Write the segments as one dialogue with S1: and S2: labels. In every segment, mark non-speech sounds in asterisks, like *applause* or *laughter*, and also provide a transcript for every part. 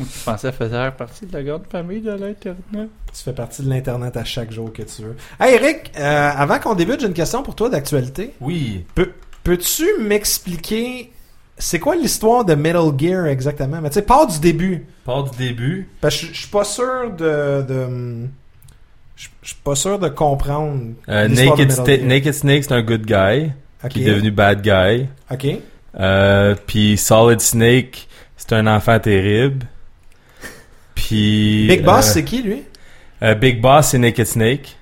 S1: Je pensais faire partie de la grande famille de l'Internet.
S2: Tu fais partie de l'Internet à chaque jour que tu veux. Hey Eric, euh, avant qu'on débute, j'ai une question pour toi d'actualité.
S3: Oui.
S2: Peux- Peux-tu m'expliquer c'est quoi l'histoire de Metal Gear exactement? Mais tu sais, pars du début.
S3: Part du début.
S2: Parce que je je suis pas sûr de. de- je je suis pas sûr de comprendre.
S3: Euh,
S2: l'histoire de hein.
S3: Naked,
S2: Metal
S3: Sta-
S2: Gear.
S3: Naked Snake, c'est un good guy
S2: Ok.
S3: qui est devenu bad guy.
S2: Ok.
S3: Euh, puis Solid Snake, c'est un enfant terrible. Puis
S2: Big Boss,
S3: euh,
S2: c'est qui
S3: *laughs*
S2: lui?
S3: euh, Big Boss, c'est Naked Snake.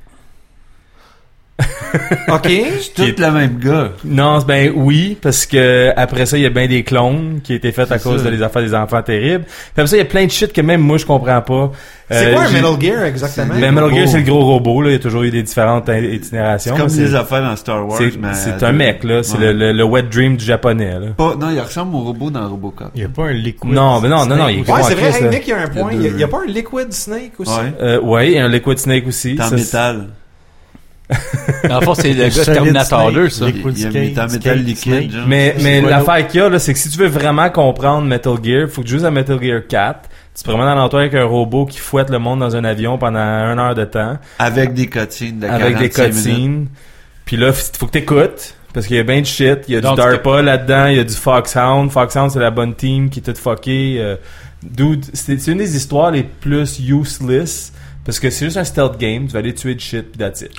S2: Ok.
S4: C'est tout le même gars.
S3: Non, c'est- ben oui, parce que après ça, il y a bien des clones qui étaient faits à
S4: C'est
S3: cause
S4: ça.
S3: de les affaires des enfants terribles. Puis après ça, il y a plein de shit que même moi je comprends pas.
S2: C'est
S3: Euh,
S2: quoi un
S3: j'ai-
S2: Metal Gear exactement?
S4: c'est-
S3: Ben, Metal Gear,
S4: Robot.
S3: c'est le gros robot. Là. Il y a toujours eu des différentes in- itinérations.
S4: C'est comme
S3: mais
S4: les affaires dans Star Wars.
S3: c'est-
S4: mais
S3: c'est un mec, là. C'est le, le- le wet dream du japonais, là.
S4: Pas, non, il ressemble au robot dans Robocop.
S5: Il n'y a pas un liquide.
S3: Non, mais non, non, non, il est
S5: Snake
S3: gros.
S2: Ouais,
S3: en
S2: c'est vrai,
S3: Christ,
S2: hey,
S3: là.
S2: Nick, il y a un
S4: Il y a
S2: point. Il y a-
S4: deux.
S2: il y a, pas un Liquid Snake aussi?
S4: Ouais.
S3: Euh, ouais, et un Liquid Snake aussi.
S4: T'es en
S3: Ça, c'est-
S4: métal.
S1: En fait, c'est le gars de
S5: Solid
S1: Terminator
S5: Snake.
S1: 2, ça.
S5: Les-
S4: Il y a
S5: Skate,
S4: mis en métal
S5: skate,
S4: liquide.
S5: snake.
S4: genre.
S3: Mais,
S2: C'est
S3: mais
S2: quoi
S3: l'affaire qu'il y a, là, c'est que si tu veux vraiment comprendre Metal Gear, faut que tu joues à Metal Gear 4. Tu te promènes à l'entour avec un robot qui fouette le monde dans un avion pendant une heure de temps.
S4: Avec des cutscenes de
S3: avec des
S4: 45 minutes.
S3: cutscenes. Puis là, f- faut que t'écoutes. Parce qu'il y a bien de shit. Il y a
S1: Donc,
S3: du DARPA là-dedans. Il y a du Foxhound. Foxhound, c'est la bonne team qui est toute fuckée. euh, dude, c'est c'est une des histoires les plus useless. Parce que c'est juste un stealth game. Tu vas aller tuer de shit, pis that's it.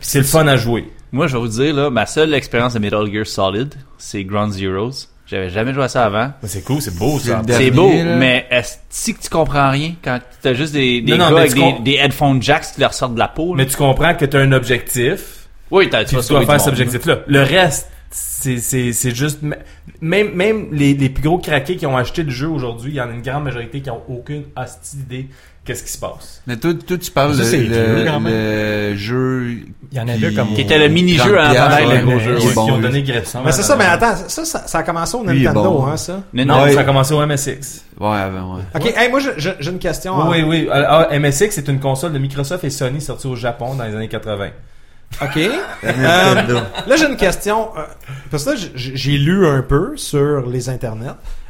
S3: Puis c'est le fun à jouer.
S1: Moi, je vais vous dire, là, ma seule expérience de Metal Gear Solid, c'est Ground Zeroes. J'avais jamais joué à ça avant.
S3: Mais c'est cool, c'est beau,
S4: C'est le
S1: C'est
S4: dernier,
S1: beau,
S4: là.
S1: mais est-ce que tu comprends rien quand t'as juste des, des
S3: Non, non,
S1: gars
S3: mais
S1: avec
S3: tu
S1: des,
S3: com-
S1: des headphone jacks qui leur sortent de la peau? là?
S3: Mais tu comprends que t'as un objectif.
S1: oui, t'as,
S3: Puis
S1: vas
S3: tu dois
S1: sauver
S3: faire
S1: du
S3: cet
S1: monde, là.
S3: objectif-là. Le reste, c'est- c'est c'est juste... m- Même, même les, les plus gros craqués qui ont acheté le jeu aujourd'hui, il y en a une grande majorité qui n'ont aucune hostie idée qu'est-ce qui se passe.
S4: Mais toi, toi, tu parles
S5: Ça,
S4: le,
S5: c'est vieux, quand
S4: le, le jeu.
S5: Il y en
S4: qui-
S5: avait comme.
S1: Qui était le mini-jeu
S4: 30
S1: avant
S2: Ah,
S1: d'être le
S4: piastres,
S1: gros
S4: ouais,
S1: jeu.
S4: mais
S3: Qui,
S1: ouais.
S4: c'est bon,
S3: qui ont
S4: oui.
S3: donné gratuitement.
S2: Mais c'est ça, mais attends, ça, ça, ça a commencé au
S4: Lui, il est
S2: Nintendo,
S4: bon.
S2: hein, ça?
S1: Non,
S3: Non,
S1: non,
S4: Ouais.
S3: ça a commencé au MSX.
S4: Ouais, avant, ouais.
S2: Ok, hey, moi, je- je- j'ai une question. hein.
S3: Oui, oui. Ah, ah, MSX, c'est une console de Microsoft et Sony sortie au Japon dans les années 80.
S2: OK. Euh,
S3: Ah!
S2: là, j'ai une question. euh, Parce que là, j- j'ai lu un peu sur les internets.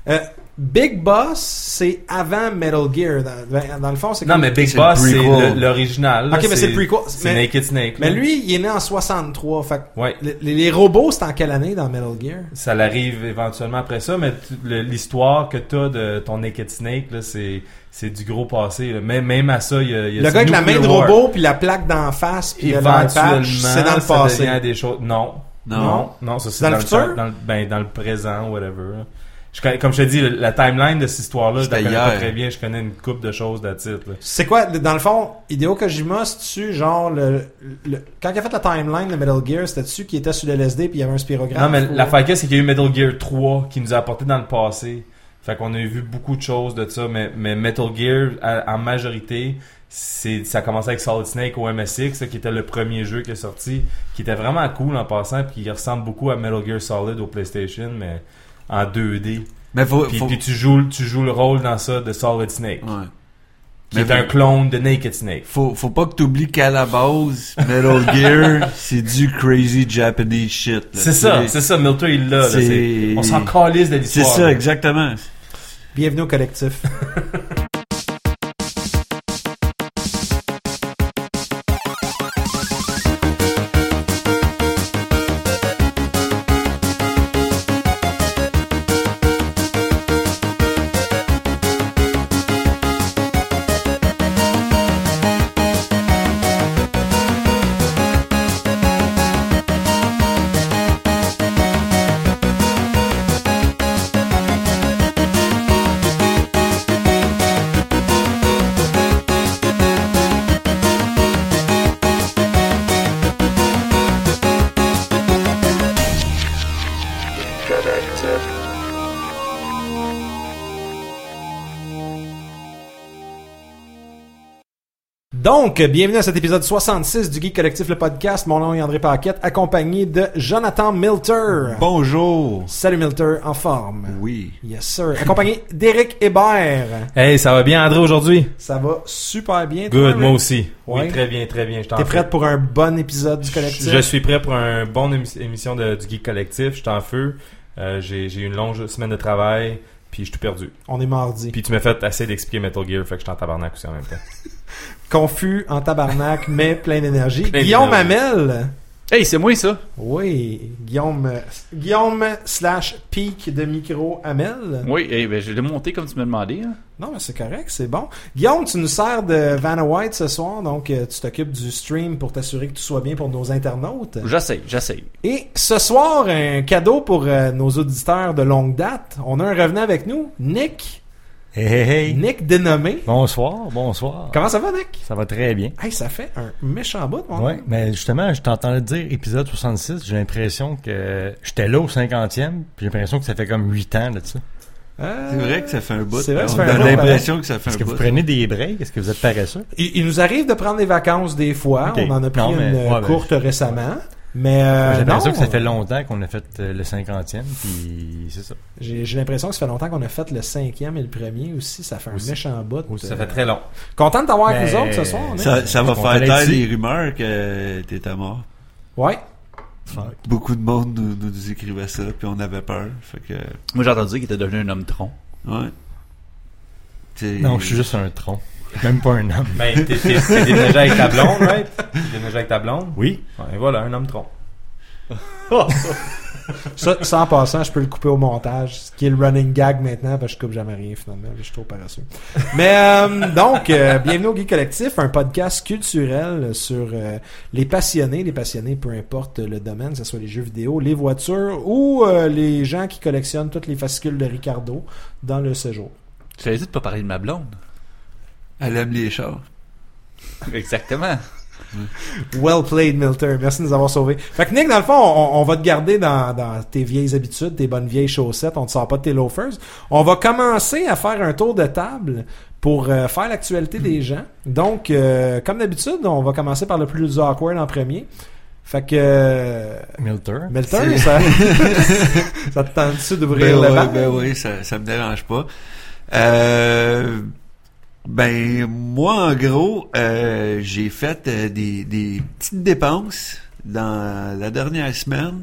S2: Euh, Big Boss, c'est avant Metal Gear. Dans, dans le fond, c'est
S3: Non,
S2: comme-
S3: mais Big
S4: C'est le
S3: Boss, c'est
S4: prequel.
S3: le- l'original. là.
S2: Ok, mais c'est le prequel.
S3: C'est
S2: Mais-
S3: Naked Snake.
S2: Mais
S3: là.
S2: lui, il est né en 63. Fait que
S3: Ouais.
S2: les, les- les robots, c'est en quelle année dans Metal Gear?
S3: Ça l'arrive éventuellement après ça, mais tu- le- l'histoire que t'as de ton Naked Snake, là, c'est, c'est du gros passé. là. Même, même à ça, il y a, il y a
S2: Le
S3: ce
S2: gars avec la main de
S3: Nuclear War.
S2: robot, puis la plaque d'en face, puis le
S3: Éventuellement,
S2: patch, c'est dans le
S3: ça
S2: passé.
S3: devient des choses. Non.
S4: Non.
S3: Non, non, ça c'est
S2: Dans
S3: dans,
S2: le futur?
S3: dans le- ben, dans le présent, whatever. là. Je connais- comme je te dis, le- la timeline de cette histoire-là, je la
S4: C'était
S3: connais pas
S4: hier.
S3: très bien. Je connais une coupe de choses de titre. là.
S2: C'est quoi, dans le fond, Hideo Kojima, c'est-tu genre le, le- Quand il a fait la timeline de Metal Gear, c'était-tu qui était sur le LSD puis il y avait un spirographe?
S3: Non, mais
S2: ou-
S3: la faille, c'est qu'il y a eu Metal Gear 3 qui nous a apporté dans le passé. Fait qu'on a vu beaucoup de choses de ça, mais, mais Metal Gear, à- en majorité, c'est, ça a commencé avec Solid Snake au MSX, là, qui était le premier jeu qui est sorti, qui était vraiment cool en passant, puis qui ressemble beaucoup à Metal Gear Solid au PlayStation, mais en 2D.
S4: Mais faut.
S3: Puis,
S4: faut...
S3: puis tu, joues, tu joues le rôle dans ça de Solid Snake,
S4: ouais.
S3: qui
S4: Mais
S3: est un
S4: faut-
S3: clone de Naked Snake.
S4: Faut, faut pas que t'oublies qu'à la base, Metal Gear, c'est du crazy Japanese shit. là.
S3: C'est ça, c'est ça, Milton, il l'a. là,
S4: c'est-
S3: c'est- On s'en calisse de
S4: C'est
S3: l'histoire.
S4: ça,
S3: là.
S4: exactement.
S2: Bienvenue au collectif. Donc, bienvenue à cet épisode 66 du Geek Collectif, le podcast. Mon nom est André Paquette, accompagné de Jonathan Milter.
S4: Bonjour.
S2: Salut Milter, en forme.
S4: Oui.
S2: Yes sir. Accompagné d'Éric Hébert.
S3: Hey, ça va bien, André, aujourd'hui?
S2: Ça va super bien. toi,
S3: *laughs* Good,
S2: Eric?
S3: moi aussi.
S2: Ouais.
S3: Oui, très bien, très bien. Je t'en
S2: T'es
S3: fais.
S2: prête pour un bon épisode du collectif?
S3: Je suis prêt pour un bon émi- émission de, du Geek Collectif. Je suis en feu. Euh, J'ai j'ai eu une longue semaine de travail. Puis je suis tout perdu.
S2: On est mardi.
S3: Puis tu m'as fait assez d'expliquer Metal Gear, fait que je suis en tabarnak aussi en même temps.
S2: Confus en tabarnak,
S3: *laughs*
S2: mais plein d'énergie.
S1: Plein
S2: Guillaume
S1: d'énergie.
S2: Hamel.
S1: Hey, c'est moi ça.
S2: Oui, Guillaume, euh, Guillaume slash pic de micro Hamel.
S1: Oui, eh ben, je l'ai monté comme tu m'as demandé. hein.
S2: Non, mais c'est correct, c'est bon. Guillaume, tu nous sers de Vanna White ce soir, donc euh, tu t'occupes du stream pour t'assurer que tout soit bien pour nos internautes.
S1: J'essaye, j'essaye.
S2: Et ce soir, un cadeau pour euh, nos auditeurs de longue date. On a un revenant avec nous, Nick.
S5: Hey, hey, hey.
S2: Nick dénommé.
S5: Bonsoir, bonsoir.
S2: Comment ça va, Nick?
S5: Ça va très bien.
S2: Hey, ça fait un méchant bout, mon
S5: Ouais, mais justement, je t'entendais dire épisode 66, j'ai l'impression que j'étais là au 50e, puis j'ai l'impression que ça fait comme 8 ans de ça.
S2: Euh,
S4: C'est vrai que ça fait un bout.
S2: c'est vrai que ça
S4: On
S2: fait un
S4: a
S2: bout,
S4: l'impression que ça fait
S5: Est-ce
S4: un
S5: que vous
S4: bout.
S5: prenez des breaks? Est-ce que vous êtes paresseux?
S2: Il, il nous arrive de prendre des vacances des fois.
S5: Ok.
S2: On en a pris
S5: Non, mais-
S2: une euh,
S5: ouais, ben,
S2: courte récemment. Mais euh,
S5: j'ai l'impression
S2: non,
S5: que ça fait longtemps qu'on a fait euh, le 50e, puis c'est ça.
S2: j'ai j'ai l'impression que ça fait longtemps qu'on a fait le cinquième et le premier aussi. Ça fait un
S5: Aussi.
S2: méchant bout.
S5: Aussi.
S3: Ça
S2: Euh,
S3: fait très long.
S2: Content de t'avoir avec
S5: Mais-
S2: nous autres ce soir. hein? Nick.
S4: Ça, ça va
S5: Qu'on
S4: faire
S5: fallait
S4: taire
S5: dire.
S4: des rumeurs que t'étais mort.
S2: Ouais.
S5: Fuck.
S4: Beaucoup de monde nous, nous- nous écrivait ça, puis on avait peur. Fait que, ouais.
S1: Moi, j'ai entendu qu'il était devenu un homme tronc.
S4: T'sais,
S5: Non, je suis juste un tronc. Même pas un homme.
S3: Ben, t'es t'es- t'es déménagé avec ta blonde, right? T'es déménagé avec ta blonde?
S5: Oui.
S3: Ouais, voilà, un homme tronc.
S2: Ça, ça, en passant, je peux le couper au montage, ce qui est le running gag maintenant, parce que je coupe jamais rien finalement, je suis trop paresseux. Mais euh, donc, euh, bienvenue au Geek Collectif, un podcast culturel sur euh, les passionnés, les passionnés, peu importe le domaine, que ce soit les jeux vidéo, les voitures ou euh, les gens qui collectionnent toutes les fascicules de Ricardo dans le séjour.
S1: J'avais dit de pas parler de ma blonde.
S4: Elle aime les chars.
S1: Exactement.
S2: Well played, Milter. Merci de nous avoir sauvés. Fait que Nick, dans le fond, on, on va te garder dans, dans tes vieilles habitudes, tes bonnes vieilles chaussettes. On ne sort pas de tes loafers. On va commencer à faire un tour de table pour euh, faire l'actualité
S4: Hmm.
S2: des gens. Donc, euh, comme d'habitude, on va commencer par le plus awkward en premier. Fait que... euh,
S5: Milter.
S2: Milter,
S4: C'est- *laughs*
S2: ça, ça te tente-tu d'ouvrir
S4: Ben,
S2: le
S4: ouais,
S2: bal?
S4: ben oui, ça, ça me dérange pas. Euh, ben moi en gros, euh, j'ai fait euh, des, des petites dépenses dans la dernière semaine.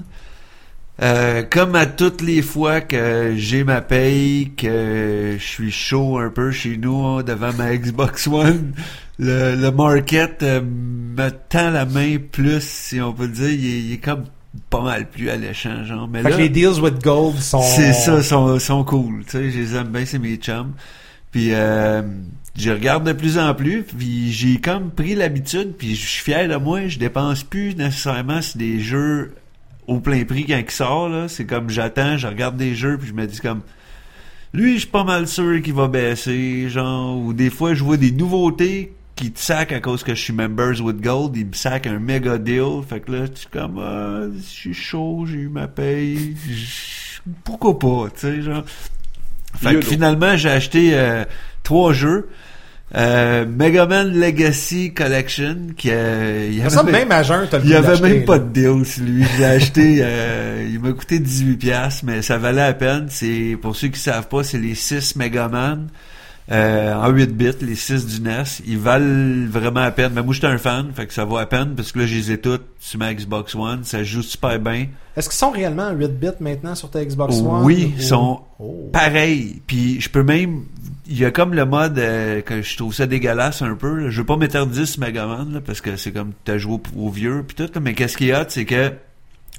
S4: Euh, comme à toutes les fois que j'ai ma paye, que je suis chaud un peu chez nous hein, devant ma Xbox One, le, le market euh, me tend la main plus, si on peut le dire, il est, il est comme pas mal plus alléchant, genre. Mais
S2: Fait
S4: là-
S2: que les deals with gold sont...
S4: c'est ça, sont, sont cool. Tu sais, je les aime bien, c'est mes chums. Puis euh, je regarde de plus en plus, puis j'ai comme pris l'habitude, puis je suis fier de moi. Je dépense plus nécessairement sur des jeux au plein prix quand ils sortent. là. C'est comme j'attends, je regarde des jeux, puis je me dis comme... Lui, je suis pas mal sûr qu'il va baisser, genre, ou des fois, je vois des nouveautés qui te sac à cause que je suis Members with Gold, ils me sac un méga deal, fait que là, tu es comme, ah, je suis chaud, j'ai eu ma paye, je- pourquoi pas, tu sais, genre. Fait que
S1: YOLO.
S4: finalement, j'ai acheté euh, trois jeux. Euh, Mega Man Legacy Collection, qui euh, il y
S2: Mais Ça,
S4: avait-
S2: même à jeun, t'as le
S4: il y
S2: goût
S4: avait
S2: d'acheter,
S4: même pas
S2: là.
S4: de deal sur lui. Je
S2: *laughs*
S4: l'ai acheté, euh, il m'a coûté 18 pièces, mais ça valait la peine. C'est pour ceux qui savent pas, c'est les 6 Megaman euh, en 8 bits, les 6 du NES. Ils valent vraiment la peine. Mais moi, j'étais un fan, fait que ça vaut la peine parce que là, je les ai toutes sur ma Xbox One. Ça joue super bien.
S2: Est-ce qu'ils sont réellement 8 bits maintenant sur ta Xbox One?
S4: Oui,
S2: Ou-
S4: ils sont
S2: Oh.
S4: pareil. Puis je peux même. Il y a comme le mode euh, que je trouve ça dégueulasse un peu. là. Je veux pas m'éterniser sur Megaman là, parce que c'est comme t'as joué au- au vieux puis tout. là. Mais qu'est-ce qu'il y a, c'est que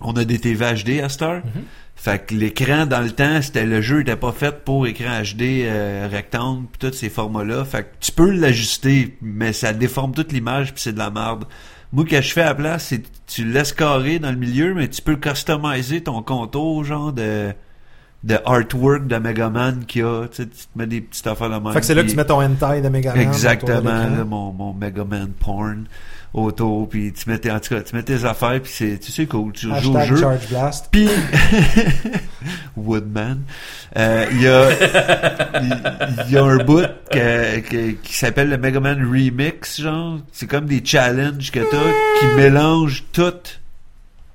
S4: on a des TV HD à cette heure.
S2: Mhm.
S4: Fait que l'écran dans le temps, c'était le jeu était pas fait pour écran HD euh, rectangle puis tous ces formats-là. Fait que tu peux l'ajuster, mais ça déforme toute l'image puis c'est de la merde. Moi, ce que je fais à la place, c'est que tu le laisses carré dans le milieu, mais tu peux customiser ton contour, genre de de artwork de Megaman qu'il y a. Tu, sais, tu te mets des petites affaires de même.
S2: Fait que c'est là que
S4: puis-
S2: tu mets ton hentai de Megaman. autour de
S4: Exactement,
S2: l'écran.
S4: là, mon, mon Megaman porn autour, puis tu mets tes, en tout cas, tu mets tes affaires, puis c'est, tu sais, cool, tu joues au
S2: Hashtag
S4: jeu.
S2: Charge Blast.
S4: Puis *laughs* Woodman, Euh, il y a il y a un bout que- que- qui s'appelle le Mega Man Remix, genre. C'est comme des challenges que t'as qui mélangent toutes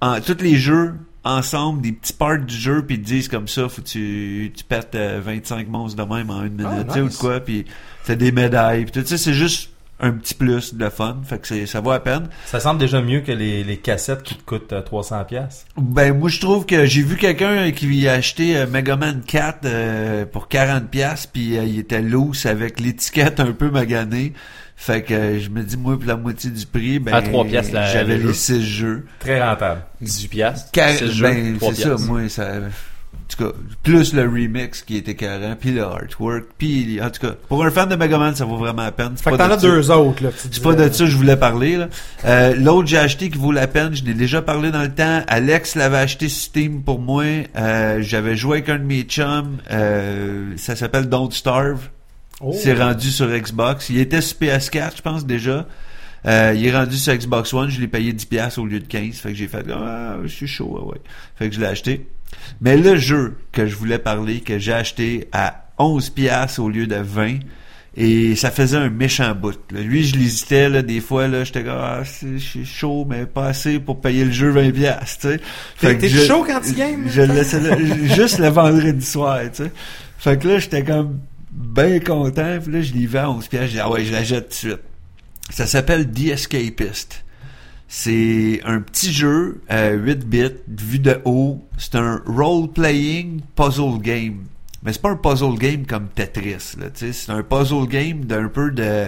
S4: en, tous les jeux ensemble, des petits parts du jeu, puis ils te disent comme ça, faut que tu, tu pètes euh, 25 monstres de même en une minute,
S2: Ah,
S4: tu sais, ou de
S2: nice.
S4: quoi, puis t'as des médailles, puis tout ça, c'est juste un petit plus de fun. Fait que c'est- ça vaut à peine.
S3: Ça semble déjà mieux que les, les cassettes qui te coûtent euh, 300$. piastres.
S4: Ben moi je trouve que j'ai vu quelqu'un qui a acheté euh, Mega Man 4 euh, pour 40 pièces puis euh, il était loose avec l'étiquette un peu maganée. Fait que euh, je me dis moi pour la moitié du prix ben
S1: À 3 piastres, la-
S4: j'avais
S1: le
S4: les
S1: jeu.
S4: 6 jeux.
S3: Très rentable.
S1: 18 piastres.
S4: Car-
S1: six jeux,
S4: ben
S1: trois
S4: c'est ça
S1: piastres.
S4: moi ça en tout cas plus le remix qui était carré puis le artwork puis en tout cas pour un fan de Mega Man ça vaut vraiment la peine. C'est
S2: Fait que
S4: pas
S2: t'en as
S4: de-
S2: deux autres, là.
S4: C'est pas de ça que je voulais parler. là. Euh, L'autre j'ai acheté qui vaut la peine, je l'ai déjà parlé dans le temps. Alex l'avait acheté sur Steam pour moi. Euh, J'avais joué avec un de mes chums. Euh, ça s'appelle Don't Starve.
S2: Oh.
S4: C'est rendu sur Xbox. Il était sur PS4, je pense déjà. Euh, il est rendu sur Xbox One, je l'ai payé 10$ au lieu de 15$. Fait que j'ai fait Ah, je suis chaud, ouais, ouais. Fait que je l'ai acheté. Mais le jeu que je voulais parler, que j'ai acheté à 11$ au lieu de 20$, et ça faisait un méchant bout. là. Lui, je l'hésitais, là, des fois, là, j'étais comme, ah, c'est- je suis chaud, mais pas assez pour payer le jeu 20$, piastres, tu sais.
S2: T'es
S4: Fait que
S2: t'es
S4: je-
S2: chaud quand tu games?
S4: je le laissais là,
S2: *laughs*
S4: juste le vendredi soir, tu sais. Fait que là, j'étais comme bien content. Puis là, je l'y vais à 11 piastres. Je dis, ah ouais, je la jette tout de suite. Ça s'appelle The Escapist. C'est un petit jeu, euh, 8 bits, vu de haut. C'est un role-playing puzzle game. Mais c'est pas un puzzle game comme Tetris, là, tu sais. C'est un puzzle game d'un peu de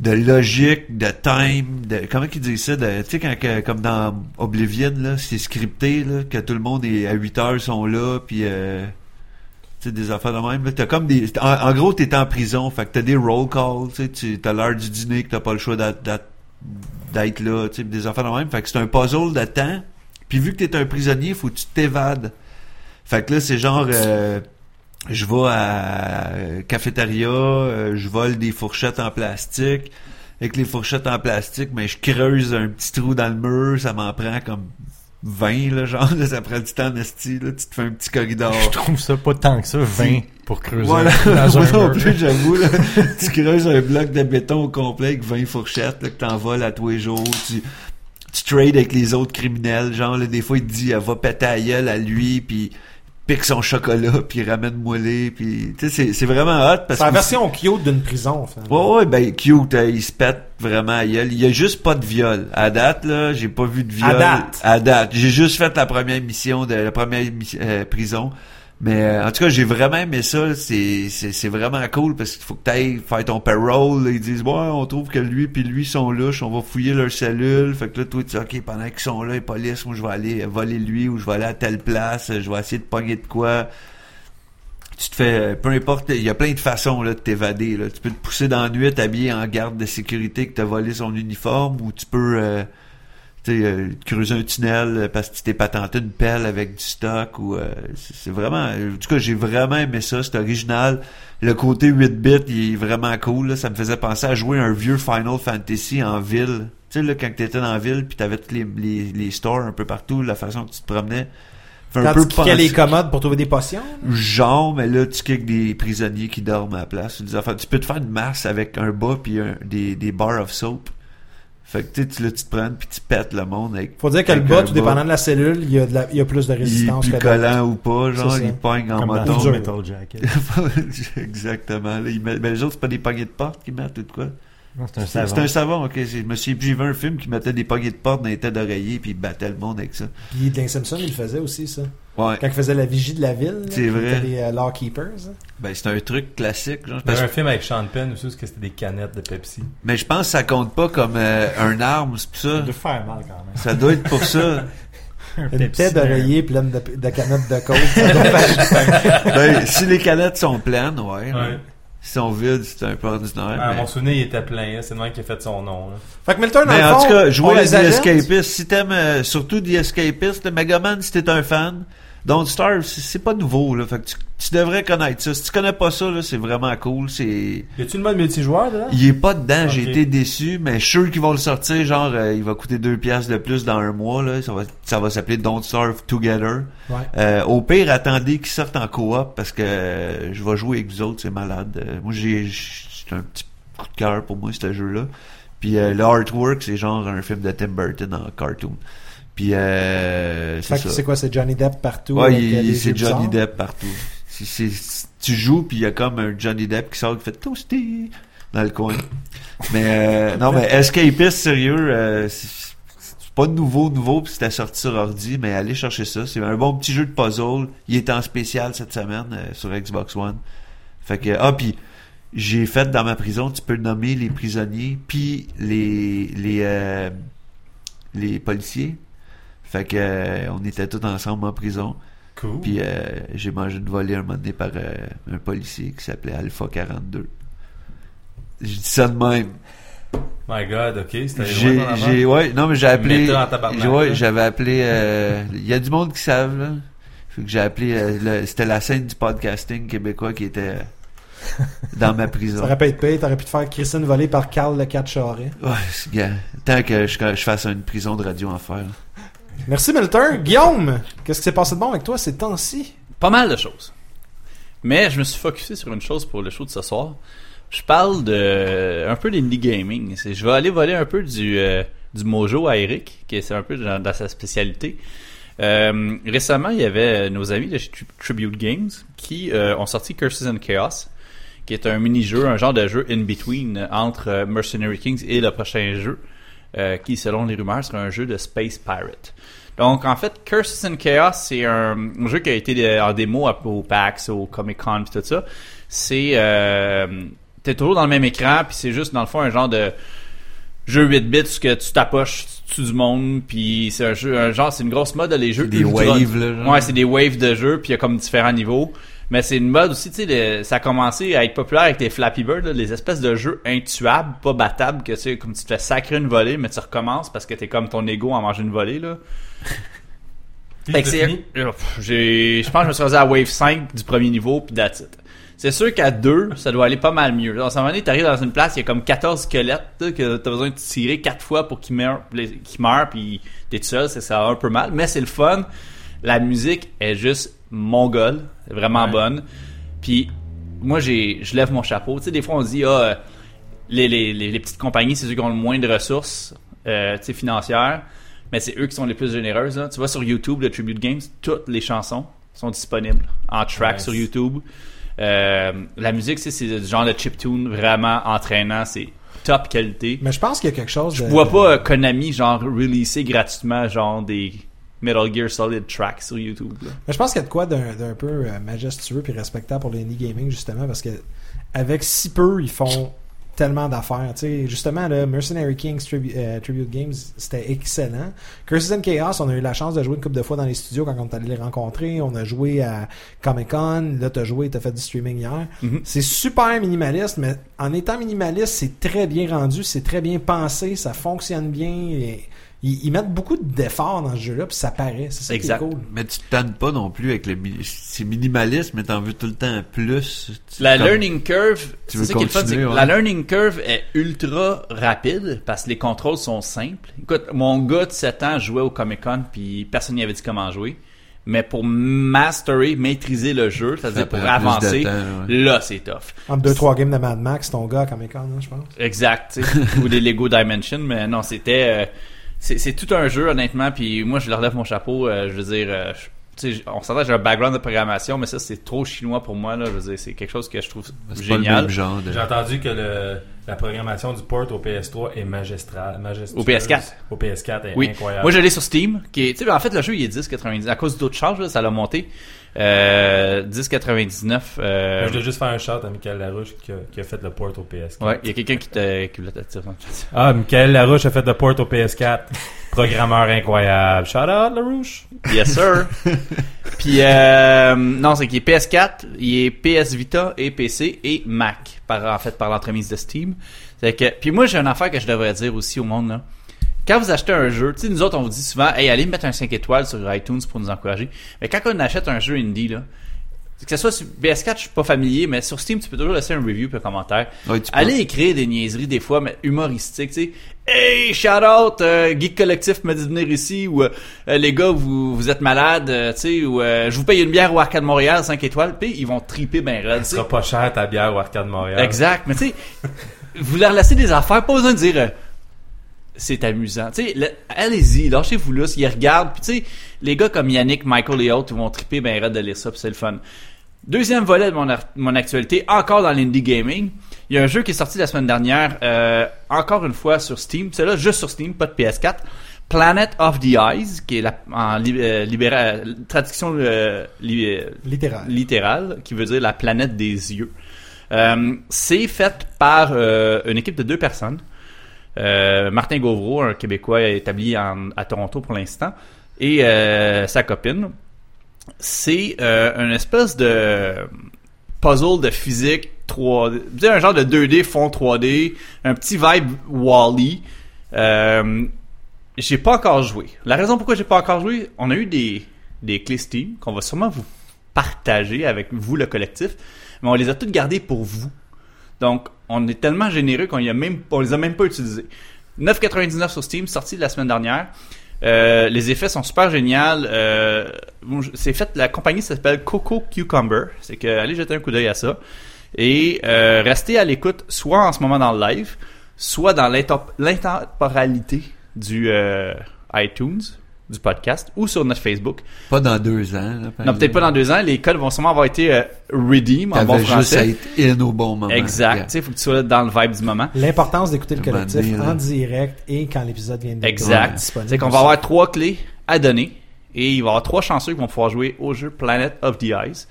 S4: de logique, de time, de comment qu'ils disent ça, de, tu sais quand que- comme dans Oblivion là, c'est scripté là, que tout le monde est à 8 heures sont là, puis euh, tu sais des affaires de même. là. T'as comme des, en, en gros t'es en prison, fait que t'as des roll calls, tu sais, tu- t'as l'heure du dîner que t'as pas le choix d'être- d'être d'être là, tu sais, des affaires de même. Fait que c'est un puzzle de temps. Puis vu que t'es un prisonnier, faut que tu t'évades. Fait que là c'est genre euh, je vais à euh, cafétéria, euh, je vole des fourchettes en plastique. Avec les fourchettes en plastique, mais je creuse un petit trou dans le mur, ça m'en prend comme 20, là, genre, *laughs* là, ça prend du temps, esti, là, tu te fais un petit corridor.
S5: Je trouve ça pas tant que ça, 20 pour creuser
S4: Oh. Voilà, *laughs*
S5: dans
S4: moi
S5: un
S4: non
S5: mur.
S4: plus, j'avoue, là, tu creuses un bloc de béton au complet avec 20 fourchettes, là, que t'envoles à tous les jours, tu, tu trades avec les autres criminels, genre, là, des fois, il te dit, elle va péter à gueule à lui, puis pique son chocolat, puis ramène-moi les, puis, tu sais, c'est- c'est vraiment hot, parce
S2: C'est la
S4: que...
S2: version cute d'une prison, en fait.
S4: Ouais, ouais, ben, cute, euh, il se pète vraiment à gueule. Il y a juste pas de viol. À date, là, j'ai pas vu de viol.
S2: À date.
S4: À date. J'ai juste fait la première mission de la première mi- euh, prison. Mais euh, en tout cas, j'ai vraiment aimé ça. C'est c'est- c'est vraiment cool parce qu'il faut que t'ailles faire ton parole. Ils disent, ouais, on trouve que lui puis lui sont louches. On va fouiller leur cellule. Fait que là, toi, tu dis, OK, pendant qu'ils sont là, les polices, moi, je vais aller voler lui ou je vais aller à telle place. Je vais essayer de pogner de quoi tu te fais euh, peu importe il y a plein de façons là de t'évader là. tu peux te pousser dans la nuit t'habiller en garde de sécurité que t'as volé son uniforme ou tu peux euh, tu sais, euh, creuser un tunnel euh, parce que tu t'es patenté une pelle avec du stock ou euh, c'est c'est vraiment en tout cas j'ai vraiment aimé ça c'est original le côté 8 bits il est vraiment cool là. ça me faisait penser à jouer un vieux Final Fantasy en ville tu sais là quand t'étais dans la ville puis t'avais tous les, les les stores un peu partout la façon que tu te promenais Fait
S2: Quand tu
S4: penser-
S2: cliquais les commodes pour trouver des potions.
S4: genre mais là tu kicks des prisonniers qui dorment à la place Ou des affaires. tu peux te faire une masse avec un bas puis un- des, des bars of soap fait que tu sais, tu- là, tu te prends puis tu pètes le monde avec
S2: Faut dire que le
S4: Avec
S2: bas,
S4: un
S2: tout
S4: bas.
S2: dépendant de la cellule, il y a, de la- il y a plus de
S4: il est
S2: résistance
S4: plus
S2: que l'autre.
S4: collant ou pas genre
S2: C'est ça.
S4: il pogne en
S5: Comme dans
S4: moto
S5: Metal Jacket.
S4: *laughs* exactement là, il met, mais les autres c'est pas des poignées de porte qu'ils mettent ou de quoi
S5: Non, c'est un
S4: c'est
S5: savon.
S4: un savon ok C'est- je me suis j'ai vu un film qui mettait des poignées de porte dans les têtes d'oreiller puis il battait le monde avec ça
S2: Puis dans les Simpsons, il le faisait aussi, ça.
S4: ouais
S2: Quand il faisait la vigie de la ville, là,
S4: C'est
S2: puis il
S4: vrai.
S2: était des euh, lawkeepers. hein.
S4: ben c'est un truc classique genre
S3: Il y
S4: parce
S3: avait
S4: que
S3: un film avec Sean Penn aussi, parce que c'était des canettes de Pepsi.
S4: Mais je pense que ça compte pas comme euh, un arme, c'est pour ça.
S5: De faire mal quand même.
S4: Ça doit être pour
S5: *laughs*
S4: ça.
S5: Un
S2: Une
S5: Pepsi,
S2: tête
S5: mais-
S2: d'oreiller pleine de, de canettes de
S4: *laughs*
S2: coke. Ça doit faire-
S4: ben, si les canettes sont pleines, ouais.
S3: Ouais.
S4: Si elles sont vides, c'est un peu ordinaire.
S3: Ah,
S4: mais-
S3: Mon souvenir, il était plein. hein. C'est le même qui a fait son nom. là.
S2: fait que Milton, dans
S4: Mais
S2: le
S4: en
S2: fond,
S4: tout cas,
S2: on
S4: jouer à
S2: les
S4: The
S2: achète.
S4: Escapist, si t'aimes euh, surtout The Escapist, le Megaman, si t'es un fan, Don't Starve, c'est c'est pas nouveau, là. Fait que tu, tu devrais connaître ça. Si tu connais pas ça, là, c'est vraiment cool. C'est,
S3: Y a-tu le mode multijoueur dedans?
S4: il est pas dedans, j'ai
S3: Ok.
S4: été déçu, mais je suis sûr qu'ils vont le sortir, genre, euh, il va coûter deux piastres de plus dans un mois, là. Ça va, ça va s'appeler Don't Starve Together.
S2: Ouais.
S4: Euh, au pire, attendez qu'ils sortent en coop parce que euh, je vais jouer avec vous autres, c'est malade. Euh, moi, j'ai j'- c'est un petit coup de cœur pour moi ce jeu-là. Puis euh, le artwork, c'est genre un film de Tim Burton en cartoon. Puis euh, c'est
S2: Fait que
S4: ça.
S2: c'est quoi, c'est Johnny Depp partout.
S4: Ouais,
S2: avec,
S4: il-
S2: euh, les
S4: il-
S2: yeux
S4: c'est Johnny
S2: bizarres.
S4: Depp partout. C'est- c'est- tu joues puis il y a comme un Johnny Depp qui sort qui fait toasty. dans le coin. Mais euh, non, mais Escapist, sérieux, euh, c'est c'est pas nouveau, nouveau, puis c'était sorti sur ordi, mais allez chercher ça. C'est un bon petit jeu de puzzle. Il est en spécial cette semaine euh, sur Xbox One. Fait que, ah, puis j'ai fait dans ma prison, tu peux nommer les prisonniers, puis les les euh, les policiers. Fait que euh, on était tous ensemble en prison.
S3: Cool.
S4: Puis euh, j'ai mangé une volée un moment donné par euh, un policier qui s'appelait Alpha 42. Je dis ça de même.
S3: My God, ok, c'était
S4: J'ai,
S3: loin dans la
S4: j'ai,
S3: barre.
S4: ouais, non mais j'ai appelé,
S3: Méta en tabarnak,
S4: j'ai- ouais,
S3: là.
S4: j'avais appelé. euh, Il y a du monde qui savent là. Fait que j'ai appelé. euh, le- c'était la scène du podcasting québécois qui était euh, dans ma
S2: Ça
S4: prison.
S2: aurait pu être payé, t'aurais pu te faire Christine voler par Carl le 4 Charret.
S4: *laughs* Ouais, c'est bien. Tant que je, je fasse une prison de radio en fer.
S2: Merci Milton. Guillaume, qu'est-ce qui s'est passé de bon avec toi ces temps-ci?
S1: Pas mal de choses. Mais je me suis focusé sur une chose pour le show de ce soir. Je parle de un peu d'indie gaming. C'est- Je vais aller voler un peu du, euh, du mojo à Eric, qui est c'est un peu dans, dans sa spécialité. Euh, récemment, il y avait nos amis de chez Tri- Tribute Games qui euh, ont sorti Curses and Chaos, qui est un mini-jeu, un genre de jeu in-between entre euh, Mercenary Kings et le prochain jeu, euh, qui, selon les rumeurs, sera un jeu de Space Pirate. Donc, en fait, Curses and Chaos, c'est un, un jeu qui a été euh, en démo à- au PAX, au Comic-Con, pis tout ça. C'est... Euh, T'es toujours dans le même écran, puis c'est juste, dans le fond, un genre de jeu 8 bits où que tu t'approches, tu tues du monde, puis c'est un jeu, un genre, c'est une grosse mode, les jeux
S4: Des
S1: ultra-
S4: waves, là, genre.
S1: Ouais, c'est des waves de jeu, puis il y a comme différents niveaux. Mais c'est une mode aussi, tu sais, le- ça a commencé à être populaire avec les Flappy Bird, là, les espèces de jeux intuables, pas battables, que tu sais, comme tu te fais sacrer une volée, mais tu recommences parce que t'es comme ton ego à manger une volée, là.
S3: Puis
S1: Fait que
S3: c'est
S1: c'est-
S3: fini.
S1: Euh, pff, j'ai- Je pense que je me suis rendu à Wave 5 du premier niveau, puis that's it. C'est sûr qu'à 2, ça doit aller pas mal mieux. Dans un moment donné, t'arrives dans une place, il y a comme 14 squelettes là, que t'as besoin de tirer 4 fois pour qu'ils meurent, les- qu'ils meurent puis t'es tout seul, c'est- ça va un peu mal. Mais c'est le fun. La musique est juste mongole, vraiment bonne. Puis moi, j'ai, je lève mon chapeau. Tu sais, des fois, on dit, ah, euh, les, les, les, les petites compagnies, c'est ceux qui ont le moins de ressources euh, tu sais, financières, mais c'est eux qui sont les plus généreuses. là. Tu vois, sur YouTube, le Tribute Games, toutes les chansons sont disponibles en track
S3: Nice.
S1: sur YouTube. Euh, la musique, tu sais, c'est du genre de chiptune vraiment entraînant. C'est top qualité.
S2: Mais je pense qu'il y a quelque chose
S1: Je
S2: de-
S1: vois pas euh, Konami, genre, releaser gratuitement, genre, des Metal Gear Solid tracks sur YouTube. là.
S2: Mais je pense qu'il y a de quoi d'un d'un peu euh, majestueux puis respectable pour l'indie gaming justement parce que avec si peu ils font tellement d'affaires. Tu sais, justement, le Mercenary Kings Tribu- euh, Tribute Games, c'était excellent. Curses and Chaos, on a eu la chance de jouer une couple de fois dans les studios quand on est allé les rencontrer. On a joué à Comic Con, là t'as joué, t'as fait du streaming hier.
S1: Mhm.
S2: C'est super minimaliste, mais en étant minimaliste, c'est très bien rendu, c'est très bien pensé, ça fonctionne bien. et ils, ils mettent beaucoup d'efforts dans ce jeu-là, puis ça paraît. C'est ça qui est
S1: Exact.
S2: cool.
S4: Mais tu te tannes pas non plus avec le. mi- C'est minimaliste, mais t'en veux tout le temps plus. Tu-
S1: La
S4: comme-
S1: learning curve,
S4: Tu
S1: c'est
S4: veux
S1: ça qui est le fun, c'est
S4: continuer,
S1: que
S4: ouais.
S1: la learning curve est ultra rapide parce que les contrôles sont simples. Écoute, mon gars de 7 ans jouait au Comic-Con puis personne n'y avait dit comment jouer. Mais pour masterer, maîtriser le jeu,
S4: Ça
S1: c'est-à-dire pour
S4: prend plus de
S1: avancer,
S4: temps, ouais.
S1: là c'est tough.
S2: Entre 2-3 games de Mad Max, ton gars à Comic Con, hein, je pense.
S1: Exact, tu sais, ou des Lego Dimension, mais non, c'était euh, c'est c'est tout un jeu honnêtement. Puis moi, je leur lève mon chapeau. euh, je veux dire, euh, je- tu sais, on s'entend, que j'ai un background de programmation, mais ça c'est trop chinois pour moi là. Je veux dire, c'est quelque chose que je trouve
S4: C'est pas le
S1: génial.
S4: même genre de-
S3: J'ai entendu que le, la programmation du port au PS3 est magistrale. majestueuse.
S1: Au PS4.
S3: Au PS4 est
S1: Oui.
S3: incroyable.
S1: Moi, j'allais sur Steam, qui est, tu sais, ben, en fait, le jeu, il est 10,90. À cause d'autres charges, là, ça l'a monté. Euh, 10,99.
S3: Mais
S1: Euh,
S3: je dois juste faire un shout à Michael Larouche qui a, qui a fait le port au PS4.
S1: ouais, il y a quelqu'un qui te, qui voulait te dire dans le chat.
S3: Ah, Michael Larouche a fait le port au PS4.
S1: *laughs*
S3: Programmeur incroyable. Shout out Larouche.
S1: Yes, sir. Puis, euh, non, c'est qu'il est PS4, il est PS Vita et PC et Mac, par, en fait, par l'entremise de Steam. C'est que, puis moi, j'ai une affaire que je devrais dire aussi au monde, là. Quand vous achetez un jeu, tu sais, nous autres, on vous dit souvent, hey, allez mettre un 5 étoiles sur iTunes pour nous encourager. Mais quand on achète un jeu indie, là, que ce soit sur PS4, je suis pas familier, mais sur Steam, tu peux toujours laisser un review puis un commentaire.
S4: Ouais, tu peux.
S1: Allez écrire des niaiseries des fois, mais humoristiques, tu sais. Hey, shout out, euh, Geek Collectif m'a dit de venir ici, ou euh, euh, les gars, vous, vous êtes malades, euh, tu sais, ou euh, je vous paye une bière au Arcade Montréal, 5 étoiles, puis ils vont triper ben raide, tu
S3: Ce
S1: sais.
S3: sera pas cher ta bière au Arcade Montréal.
S1: Exact, mais tu sais, vous leur laissez des affaires, pas besoin de dire euh, c'est amusant. Tu sais, le- allez-y, lâchez-vous là, ils regardent, puis tu sais, les gars comme Yannick, Michael et autres, ils vont triper ben raide de lire ça, puis c'est le fun. Deuxième volet de mon, ar- mon actualité, encore dans l'indie gaming, il Il y a un jeu qui est sorti la semaine dernière, euh, encore une fois sur Steam. C'est là juste sur Steam, pas de PS4. Planet of the Eyes, qui est la, en li- euh, libéra- traduction euh, li- euh,
S2: Littéral.
S1: littérale, qui veut dire la planète des yeux. Euh, c'est fait par euh, une équipe de deux personnes. Euh, Martin Gauvreau, un Québécois établi en- à Toronto pour l'instant, et euh, sa copine. C'est euh, une espèce de puzzle de physique 3D. Vous savez, un genre de 2D fond 3D, un petit vibe Wally. Euh, j'ai pas encore joué. La raison pourquoi j'ai pas encore joué, on a eu des, des clés Steam qu'on va sûrement vous partager avec vous, le collectif, mais on les a toutes gardées pour vous. Donc, on est tellement généreux qu'on y a même, on les a même pas utilisées. 9,99 sur Steam, sorti la semaine dernière. Euh, les effets sont super géniaux. Euh, bon, je- c'est fait, la compagnie s'appelle Coco Cucumber. C'est que, allez jeter un coup d'œil à ça. Et euh, restez à l'écoute, soit en ce moment dans le live, soit dans l'intop- l'intemporalité du euh, iTunes, du podcast, ou sur notre Facebook.
S4: Pas dans deux ans. Là, par
S1: Non, peut-être
S4: exemple.
S1: pas dans deux ans. Les codes vont sûrement avoir été euh, redeem en
S4: T'avais
S1: bon
S4: juste à
S1: français.
S4: être in au bon moment.
S1: Exact.
S4: Yeah.
S1: Tu sais, faut que tu sois dans le vibe du moment.
S2: L'importance d'écouter le
S4: Un moment
S2: collectif
S4: donné, là.
S2: en direct et quand l'épisode vient de
S1: Exact.
S2: de- disponible.
S1: C'est qu'on va avoir trois clés à donner et il va y avoir trois chanceux qui vont pouvoir jouer au jeu Planet of the Eyes.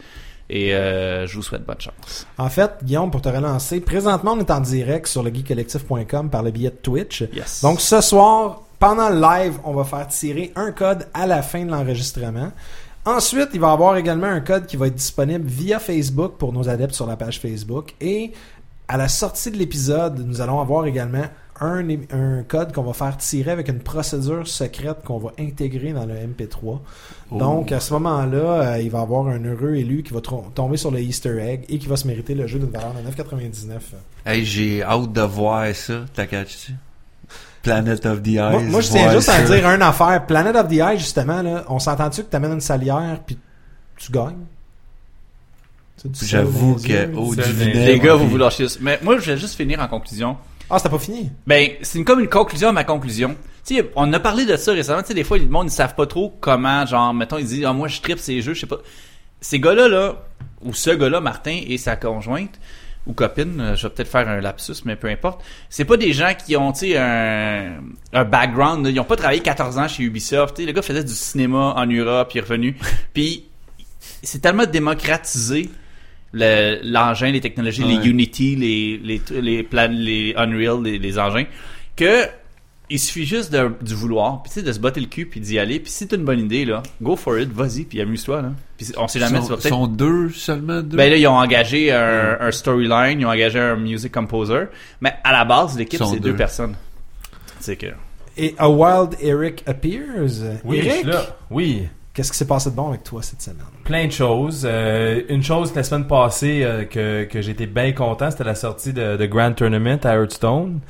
S1: Et euh, je vous souhaite bonne chance.
S2: En fait, Guillaume, pour te relancer, présentement, on est en direct sur legeekcollectif.com par le billet de Twitch.
S1: Yes.
S2: Donc, ce soir, pendant le live, on va faire tirer un code à la fin de l'enregistrement. Ensuite, il va y avoir également un code qui va être disponible via Facebook pour nos adeptes sur la page Facebook. Et à la sortie de l'épisode, nous allons avoir également un, é- un code qu'on va faire tirer avec une procédure secrète qu'on va intégrer dans le MP3.
S4: Oh.
S2: Donc, à ce moment-là, euh, il va y avoir un heureux élu qui va tro- tomber sur le Easter egg et qui va se mériter le jeu d'une valeur de euh, 9,99.
S4: Hey, j'ai hâte de voir ça. T'as catché? Planet of the Eyes.
S2: Moi, moi, je tiens
S4: voir
S2: juste à
S4: ça.
S2: dire une affaire. Planet of the Eye, justement, là, on s'entend-tu que t'amènes une salière puis tu gagnes? Tu sais, du sel
S4: J'avoue
S2: dans les yeux,
S4: que au
S3: C'est
S4: du
S3: des-
S4: vinaigre,
S1: Les gars, vous
S4: puis-
S1: vous lâchez. Mais moi, je vais juste finir en conclusion.
S2: Ah, c'était pas fini?
S1: Ben, c'est une- comme une conclusion à ma conclusion. Tu sais, on a parlé de ça récemment. Tu sais, des fois, les monde, ils savent pas trop comment, genre, mettons, ils disent, ah, moi, je tripe ces jeux, je sais pas. Ces gars-là, là, ou ce gars-là, Martin et sa conjointe, ou copine, euh, je vais peut-être faire un lapsus, mais peu importe. C'est pas des gens qui ont, tu sais, un, un background, là. ils ont pas travaillé 14 ans chez Ubisoft. Tu sais, le gars faisait du cinéma en Europe, puis il est revenu. puis, c'est tellement démocratisé le- l'engin, les technologies,
S4: Ouais.
S1: les Unity, les les les, plan- les Unreal, les, les engins que il suffit juste de, du vouloir, puis tu sais, de se botter le cul, puis d'y aller. Puis si t'as une bonne idée, là, go for it, vas-y, puis amuse-toi, là. Puis on sait jamais, tu vas
S4: sont,
S1: peut-être
S4: sont deux seulement deux.
S1: ben là, ils ont engagé un, un storyline, ils ont engagé un music composer, mais à la base, l'équipe,
S4: Sont
S1: c'est deux.
S4: deux.
S1: personnes. C'est que.
S2: Et A Wild Eric Appears.
S3: Oui, je suis
S2: Eric,
S3: là. Oui.
S2: qu'est-ce qui s'est passé de bon avec toi cette semaine?
S3: Plein de choses. Euh, une chose la semaine passée euh, que, que j'étais bien content, c'était la sortie de, de Grand Tournament à Hearthstone.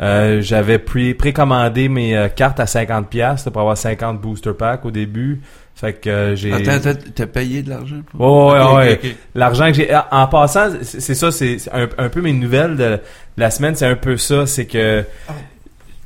S3: Euh, j'avais pré- précommandé mes euh, cartes à 50$ piastres pour avoir 50 booster packs au début. Fait que euh, j'ai...
S4: Attends, attends, t'as payé de l'argent? pour-
S3: Ouais, ouais,
S4: Ok,
S3: ouais.
S4: ok, ok.
S3: L'argent que j'ai. En passant, c'est c'est ça, c'est c'est un, un peu mes nouvelles de, de la semaine, c'est un peu ça, c'est que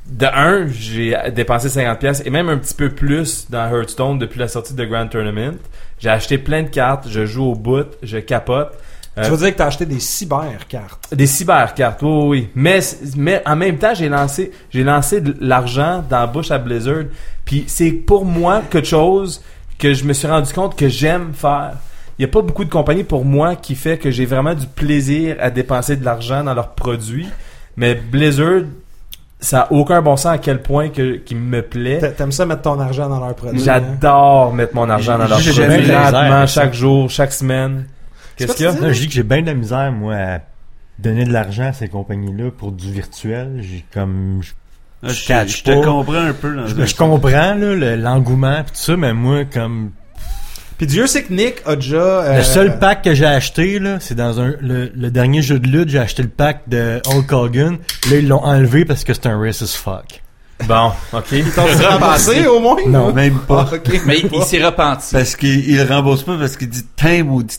S3: de un, j'ai dépensé 50 pièces et même un petit peu plus dans Hearthstone depuis la sortie de Grand Tournament. J'ai acheté plein de cartes, je joue au bout, je capote. Euh,
S2: Tu veux dire que t'as acheté des cybercartes.
S3: Des cybercartes, oui, oui, oui. Mais, mais en même temps, j'ai lancé, j'ai lancé de l'argent dans la bouche à Blizzard. Puis c'est pour moi quelque chose que je me suis rendu compte que j'aime faire. Il n'y a pas beaucoup de compagnies pour moi qui fait que j'ai vraiment du plaisir à dépenser de l'argent dans leurs produits. Mais Blizzard, ça a aucun bon sens à quel point que, qu'il me plaît.
S2: T'a- T'aimes ça mettre ton argent dans leurs produits? hein?
S3: J'adore mettre mon argent dans leurs
S4: J'ai
S3: produits.
S4: jamais eu
S5: de misère
S3: Lentement,
S5: avec ça.
S3: chaque jour, chaque semaine.
S2: C'est
S3: Qu'est-ce
S2: pas
S3: qu'il y a?
S2: facile.
S5: Là, je dis que j'ai bien de la misère, moi, à donner de l'argent à ces compagnies-là pour du virtuel. J'ai comme. Je,
S4: Ah,
S5: je
S4: Je, te-
S5: catch
S4: je te
S5: pas.
S4: comprends un peu. Dans
S5: je- je comprends, là, le- l'engouement, pis tout ça, mais moi, comme.
S2: Puis Dieu sait que Nick a déjà... euh,
S5: Le seul pack que j'ai acheté, là, c'est dans un. Le, le dernier jeu de lutte, j'ai acheté le pack de Hulk Hogan. Là, ils l'ont enlevé parce que c'est un racist fuck.
S3: Bon, ok.
S2: T'en suis repassé au moins?
S5: Non.
S4: Même
S2: Ah,
S4: pas.
S2: ok.
S1: Mais il, il s'est repenti.
S4: Parce qu'il il rembourse pas parce qu'il dit t'es maudit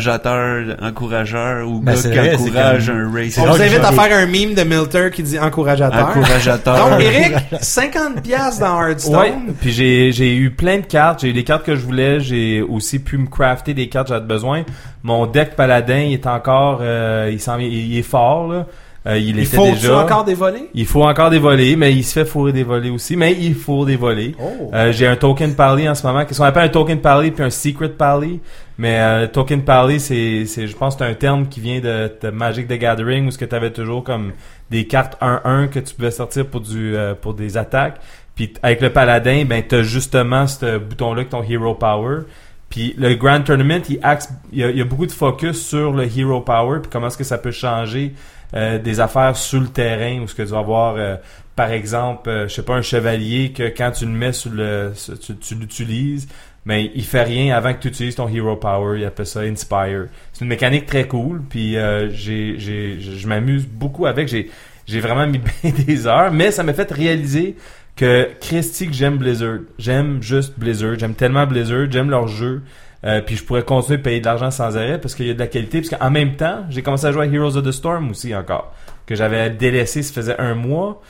S4: encourageateur, encourageur ou
S5: Ben,
S4: gars
S5: c'est
S4: qui
S5: vrai, c'est
S4: encourage
S5: comme-
S4: un race.
S2: On
S5: rare
S2: vous invite
S5: que
S2: à
S5: je-
S2: faire un meme de Milter qui dit encourageateur.
S4: Encourageateur.
S2: Donc, Eric, 50$ piastres dans Hearthstone.
S3: Ouais, puis j'ai, j'ai eu plein de cartes, j'ai eu les cartes que je voulais, j'ai aussi pu me crafter des cartes que j'avais besoin. Mon deck paladin, il est encore, euh, il, s'en vient- il est fort, là. Euh, il,
S2: Il
S3: était
S2: faut
S3: déjà.
S2: encore des volets?
S3: Il faut encore des volets, mais il se fait fourrer des volets aussi, mais il fourre des volets.
S2: Oh.
S3: Euh, j'ai un token parley en ce moment, qu'est-ce qu'on appelle un token parley puis un secret parley. Mais euh, token parley, c'est, c'est, je pense, que c'est un terme qui vient de, de Magic the Gathering où ce que tu avais toujours comme des cartes 1-1 que tu pouvais sortir pour du euh, pour des attaques. Puis t- avec le paladin, ben t'as justement ce bouton-là que ton hero power. Puis le Grand Tournament, il axe, il y a, il y a beaucoup de focus sur le hero power puis comment est-ce que ça peut changer euh, des affaires sur le terrain où ce que tu vas avoir euh, par exemple, euh, je sais pas, un chevalier que quand tu le mets sur le, sur- tu, tu l'utilises, mais il fait rien avant que tu utilises ton hero power. Il appelle ça inspire. C'est une mécanique très cool. Puis euh, j'ai, j'ai, je je m'amuse beaucoup avec. J'ai, j'ai vraiment mis *laughs* bien des heures, mais ça m'a fait réaliser que Christy, que j'aime Blizzard. J'aime juste Blizzard. J'aime tellement Blizzard. J'aime leur jeu. Euh, puis je pourrais continuer de payer de l'argent sans arrêt parce qu'il y a de la qualité. Parce qu'en même temps, j'ai commencé à jouer à Heroes of the Storm aussi encore. Que j'avais délaissé, ça faisait un mois.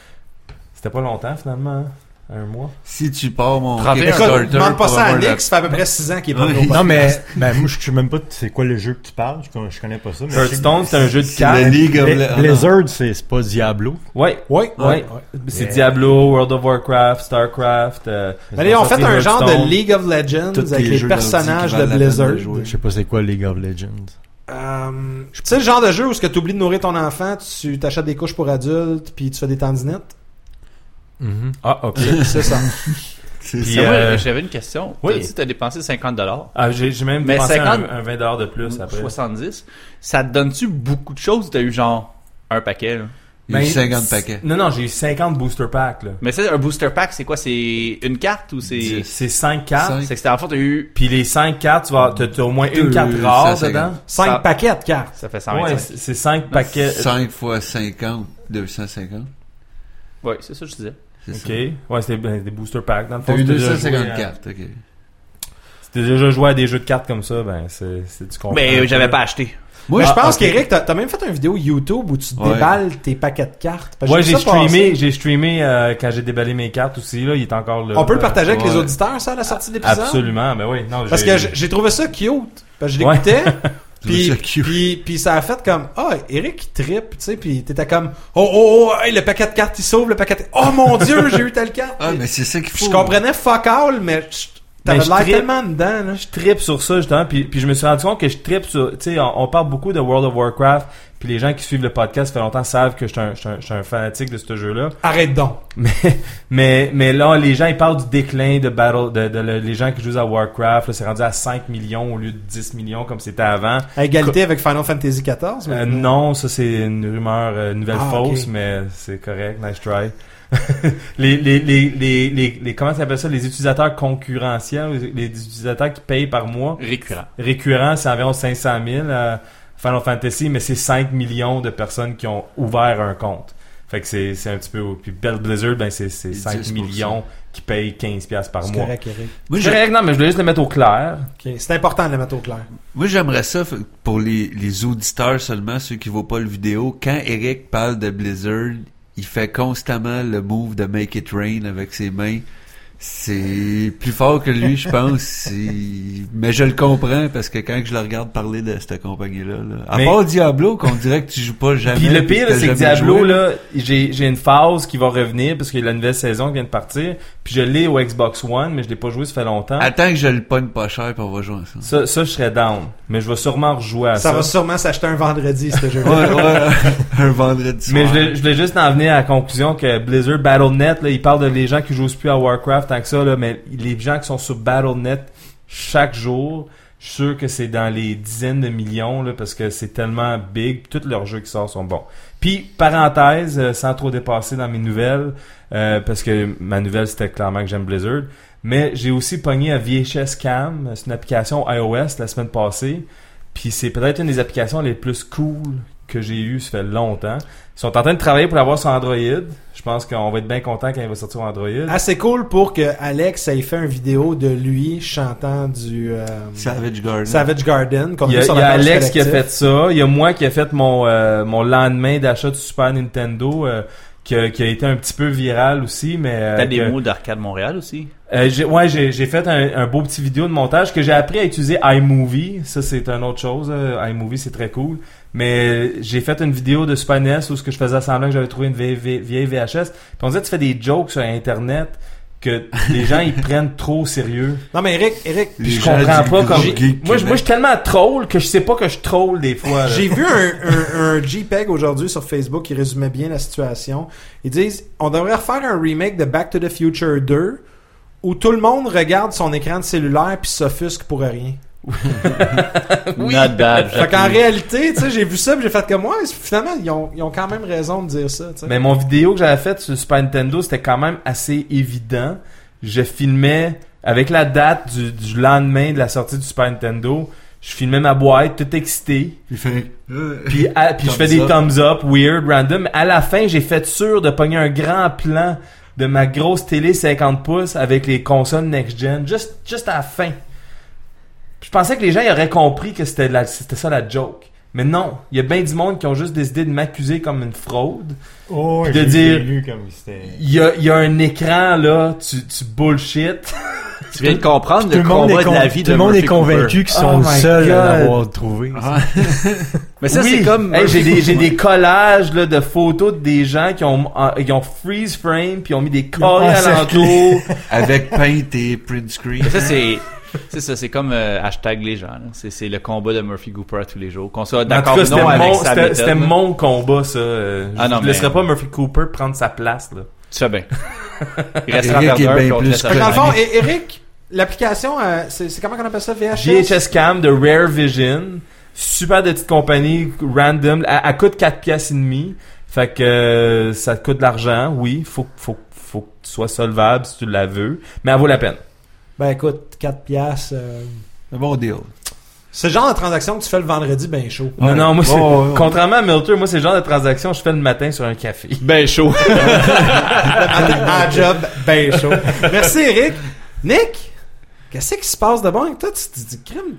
S3: C'était pas longtemps finalement. hein? Un mois.
S4: Si tu pars mon
S1: Travaille un
S2: Écoute,
S4: Kickstarter,
S2: demande pas ça à
S4: avoir
S2: Nick, ça fait à peu près 6 ans qu'il est pas venu au
S5: Non,
S2: podcast.
S5: mais ben, moi, je sais même pas c'est quoi le jeu que tu parles. Je, con- je connais pas ça. mais je sais que-
S3: Hearthstone, c'est un jeu de
S4: la-
S3: cartes.
S4: le League of
S5: Bla-
S4: Le-
S5: Blizzard, c'est c'est pas Diablo.
S3: Ouais.
S2: Oui, oui.
S3: Ouais. C'est Diablo, World of Warcraft, Starcraft. Euh,
S2: Mais ils ont fait un genre de
S3: Hearthstone.
S2: League of Legends
S4: Tous
S2: avec
S4: les
S2: les
S4: jeux d'ordi qui
S2: personnages de
S4: valent la peine de
S2: Blizzard.
S4: jouer.
S5: Je sais pas c'est quoi League of Legends.
S2: Euh, tu sais le genre de jeu où ce que tu oublies de nourrir ton enfant, tu t'achètes des couches pour adultes, puis tu fais des tandinettes.
S3: Ah, ok.
S2: C'est ça.
S4: C'est
S3: Puis,
S4: ça.
S1: Samuel,
S3: euh,
S1: J'avais une question.
S3: oui.
S1: Tu as dit que tu as dépensé 50$.
S3: Ah, j'ai j'ai même
S1: Mais
S3: dépensé
S1: 50
S3: un, un 20 dollars de plus après.
S1: 70. Ça te donne-tu beaucoup de choses? T'as eu genre un paquet, là?
S4: Il y a eu
S3: Mais-
S4: 50 paquets.
S3: Non, non, j'ai eu 50 booster packs, là.
S1: Mais c'est un booster pack, c'est quoi? C'est une carte ou c'est...
S4: Dix.
S3: C'est 5 cartes.
S4: Cinq.
S1: C'est que c'était en fait, t'as eu...
S3: Puis les 5 cartes, tu vas, t'as, t'as au moins une
S4: Deux,
S3: carte rare
S4: ça, c'est
S3: dedans.
S4: grave.
S2: 5
S1: Ça-
S2: paquets de cartes.
S1: Ça fait 125.
S3: Ouais, c'est 5 paquets.
S4: 5 fois 50, 250.
S1: Ouais, c'est ça que je disais.
S4: C'est
S3: Ok.
S4: ça.
S3: Ouais, c'était ben, des booster packs. Dans le fond,
S4: T'as eu
S3: si t'as déjà joué à-
S4: 254, ok.
S3: Si t'as déjà joué à des jeux de cartes comme ça, ben, c'est, c'est du comprends.
S1: Mais euh, j'avais pas acheté.
S2: Moi, je
S3: Ah,
S2: pense
S3: ok.
S2: qu'Eric, t'as t'as même fait une vidéo YouTube où tu
S4: Ouais.
S2: déballes tes paquets de cartes. Parce que
S3: Ouais,
S2: vu
S3: j'ai
S2: ça passer.
S3: streamé, j'ai streamé euh, quand j'ai déballé mes cartes aussi là, il est encore là.
S2: On peut le partager avec les
S4: Ouais.
S2: auditeurs, ça, à la sortie de l'épisode?
S3: Absolument, ben oui. Non,
S2: Parce
S3: j'ai-
S2: que j'ai- j'ai trouvé ça cute. Parce que je
S3: Ouais. *laughs*
S2: l'écoutais.
S4: Je
S2: Puis,
S4: trouve ça cute.
S2: puis, puis ça a fait comme Ah, Eric il trippe, tu sais, puis t'étais comme Oh oh oh, hey, le paquet de cartes il s'ouvre, le paquet de... Oh mon dieu, j'ai eu telle
S3: *laughs*
S2: carte!
S4: Ah,
S2: Puis-
S4: mais c'est ça qu'il
S2: puis
S4: faut.
S2: je comprenais fuck all, mais je-
S3: Mais
S2: t'avais
S3: je
S2: l'air
S3: trippe.
S2: tellement dedans là.
S3: je tripe sur ça justement puis, puis je me suis rendu compte que je tripe sur tu sais on, on parle beaucoup de World of Warcraft puis les gens qui suivent le podcast ça fait longtemps savent que je suis un, je suis un- je suis un fanatique de ce jeu là
S2: Arrête donc.
S3: mais, mais, mais là, les gens, ils parlent du déclin de Battle, de, de- le- les gens qui jouent à Warcraft, là, c'est rendu à 5 millions au lieu de 10 millions comme c'était avant.
S2: À égalité avec Final Fantasy XIV, mais
S3: Euh, non, ça c'est une rumeur, euh, une nouvelle
S2: Ah,
S3: fausse,
S2: ok.
S3: mais c'est correct, nice try. *laughs* les, les, les, les, les, les- comment ça s'appelle ça, les utilisateurs concurrentiels, les les utilisateurs qui payent par mois,
S1: Récurrent.
S3: récurrent, c'est environ 500 000 à Final Fantasy, mais c'est 5 millions de personnes qui ont ouvert un compte. Fait que c'est c'est un petit peu... Puis Bell Blizzard, ben c'est c'est
S4: Et
S3: 5
S4: 10%.
S3: millions qui payent 15$ piastres par
S2: c'est
S3: mois.
S2: correct, Eric.
S4: Moi,
S3: C'est
S4: j'ai-
S3: correct, non, mais je voulais juste le mettre au clair.
S2: Ok, C'est important de le mettre au clair.
S4: Moi, j'aimerais ça f- pour les, les auditeurs seulement, ceux qui ne voient pas le vidéo. Quand Eric parle de Blizzard, il fait constamment le move de Make It Rain avec ses mains. C'est plus fort que lui,
S3: *laughs*
S4: je pense. C'est- Mais je le comprends parce que quand je le regarde parler de cette compagnie-là, là, à
S3: Mais-
S4: part Diablo, qu'on dirait que tu joues pas jamais.
S3: Puis le
S4: puis
S3: pire,
S4: t'as
S3: c'est que
S4: jamais
S3: Diablo,
S4: joué.
S3: là, j'ai j'ai une phase qui va revenir parce qu'il y a la nouvelle saison qui vient de partir. Puis je l'ai au Xbox One, mais je l'ai pas joué, ça fait longtemps.
S4: Attends que je le pogne pas cher puis on va jouer
S3: *laughs*
S4: ensemble.
S3: Ça, ça, je serais down. Mais je vais sûrement rejouer à
S2: Ça
S3: Ah, ça.
S2: va sûrement s'acheter un vendredi, ce
S3: *laughs*
S2: jeu.
S4: Ouais, ouais, *laughs* un vendredi
S3: Mais
S4: soir.
S3: je voulais- je voulais juste en venir à la conclusion que Blizzard Battle.net, là, ils parlent de les gens qui jouent plus à Warcraft tant que ça, là, mais les gens qui sont sur Battle.net chaque jour, je suis sûr que c'est dans les dizaines de millions, là, parce que c'est tellement big, puis tous leurs jeux qui sortent sont bons. Puis, parenthèse, euh, sans trop dépasser dans mes nouvelles, euh, parce que ma nouvelle, c'était clairement que j'aime Blizzard, mais j'ai aussi pogné à VHS Cam, c'est une application iOS la semaine passée, puis c'est peut-être une des applications les plus cool que j'ai eu, ça fait longtemps. Ils sont en train de travailler pour l'avoir sur Android. Je pense qu'on va être bien content quand il va sortir sur Android.
S2: Assez cool pour que Alex ait fait une vidéo de lui chantant du euh,
S4: Savage Garden.
S2: Savage Garden. qu'on
S3: Il y
S2: a
S3: a,
S2: sur
S3: il y a
S2: la page
S3: Alex qui a
S2: collective.
S3: fait ça. Il y a moi qui a fait mon, euh, mon lendemain d'achat de Super Nintendo. euh, qui a, qui a été un petit peu viral aussi, mais... euh,
S1: T'as des
S3: que-
S1: mots d'Arcade Montréal aussi.
S3: Euh, j'ai- ouais, j'ai j'ai fait un, un beau petit vidéo de montage que j'ai appris à utiliser iMovie. Ça, c'est une autre chose. euh, iMovie, c'est très cool. Mais euh, j'ai fait une vidéo de Super NES où ce que je faisais semblant que j'avais trouvé une vieille, vieille- vieille VHS. Puis on disait, tu fais des jokes sur Internet que les gens, ils prennent trop au sérieux.
S2: Non, mais Eric, Eric,
S3: Puis je
S4: Les gens
S3: comprends
S4: du
S3: pas
S4: groupe
S3: comme... Moi,
S4: Geek
S3: je- moi, je
S4: Québec.
S3: suis tellement troll que je sais pas que je troll des fois. là.
S2: J'ai vu un, un, un JPEG aujourd'hui sur Facebook qui résumait bien la situation. Ils disent on devrait refaire un remake de Back to the Future 2 où tout le monde regarde son écran de cellulaire puis s'offusque pour rien.
S1: Not bad.
S2: Fait qu'en
S1: j'appuie.
S2: réalité, tu sais, j'ai vu ça puis j'ai fait comme moi. finalement, ils ont, ils ont quand même raison de dire ça. tu sais.
S3: Mais mon vidéo que j'avais faite sur Super Nintendo, c'était quand même assez évident. Je filmais avec la date du, du lendemain de la sortie du Super Nintendo. Je filmais ma boîte, tout excité.
S4: Il fait. euh,
S5: *laughs*
S3: Puis, à- puis je
S4: Thumbs
S3: fais des
S4: up.
S3: thumbs up, weird, random. À la fin, j'ai fait sûr de pogner un grand plan de ma grosse télé 50 pouces avec les consoles next-gen, juste, juste à la fin. Je pensais que les gens ils auraient compris que c'était la- c'était ça la joke. Mais non, il y a bien du monde qui ont juste décidé de m'accuser comme une fraude.
S5: Oh,
S3: Puis de dire-
S5: lu comme c'était.
S3: Il y a, il y a un écran là, tu, tu bullshit.
S1: Tu viens de comprendre
S5: Tout
S1: le
S5: le monde
S1: combat
S5: est,
S1: de
S5: con-
S1: la vie
S5: tout
S1: de
S5: le monde est
S1: Murphy Cooper.
S5: convaincu qu'ils sont
S3: Oh my
S5: seuls à
S3: God.
S5: l'avoir trouvé.
S1: Mais ça,
S3: Oui.
S1: c'est comme.
S3: Hey, j'ai des,
S1: *laughs*
S3: j'ai des collages là, de photos de des gens qui ont, en- ils ont freeze frame puis ils ont mis des
S5: ont
S1: Ah,
S3: carrés
S5: encerclé.
S1: *laughs*
S3: alentours.
S4: Avec paint et print screen.
S1: Mais ça, c'est. C'est ça, c'est comme euh, hashtag les gens. là. C'est c'est le combat de Murphy Cooper à tous les jours. Qu'on soit
S3: En tout
S1: d'accord
S3: cas,
S1: ou
S3: c'était
S1: non avec
S3: mon,
S1: sa
S3: c'était-
S1: méthode.
S3: c'était mon combat ça. Euh,
S1: Ah
S3: je
S1: non,
S3: ne laisserai
S1: mais-
S3: pas Murphy Cooper prendre sa place là.
S1: Tu fais bien. Il restera
S4: Eric est
S1: perdeur,
S4: bien
S1: puis on te
S4: plus
S1: laisse
S4: que-
S2: Fait que dans le
S1: faire.
S2: *laughs* fond, E- Eric, l'application, euh, c'est c'est comment qu'on appelle ça VHS?
S3: GHS Cam de Rare Vision, super de petite compagnie random, elle, elle coûte 4 pièces et demi. Fait que euh, ça te coûte de l'argent, oui, faut faut faut que tu sois solvable si tu la veux, mais elle vaut la peine.
S2: Ben écoute, 4 piastres. euh,
S4: Un bon deal.
S2: C'est le genre de transaction que tu fais le vendredi ben chaud.
S3: Non, non, moi, c'est-
S4: Ouais,
S1: Oh,
S4: ouais, ouais.
S3: contrairement à Milter, moi, c'est le genre de transaction que je fais le matin sur un café.
S1: Ben chaud.
S2: *laughs* à job, ben chaud. Merci, Eric. Nick, qu'est-ce qui se passe de bon avec toi? Tu te dis, crime,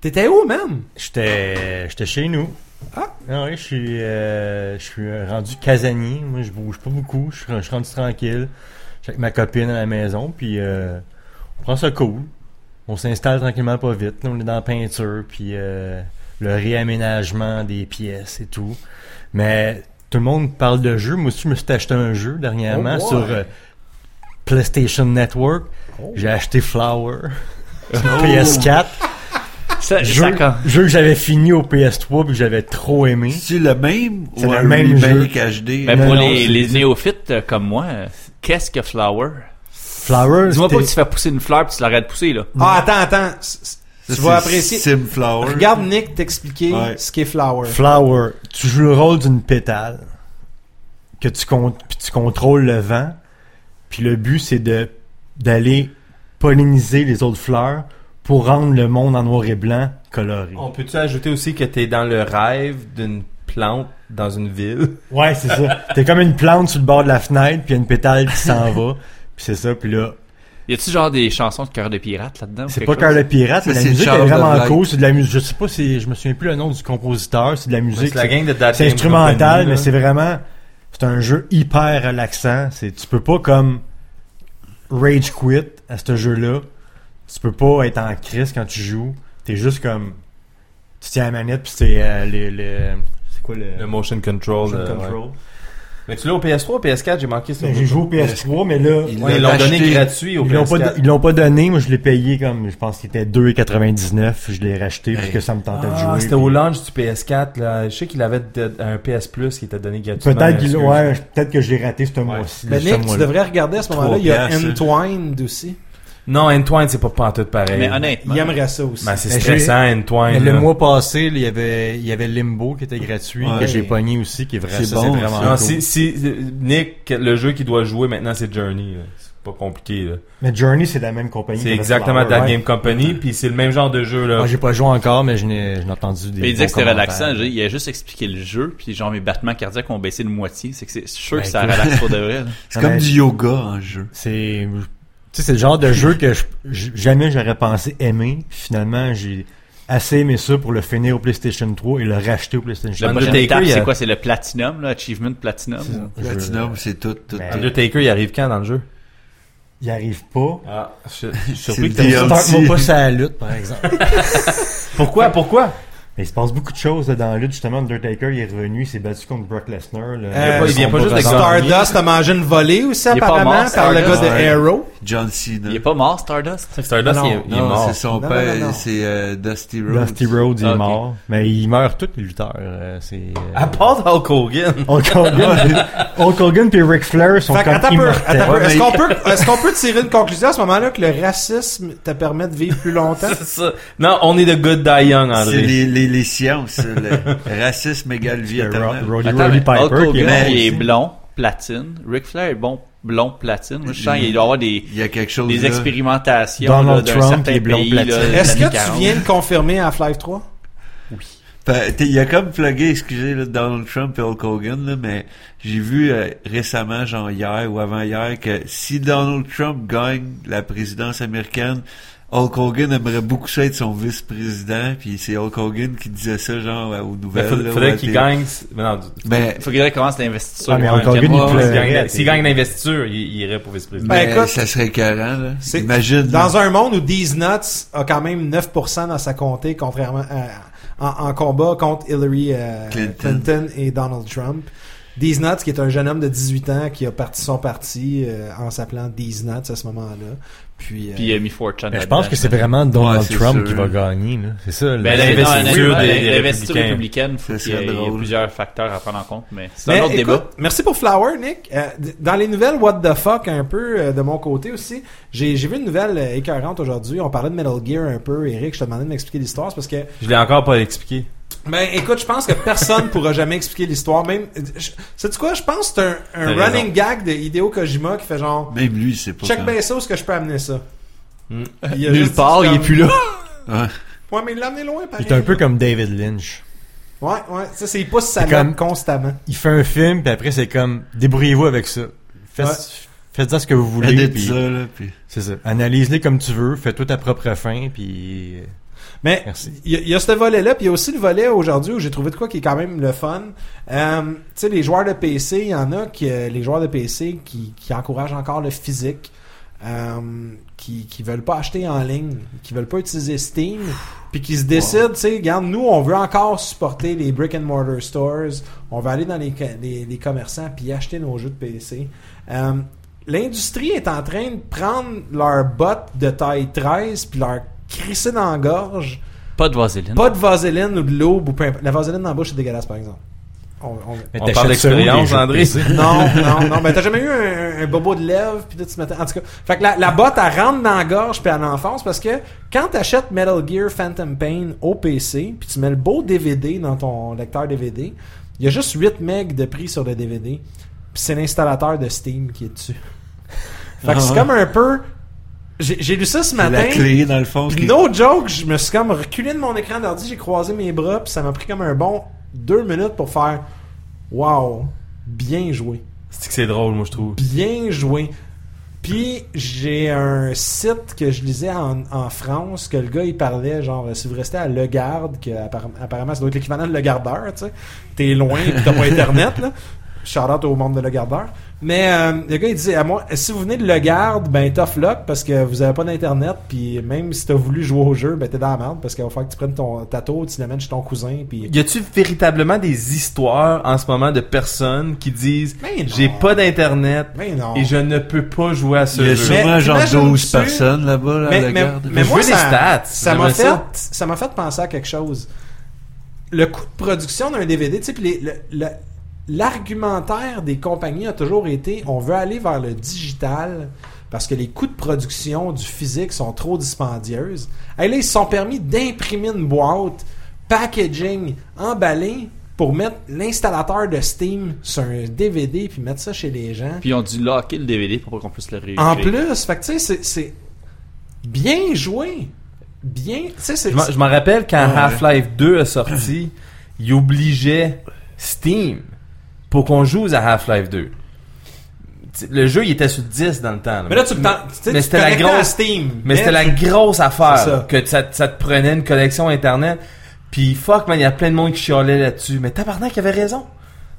S2: t'étais où, même?
S5: J'étais j'étais chez nous.
S2: Ah.
S5: oui, je suis euh, je suis rendu casanier. Moi, je bouge pas beaucoup. Je suis je suis rendu tranquille. Je suis avec ma copine à la maison, puis euh, on prend ça cool. On s'installe tranquillement pas vite. On est dans la peinture, puis euh, le réaménagement des pièces et tout. Mais tout le monde parle de jeux. Moi aussi, je me suis acheté un jeu dernièrement
S2: Oh boy.
S5: sur euh, PlayStation Network.
S2: Oh.
S5: J'ai acheté Flower
S2: *laughs*
S5: sur PS4.
S1: *laughs* Ça,
S5: Jeu,
S1: ça quand-
S5: jeu que j'avais fini au PS3 puis que j'avais trop aimé.
S4: C'est le même
S5: C'est
S4: ou
S5: le
S4: un
S5: même
S4: remake HD?
S1: Ben
S5: Non,
S1: pour
S5: non,
S1: les,
S5: c'est-
S1: les néophytes euh, comme moi, euh, qu'est-ce que flower?
S5: Flowers.
S1: Dis-moi pas que tu fais pousser une fleur puis tu l'arrêtes de pousser, là.
S2: Ah, attends, attends. c- c-
S4: Ça,
S2: tu vas
S4: c'est
S2: apprécier.
S4: Sim Flower.
S2: Regarde Nick t'expliquer
S4: Ouais.
S2: ce qu'est Flower.
S5: Flower. Tu joues le rôle d'une pétale que tu con- puis tu contrôles le vent. Puis le but c'est de d'aller polliniser les autres fleurs pour rendre le monde en noir et blanc coloré.
S1: Oh.
S3: On peut-tu ajouter aussi que t'es dans le rêve d'une plante dans une ville?
S5: Ouais,
S1: *laughs*
S5: c'est ça. T'es comme une plante sur le bord de la fenêtre puis y a une pétale qui s'en va. Puis c'est ça. Puis là,
S1: Y a-tu genre des chansons de cœur de pirate là-dedans? ou
S5: C'est
S1: quelque
S5: pas
S1: chose?
S5: Cœur de Pirate,
S4: Ça,
S5: mais la
S4: c'est
S5: musique est
S4: Child of
S5: vraiment
S4: Light.
S5: cool. C'est de la musique. Je sais pas si je me souviens plus le nom du compositeur. C'est de la musique.
S3: C'est la
S5: c'est-
S3: gang de That
S5: C'est
S3: Game
S5: instrumental,
S3: Company,
S5: mais
S3: là.
S5: c'est vraiment. C'est un jeu hyper relaxant. C'est tu peux pas comme rage quit à ce jeu-là. Tu peux pas être en crise quand tu joues. T'es juste comme tu tiens la manette puis c'est euh, le, le- c'est quoi le,
S3: Le motion control.
S5: motion
S3: euh, ouais.
S5: control.
S3: Mais tu l'as au PS3 ou PS4? J'ai manqué ça.
S5: Mais Ben, J'ai joué au PS3, mais là
S4: Il
S3: Ouais, ils l'ont donné gratuit au
S5: ils l'ont pas,
S3: PS4.
S5: ils l'ont pas donné. Moi, je l'ai payé comme je pense qu'il était 2,99. Je l'ai racheté parce
S4: Hey.
S5: que ça me tentait de
S3: Ah,
S5: jouer.
S3: c'était
S5: puis-
S3: au launch du PS4. Là. Je sais qu'il avait de- un PS Plus qui était donné gratuitement. euh,
S5: Peut-être qu'il-
S3: excuse.
S5: ouais, peut-être que j'ai raté ce mois-ci.
S2: Mais
S5: ce
S2: Ben, Nick, tu
S5: mois-là.
S2: devrais regarder à ce moment-là. Il y a
S4: Trois piastres.
S2: Entwined aussi.
S3: Non, Entwine, c'est pas pantoute pareil.
S1: Mais
S2: Il
S1: honnêtement.
S2: aimerait ça aussi. Euh,
S3: Ben, c'est
S5: Mais
S3: stressant, Entwine.
S5: Mais
S3: là.
S5: le mois passé, il y avait, il y avait Limbo qui était gratuit,
S4: Ouais.
S5: que j'ai pogné aussi, qui est vrai.
S4: C'est
S5: ça,
S4: bon,
S3: Ah,
S5: c'est vraiment
S4: ça.
S5: cool.
S3: Non, si, si, euh, Nick, le jeu qu'il doit jouer maintenant, c'est Journey. là. pas compliqué. là.
S5: Mais Journey, c'est de la même compagnie.
S3: C'est
S5: que
S3: exactement
S5: Flower,
S3: That
S5: ouais.
S3: Game Company, puis c'est le même genre de jeu. là.
S4: Ah,
S5: Moi, j'ai pas joué encore, mais je n'ai je n'ai entendu des.
S1: Mais il disait que
S5: bons
S1: c'était relaxant.
S5: commentaires.
S1: j'ai- Il a juste expliqué le jeu, puis genre mes battements cardiaques ont baissé de moitié. C'est que c'est sûr
S5: Ben,
S1: que ça
S5: écoute.
S1: relaxe pour de
S5: *laughs*
S1: vrai. là.
S4: C'est comme
S5: Ouais.
S4: du yoga en jeu.
S5: C'est, tu sais, c'est le genre de jeu que je- j- jamais j'aurais pensé aimer. Puis Finalement, j'ai assez aimé ça pour le finir au PlayStation 3 et le racheter au PlayStation
S1: La prochaine
S3: Undertaker,
S5: 3.
S1: étape,
S3: il a-
S1: c'est quoi C'est le Platinum, là, Achievement
S5: C'est ça.
S1: Platinum.
S5: Je-
S4: Platinum, c'est tout. tout.
S5: Mais-
S3: Undertaker, il arrive quand dans le jeu
S5: Il arrive pas.
S3: Ah, *laughs* je suis
S4: surpris
S3: surpris
S4: que t'aies- DLC.
S5: Start-moi pas sa lutte, par exemple.
S3: Pourquoi Pourquoi
S5: Mais il se passe beaucoup de choses là, dans la lutte. Justement, Undertaker, il est revenu, il s'est battu contre Brock Lesnar. là.
S2: Euh,
S3: il vient pas juste de gagner.
S2: Stardust a mangé une volée aussi,
S1: Il est pas
S2: apparemment,
S1: mort,
S2: par le gars
S1: Stardust.
S2: de
S4: Ouais.
S2: Arrow.
S4: John Cena.
S1: Il est pas mort, Stardust
S3: Stardust,
S2: Non,
S3: il, est- il est
S4: Non,
S3: mort.
S4: c'est son
S2: Non,
S4: père,
S2: non, non, non.
S4: c'est euh, Dusty Rhodes.
S5: Dusty Rhodes, il
S1: Ah,
S5: est
S1: ok.
S5: mort. Mais il meurt tous les lutteurs. euh, c'est, euh,
S3: À part Hulk Hogan. *laughs*
S5: Hulk Hogan, Hulk Hogan puis Ric Flair sont
S2: Fait que,
S5: comme
S2: attends un peu,
S5: immortels.
S2: attends un peu.
S4: Ouais,
S2: Est-ce
S4: mais-
S2: qu'on peut, est-ce qu'on peut tirer une conclusion à ce moment-là que le racisme te permet de vivre plus longtemps?
S4: *laughs*
S3: C'est ça. Non, on est de Good Die Young,
S4: C'est
S3: André.
S4: les, les, les sciences,
S5: *laughs*
S4: le racisme égale vie
S5: Ro-
S4: éternelle.
S5: Roddy
S1: Attends,
S5: Roddy
S1: mais
S5: Piper
S1: Hulk Hogan,
S5: qui est mort
S1: il est
S5: aussi.
S1: blond, platine. Ric Flair est bon, blond, platine. Moi, je sens qu'il doit avoir des,
S4: Il y a quelque chose
S1: des
S4: là.
S1: expérimentations là,
S5: Donald
S1: d'un
S5: Trump
S1: certain
S5: est blond,
S1: pays. là,
S5: platine.
S1: des
S2: Est-ce
S1: années
S2: que tu
S1: 40.
S2: viens de confirmer à Half-Life 3?
S4: Fait- t'es- Il a comme plugué, excusez, là, Donald Trump et Hulk Hogan, là, mais j'ai vu euh, récemment, genre hier ou avant-hier, que si Donald Trump gagne la présidence américaine, Hulk Hogan aimerait beaucoup ça être son vice-président, puis c'est Hulk Hogan qui disait ça, genre, euh, aux
S3: Il
S4: nouvelles. là,
S3: Ben, faudrait,
S4: ouais,
S3: qu'il
S4: t'es- Ben,
S3: gagne. Mais non, du-
S4: Mais
S1: Il faut qu'il commence l'investiture.
S5: Ah, mais
S1: Ouais,
S5: Hulk Hogan, il
S1: j'aimerais-
S3: s'il
S5: pleurait.
S3: gagne- S'il gagne l'investiture, il, il irait pour vice-président.
S2: Ben,
S4: Mais
S2: écoute,
S4: ça serait écœurant, là.
S2: c'est-
S4: Imagine.
S2: Dans un monde où These Nuts a quand même 9% dans sa comté, contrairement à, en, en combat contre Hillary euh,
S4: Clinton.
S2: Clinton. et Donald Trump. These Nuts, qui est un jeune homme de 18 ans qui a parti son parti euh, en s'appelant These Nuts à ce moment-là. Puis, euh,
S1: Puis il a mis 4chan.
S3: Ben,
S5: Mais je pense que c'est vraiment Donald
S4: Ouais, c'est
S5: Trump
S4: sûr.
S5: qui va gagner. là. C'est ça.
S1: Ben,
S5: là.
S3: la-
S1: l'investiture
S3: l'investiture
S1: des-
S3: des- des
S1: l'investiture
S3: républicains.
S1: républicaine, faut
S4: Ça
S1: qu'il y ait-
S4: serait
S1: il y a
S4: drôle.
S1: plusieurs facteurs à prendre en compte, mais c'est
S2: Mais
S1: un autre
S2: Ben, écoute,
S1: débat.
S2: Merci pour Flower, Nick. Euh, d- dans les nouvelles What the fuck un peu euh, de mon côté aussi, j'ai j'ai vu une nouvelle euh, écœurante aujourd'hui. On parlait de Metal Gear un peu. Eric, je te demandais de m'expliquer l'histoire c'est parce que
S3: Je l'ai encore pas expliqué.
S2: Ben écoute, je pense que personne pourra jamais expliquer l'histoire. Même, c'est quoi Je pense que c'est un, un
S3: T'as
S2: running gag de Hideo Kojima qui fait genre.
S4: Même lui, c'est pas
S2: Check
S4: quand-
S2: bien ça, où est-ce que je peux amener ça
S3: Mm.
S2: Il a
S1: Nulle
S2: juste
S1: part,
S2: dit
S1: il est
S2: comme-
S1: plus là.
S4: Ouais.
S2: Ouais, mais il l'a amené loin,
S5: Il
S2: pareil.
S5: est un peu comme David Lynch.
S2: Ouais, ouais. Ça, c'est il pousse sa
S5: C'est comme-
S2: note constamment.
S5: Il fait un film, puis après, c'est comme débrouillez-vous avec ça. Faites-
S2: Ouais.
S5: Faites-en ce que vous voulez.
S4: Edit
S5: puis-
S4: ça, là, puis-
S5: C'est ça. Analyse-les comme tu veux. Fais-toi ta propre fin, puis. euh,
S2: Mais
S5: Merci.
S2: il y, a- il y a ce volet-là, puis il y a aussi le volet aujourd'hui où j'ai trouvé de quoi qui est quand même le fun. Euh, tu sais, les joueurs de PC, il y en a qui, euh, les joueurs de PC qui, qui encouragent encore le physique, euh, qui qui veulent pas acheter en ligne, qui veulent pas utiliser Steam, puis qui se décident, tu sais, regarde, nous on veut encore supporter les brick and mortar stores, on va aller dans les, ca- les, les commerçants puis acheter nos jeux de PC. Euh, L'industrie est en train de prendre leurs bottes de taille 13 puis leur crisser dans la gorge
S1: Pas de vaseline.
S2: pas de vaseline ou de l'aube ou peu importe. La vaseline dans la bouche, c'est dégueulasse, par exemple. On- on-
S5: Mais
S3: On
S5: t'achètes
S3: parle
S5: ça où, les
S3: d'expérience,
S5: jeux de
S3: André.
S5: PC?
S2: Non, non, non. Ben, t'as jamais eu un, un bobo de lèvres, puis là, tu te mettais- En tout cas, fait que la, la botte, elle rentre dans la gorge, puis à l'enfance, parce que quand t'achètes Metal Gear Phantom Pain au PC, puis tu mets le beau DVD dans ton lecteur DVD, il y a juste 8 megs de prix sur le DVD, puis c'est l'installateur de Steam qui est dessus. Fait que c'est comme un peu... J'ai j'ai lu ça ce
S4: Ah C'est
S2: matin.
S4: la clé, dans le fond.
S2: Puis
S4: qui-
S2: no joke, je me suis comme reculé de mon écran d'ordi, j'ai croisé mes bras, puis ça m'a pris comme un bon deux minutes pour faire Wow, bien joué.
S3: C'est que c'est drôle, moi, je trouve.
S2: Bien joué. Puis j'ai un site que je lisais en, en France que le gars il parlait genre si vous restez à Le Garde, que apparem- apparemment ça doit être l'équivalent de Le Gardeur, tu sais. T'es loin pis t'as pas internet là. Shout out au monde de Le Gardeur. Mais euh, le gars il disait à moi si vous venez de Le Garde, ben tough luck parce que vous avez pas d'internet puis même si t'as voulu jouer au jeu, ben t'es dans la merde parce qu'il va falloir que tu prennes ton ta tour, tu l'amènes chez ton cousin puis
S3: Y a-tu véritablement des histoires en ce moment de personnes qui disent
S2: Mais non.
S3: j'ai pas d'internet
S2: Mais non.
S3: et je ne peux pas jouer à ce
S4: Il y a
S3: jeu.
S4: sûrement
S2: Mais
S4: genre
S2: t'imagines-tu-
S4: 12 personnes là-bas, là, à
S2: mais,
S4: la
S2: mais,
S4: garde.
S2: mais
S3: Je
S2: moi,
S3: veux des
S2: ça,
S3: stats.
S2: ça m'a fait,
S3: J'aimerais ça.
S2: ça m'a fait penser à quelque chose. Le coût de production d'un DVD, tu sais, puis les- le- le- l'argumentaire des compagnies a toujours été, on veut aller vers le digital parce que les coûts de production du physique sont trop dispendieuses. Et là, ils se sont permis d'imprimer une boîte, packaging, emballé pour mettre l'installateur de Steam sur un DVD puis mettre ça chez les gens.
S1: Puis ils ont dû locker le DVD pour pas qu'on puisse le réécouter.
S2: en plus, fait que tu sais, c'est- c'est bien joué. Bien, tu sais, c'est.
S3: Je m'en- je m'en rappelle quand
S4: Ouais.
S3: Half-Life 2 est sorti, il obligeait Steam pour qu'on joue à Half-Life 2. T'sais, Le jeu, il était sur 10 dans le temps. là.
S2: Mais là, tu me tentes- tu sais,
S3: mais
S2: tu
S3: c'était
S2: te
S3: la
S2: connectais à
S3: grosse-
S2: Steam.
S3: Mais c'était la grosse affaire
S2: C'est ça.
S3: que ça, ça te prenait une connexion internet. Puis fuck man, il y a plein de monde qui chialait là-dessus. Mais tabarnak il avait raison.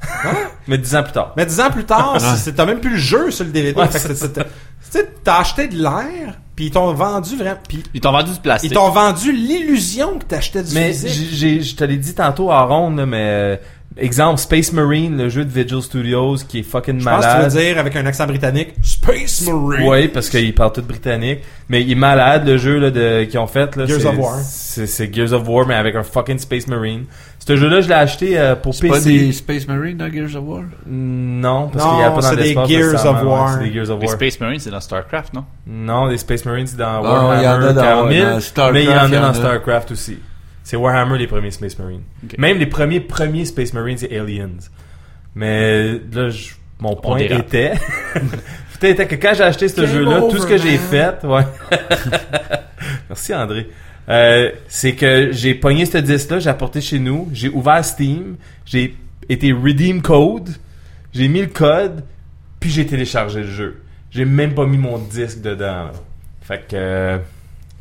S3: *laughs* mais 10 ans plus tard.
S2: Mais dix ans plus tard, c'est- c'est- t'as même plus le jeu sur le DVD.
S3: Ah. Ouais,
S2: Fait que c'est- c'est- Tu sais, t'as acheté de l'air, puis ils t'ont vendu vraiment. Puis
S1: Ils t'ont vendu du
S2: ils
S1: plastique.
S2: t'ont vendu l'illusion que t'achetais du
S3: Mais
S2: physique.
S3: j'ai- j'ai- je te l'ai dit tantôt à ronde, là, mais euh, exemple Space Marine, le jeu de Vigil Studios qui est fucking
S2: Je pense que tu veux
S3: malade.
S2: dire avec un accent britannique Space Marine.
S3: Oui, parce qu'ils parlent tout britannique. Mais il est malade, le jeu là, de, qu'ils ont fait. Là,
S2: Gears
S3: c'est-
S2: of War.
S3: C'est c'est Gears of War, mais avec un fucking Space Marine. Ce jeu-là, je l'ai acheté euh, pour
S4: C'est
S3: PC.
S4: pas des Space Marines dans Gears of War?
S3: Non, parce
S2: Non,
S3: qu'il n'y a pas dans
S2: c'est des
S3: l'espace,
S2: Gears of
S3: nécessairement.
S2: War.
S3: C'est des Gears of
S1: Les
S3: War.
S1: Space Marines, c'est dans StarCraft, non?
S3: Non, les Space Marines c'est dans
S4: Ah,
S3: Warhammer
S4: il y en a dans-
S3: 40 000,
S4: dans Starcraft,
S3: mais il y en a
S4: il y en
S3: dans
S4: a.
S3: Starcraft aussi. C'est Warhammer les premiers Space Marines.
S1: Ok.
S3: Même les premiers premiers Space Marines c'est Aliens. Mais là je- mon point
S1: dérape.
S3: était *laughs* peut-être que quand j'ai acheté ce
S2: Game
S3: jeu là, tout ce
S2: over,
S3: que j'ai
S2: man.
S3: fait, ouais. *laughs* Merci André. Euh, c'est que j'ai pogné ce disque là, j'ai apporté chez nous, j'ai ouvert Steam, j'ai été redeem code, j'ai mis le code, puis j'ai téléchargé le jeu. J'ai même pas mis mon disque dedans. là. Fait que euh,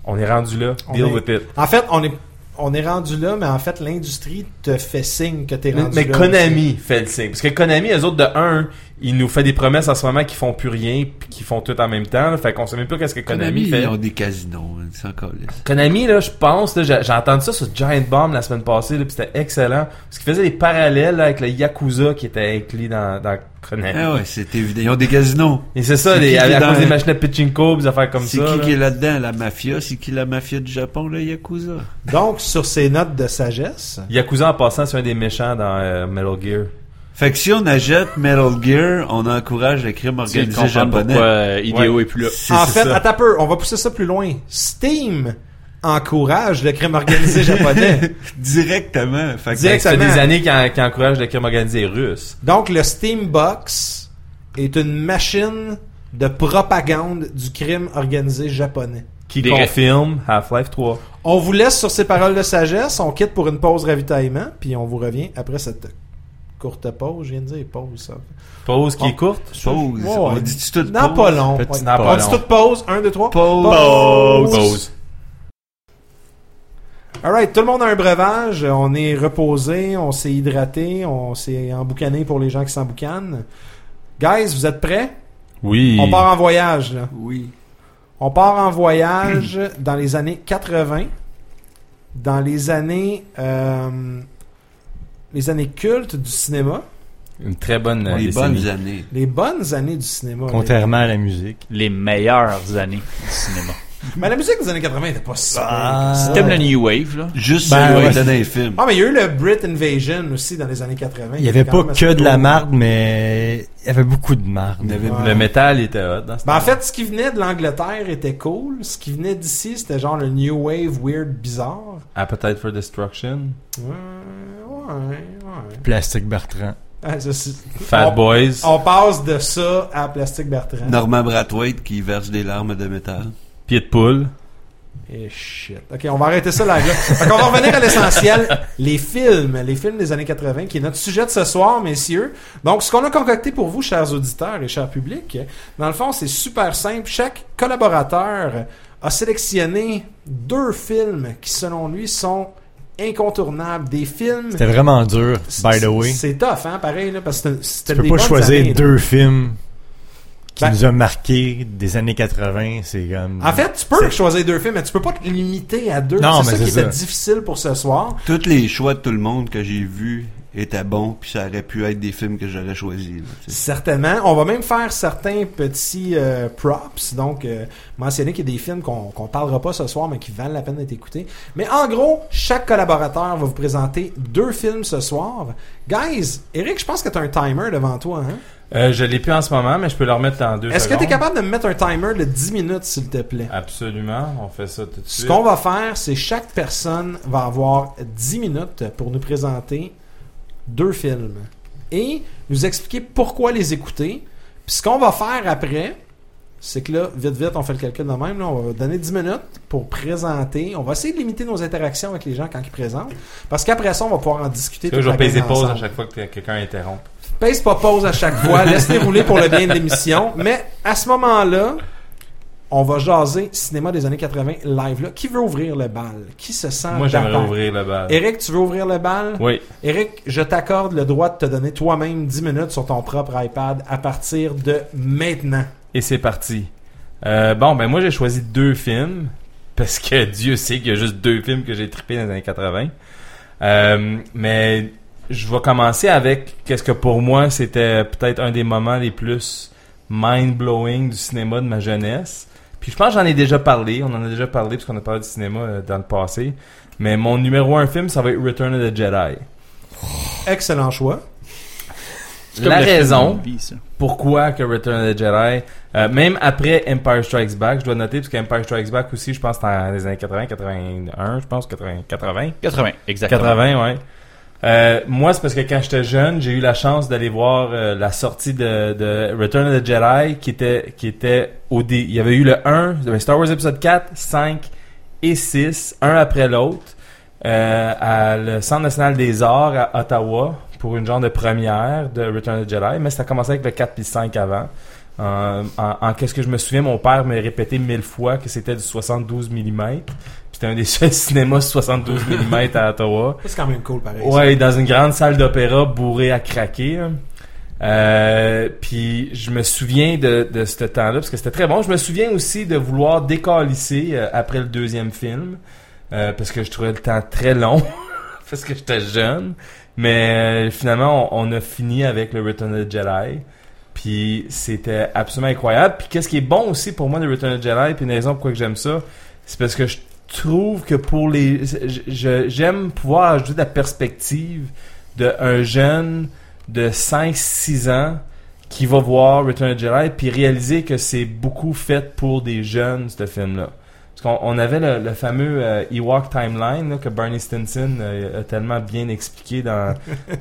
S3: on est rendu là.
S2: On
S3: Deal
S2: est-
S3: with it.
S2: En fait, on est, on est rendu là, mais en fait, l'industrie te fait signe que t'es
S3: Mais,
S2: rendu
S3: mais
S2: là.
S3: Konami fait le signe. Parce que Konami, eux autres, de un, ils nous fait des promesses en ce moment qui font plus rien, puis qui font tout en même temps. là. Fait qu'on sait même pas qu'est-ce que Konami,
S4: Konami,
S3: fait.
S4: ils ont des casinos, hein, c'est encore lisse.
S3: Konami, là, je pense, là, j'ai j'ai entendu ça sur Giant Bomb la semaine passée, là, puis c'était excellent. Parce qu'ils faisaient des parallèles là, avec le Yakuza qui était inclus dans, dans Konami.
S4: Ah ouais, c'est évident. Ils ont des casinos.
S3: Et c'est ça,
S4: C'est
S3: les,
S4: qui
S3: à,
S4: qui est
S3: à
S4: dans-
S3: cause des machines à pachinko, des affaires comme
S4: C'est
S3: ça.
S4: qui
S3: là.
S4: qui est là-dedans? La mafia? C'est qui la mafia du Japon, le Yakuza?
S2: Donc, sur ces notes de sagesse,
S3: Yakuza en passant, c'est un des méchants dans euh, Metal Gear.
S4: Fait que si on achète Metal Gear, on encourage le crime
S1: Tu viens de
S4: organisé
S1: comprendre pourquoi
S4: japonais.
S1: euh, Hideo est plus là.
S4: C'est-
S2: en
S4: c'est
S2: fait,
S4: ça.
S2: attends un peu, on va pousser ça plus loin. Steam encourage le crime
S4: *laughs*
S2: organisé japonais.
S4: Directement.
S2: Direct-
S3: Ben,
S4: Fait que- ben,
S3: Ça fait
S2: Exactement.
S3: des années qui, en- qui encouragent le crime organisé russe.
S2: Donc, le Steambox est une machine de propagande du crime organisé japonais.
S3: Qui
S1: Des
S3: confirme Half-Life 3.
S2: On vous laisse sur ces paroles de sagesse. On quitte pour une pause ravitaillement, puis on vous revient après cette courte pause. Je viens de dire pause, ça.
S3: Oh. Pause qui
S2: Bon.
S3: est courte.
S4: Pause.
S2: Ouais.
S4: On dit tout
S2: Non,
S4: pause?
S2: pas long.
S3: Petite
S2: Ouais.
S3: non, pas
S2: on dit
S3: long.
S2: toute pause. Un, deux, trois.
S4: Pause.
S2: Alright, tout le monde a un breuvage. On est reposé, on s'est hydraté, on s'est emboucané pour les gens qui s'emboucanent. Guys, vous êtes prêts?
S3: Oui.
S2: On part en voyage, là.
S4: Oui.
S2: On part en voyage
S5: *clears throat*
S2: dans les années 80, dans les années euh, les années cultes du cinéma,
S3: Une très bonne euh,
S4: Les
S3: décennie.
S4: bonnes années.
S2: les bonnes années du cinéma.
S5: Contrairement à la musique.
S1: Les meilleures années du cinéma.
S2: Mais la musique des années 80 était pas si
S5: Ah.
S2: bonne.
S1: Si
S2: C'était-
S1: t'aimes le New Wave, là,
S4: Juste
S5: Ben
S4: ça
S5: ouais.
S4: ouais. dans les films.
S2: Ah mais il y a eu le Brit Invasion aussi dans les années 80.
S5: Il y avait
S2: Quand
S5: pas
S2: même
S5: que
S2: assez
S5: de la
S2: drôle.
S5: marde, mais il y avait beaucoup de marde.
S4: Il y avait
S2: Ouais.
S3: Le métal était hot dans ce
S2: Ben, en
S3: temps-là.
S2: fait, ce qui venait de l'Angleterre était cool. Ce qui venait d'ici, c'était genre le New Wave weird bizarre.
S3: Appetite for Destruction.
S2: Ouais, ouais, ouais.
S5: Plastique Bertrand.
S2: Ah, ça, c'est-
S3: Fat
S2: on,
S3: Boys.
S2: on passe de ça à Plastic Bertrand.
S4: Norman Brathwaite qui verse des larmes de métal.
S3: Pied de poule.
S2: Et Eh, shit. Ok, on va arrêter ça là. là. Fait qu'on va revenir à l'essentiel. Les films. Les films des années 80, qui est notre sujet de ce soir, messieurs. Donc, ce qu'on a concocté pour vous, chers auditeurs et chers publics, dans le fond, c'est super simple. Chaque collaborateur a sélectionné deux films qui, selon lui, sont incontournables. Des films.
S5: C'était vraiment dur, by the way.
S2: C'est tough, hein, pareil, là, parce que c'était- c'était
S5: Tu peux
S2: des
S5: pas
S2: bonnes
S5: choisir
S2: années, là.
S5: deux films qui
S2: Ben-
S5: nous ont marqués des années 80. C'est comme.
S2: En fait, tu peux
S5: C'est-
S2: choisir deux films, mais tu peux pas te limiter à deux.
S5: Non,
S2: C'est ça
S5: mais
S2: qui
S5: c'est
S2: était
S5: ça.
S2: difficile pour ce soir.
S4: Tous les choix de tout le monde que j'ai vus étaient bons, puis ça aurait pu être des films que j'aurais choisis. là, tu sais.
S2: Certainement. On va même faire certains petits euh, props. Donc, euh, mentionner qu'il y a des films qu'on qu'on parlera pas ce soir, mais qui valent la peine d'être écoutés. Mais en gros, chaque collaborateur va vous présenter deux films ce soir. Guys, Eric, je pense que tu as un timer devant toi. Hein?
S3: Euh, je l'ai plus en ce moment, mais je peux le remettre dans deux
S2: Est-ce que
S3: secondes.
S2: tu es capable de me mettre un timer de 10 minutes, s'il te plaît?
S3: Absolument. On fait ça tout de
S2: Ce
S3: suite.
S2: qu'on va faire, c'est chaque personne va avoir 10 minutes pour nous présenter deux films et nous expliquer pourquoi les écouter. Puis ce qu'on va faire après, c'est que là, vite, vite, on fait le calcul de même. Là, on va donner 10 minutes pour présenter. On va essayer de limiter nos interactions avec les gens quand ils présentent. Parce qu'après ça, on va pouvoir en discuter.
S3: Tu sais, je
S2: toute
S3: vais
S2: la
S3: peser
S2: gang
S3: pause à
S2: ensemble.
S3: chaque fois que quelqu'un interrompt.
S2: Pèse pas pause à chaque fois, laisse-les rouler pour le bien de l'émission. Mais à ce moment-là, on va jaser cinéma des années 80 live. Là. Qui veut ouvrir le bal? Qui se sent
S3: Moi, j'aimerais
S2: d'attaque?
S3: ouvrir le bal.
S2: Eric, tu veux ouvrir le bal?
S3: Oui.
S2: Eric, je t'accorde le droit de te donner toi-même 10 minutes sur ton propre iPad à partir de maintenant.
S3: Et c'est parti. Euh, bon, ben moi j'ai choisi deux films parce que *laughs* Dieu sait qu'il y a juste deux films que j'ai trippé dans les années 80. Euh, mais je vais commencer avec qu'est-ce que pour moi c'était peut-être un des moments les plus mind-blowing du cinéma de ma jeunesse. Puis je pense que j'en ai déjà parlé, on en a déjà parlé puisqu'on a parlé du cinéma euh, dans le passé. Mais mon numéro un film, ça va être Return of the Jedi.
S2: Excellent choix.
S1: C'est comme
S3: La
S1: le film
S3: raison,
S1: Bambi, ça.
S3: pourquoi que Return of the Jedi, euh, même après Empire Strikes Back, je dois noter, parce qu'Empire Strikes Back aussi, je pense, c'était dans les années 80, 81, je pense, 80, 80.
S1: 80, exactement.
S3: 80, ouais. Euh, moi, c'est parce que quand j'étais jeune, j'ai eu la chance d'aller voir euh, la sortie de, de Return of the Jedi, qui était, qui était au dé. Il y avait eu le 1, le Star Wars épisode 4, 5 et 6, un après l'autre, euh, à le Centre national des arts à Ottawa pour une genre de première de Return of the Jedi, mais ça commençait avec le 4 puis le 5 avant. Euh, en en qu'est-ce que je me souviens, mon père m'a répété mille fois que c'était du 72 mm. C'était un des *laughs* seuls cinémas 72 mm à Ottawa.
S2: C'est quand même cool, pareil.
S3: Ouais, dans une grande salle d'opéra bourrée à craquer. hein. Euh, puis je me souviens de, de ce temps-là parce que c'était très bon. Je me souviens aussi de vouloir décalisser euh, après le deuxième film euh, parce que je trouvais le temps très long *laughs* parce que j'étais jeune. Mais euh, finalement, on, on a fini avec le Return of the Jedi. Puis c'était absolument incroyable. Puis qu'est-ce qui est bon aussi pour moi de Return of the Jedi, puis une raison pourquoi que j'aime ça, c'est parce que je trouve que pour les... je- je- J'aime pouvoir ajouter de la perspective d'un jeune de 5-6 ans qui va voir Return of the Jedi puis réaliser que c'est beaucoup fait pour des jeunes, ce film-là. Parce qu'on on avait le, le fameux euh, Ewok Timeline là, que Barney Stinson euh, a tellement bien expliqué dans,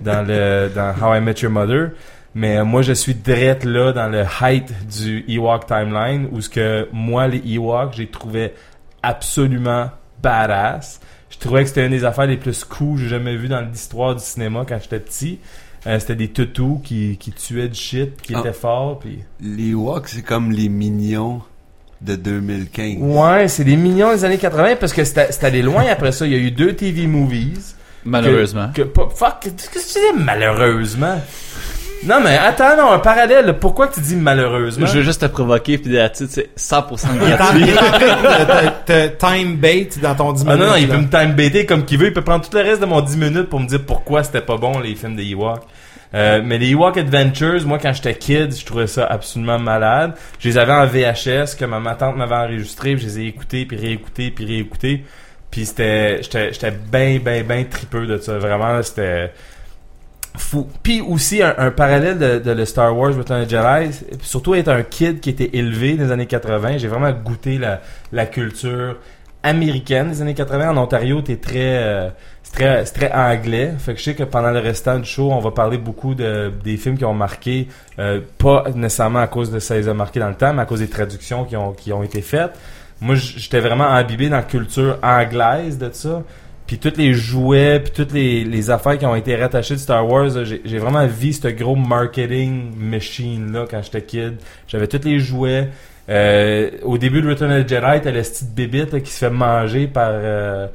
S3: dans, le, dans How I Met Your Mother. Mais euh, moi, je suis direct là dans le height du Ewok Timeline où ce que moi, les Ewoks, j'ai trouvé absolument badass. Je trouvais que c'était une des affaires les plus cool que j'ai jamais vu dans l'histoire du cinéma quand j'étais petit. Euh, c'était des toutous qui, qui tuaient du shit, qui
S4: Ah.
S3: étaient forts. Puis...
S4: Les Walks, c'est comme les mignons de 2015.
S3: Ouais, c'est des millions des années 80 parce que c'était c'était allé loin après ça. Il y a eu deux TV movies.
S1: Malheureusement.
S3: Que, pas- fuck, qu'est-ce que tu dis malheureusement? Non, mais attends, non, un parallèle. Pourquoi que tu dis malheureusement?
S1: Je veux juste te provoquer, puis la titre, c'est 100%
S2: Il est en il
S1: gratuit.
S2: est en train de te- te time bait dans ton 10
S3: Ah
S2: minutes.
S3: non, non, il
S2: là.
S3: peut me time baiter comme qu'il veut. Il peut prendre tout le reste de mon 10 minutes pour me dire pourquoi c'était pas bon les films des Ewoks. Euh, mais les Ewok Adventures, moi quand j'étais kid, je trouvais ça absolument malade. Je les avais en VHS que ma, ma tante m'avait enregistré, puis je les ai écoutés, puis réécoutés, puis réécoutés. Puis c'était j'étais j'étais ben ben ben tripeux de ça, vraiment c'était fou. Puis aussi un, un parallèle de, de le Star Wars Return of the Jedi, c'est- surtout être un kid qui était élevé dans les années 80, j'ai vraiment goûté la, la culture américaine des années 80 en Ontario, t'es très euh, c'est très c'est très anglais. Fait que je sais que pendant le restant du show, on va parler beaucoup de des films qui ont marqué euh, pas nécessairement à cause de ça les a marqués dans le temps, mais à cause des traductions qui ont qui ont été faites. Moi, j- j'étais vraiment imbibé dans la culture anglaise de ça. Puis tous les jouets, puis toutes les, les affaires qui ont été rattachées de Star Wars, là, j'ai j'ai vraiment vu ce gros marketing machine là quand j'étais kid. J'avais tous les jouets. Euh, au début de Return of the Jedi, t'as la petite bébite là, qui se fait manger par euh,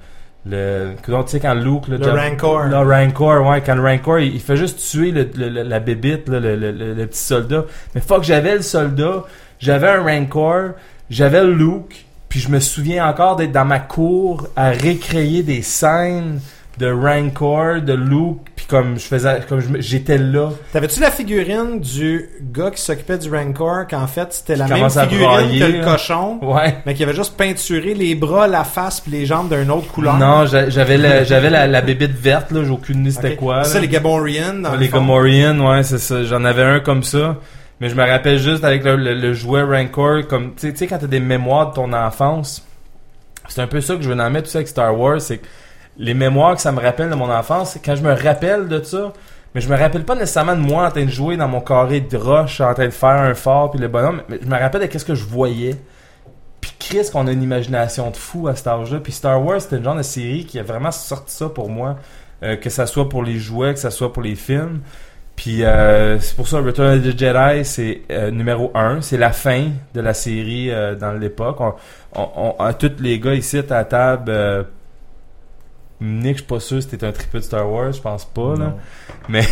S3: le. coudonc, Tu sais, quand Luke. là,
S2: Le
S3: Jab-
S2: Rancor.
S3: Le Rancor, ouais. Quand le Rancor, il, il fait juste tuer le- le- le- la bébite, là, le, le- le- le petit soldat. Mais fuck, j'avais le soldat, j'avais un Rancor, j'avais le Luke, puis je me souviens encore d'être dans ma cour à récréer des scènes de Rancor, de Luke, puis comme je faisais, comme je me- j'étais là.
S2: T'avais-tu la figurine du gars qui s'occupait du Rancor, qu'en fait, c'était la
S3: Qui
S2: même
S3: commence à hein?
S2: figurine
S3: brailler,
S2: que le
S3: là.
S2: cochon,
S3: Ouais.
S2: mais qui avait juste peinturé les bras, la face puis les jambes d'une autre couleur?
S3: Non, j'a- j'avais la, j'avais la, la bébite verte, là, j'ai aucune idée c'était
S2: Ok.
S3: quoi.
S2: C'est
S3: là.
S2: ça, les Gaborians. dans
S3: Ouais,
S2: le
S3: les
S2: fond.
S3: Gamorrean, ouais, c'est ça. J'en avais un comme ça. Mais je me rappelle juste avec le, le- le jouet Rancor, comme, tu sais- tu sais, quand t'as des mémoires de ton enfance, c'est un peu ça que je veux en mettre, tout ça, avec Star Wars, c'est que les mémoires que ça me rappelle de mon enfance, quand je me rappelle de ça, Mais je me rappelle pas nécessairement de moi en train de jouer dans mon carré de roche, en train de faire un fort, puis le bonhomme. Mais je me rappelle de qu'est-ce que je voyais. Puis Chris, qu'on a une imagination de fou à cet âge-là. Puis Star Wars, c'était le genre de série qui a vraiment sorti ça pour moi. Euh, que ça soit pour les jouets, que ça soit pour les films. Puis euh, c'est pour ça Return of the Jedi, c'est euh, numéro 1. C'est la fin de la série euh, dans l'époque. On, on, on- tous les gars ici à la table... euh, Nick, je suis pas sûr si t'es un tripeux de Star Wars, je pense pas. Là. Mais,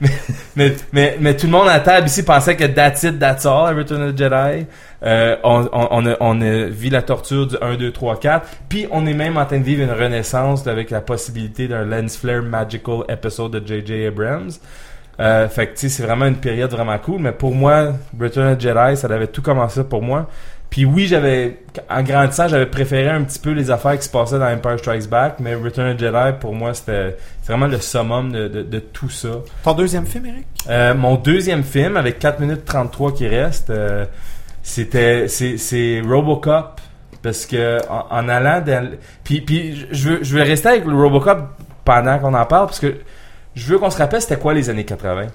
S3: mais, mais, mais, mais tout le monde à la table ici pensait que that's it, that's all, Return of the Jedi. Euh, on, on, on, a, on a vu la torture du 1, 2, 3, 4. Puis on est même en train de vivre une renaissance avec la possibilité d'un lens flare magical episode de J.J. Abrams. Euh, fait que tu sais, c'est vraiment une période vraiment cool. Mais pour moi, Return of the Jedi, ça avait tout commencé pour moi. Puis oui, j'avais, en grandissant, j'avais préféré un petit peu les affaires qui se passaient dans Empire Strikes Back, mais Return of the Jedi, pour moi, c'était c'est vraiment le summum de, de, de tout ça.
S2: Ton deuxième film, Eric
S3: Euh, mon deuxième film, avec 4 minutes 33 qui reste, euh, c'était c'est c'est Robocop. Parce que en, en allant dans. le- Puis, puis je- je, veux, je veux rester avec le Robocop pendant qu'on en parle, parce que je veux qu'on se rappelle c'était quoi les années 80.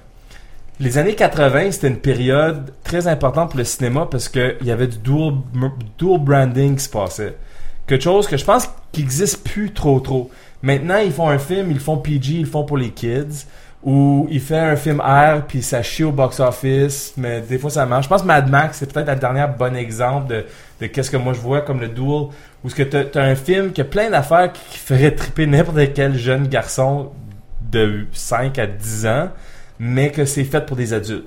S3: Les années 80, c'était une période très importante pour le cinéma parce qu'il y avait du dual, dual branding qui se passait. Quelque chose que je pense qui n'existe plus trop trop. Maintenant, ils font un film, ils le font PG, ils le font pour les kids où il fait un film R puis ça chie au box-office, mais des fois ça marche. Je pense que Mad Max, c'est peut-être la dernière bon exemple de, de qu'est-ce que moi je vois comme le duel, où ce que t'as t'as un film qui a plein d'affaires qui, qui ferait triper n'importe quel jeune garçon de 5 à 10 ans, mais que c'est fait pour des adultes.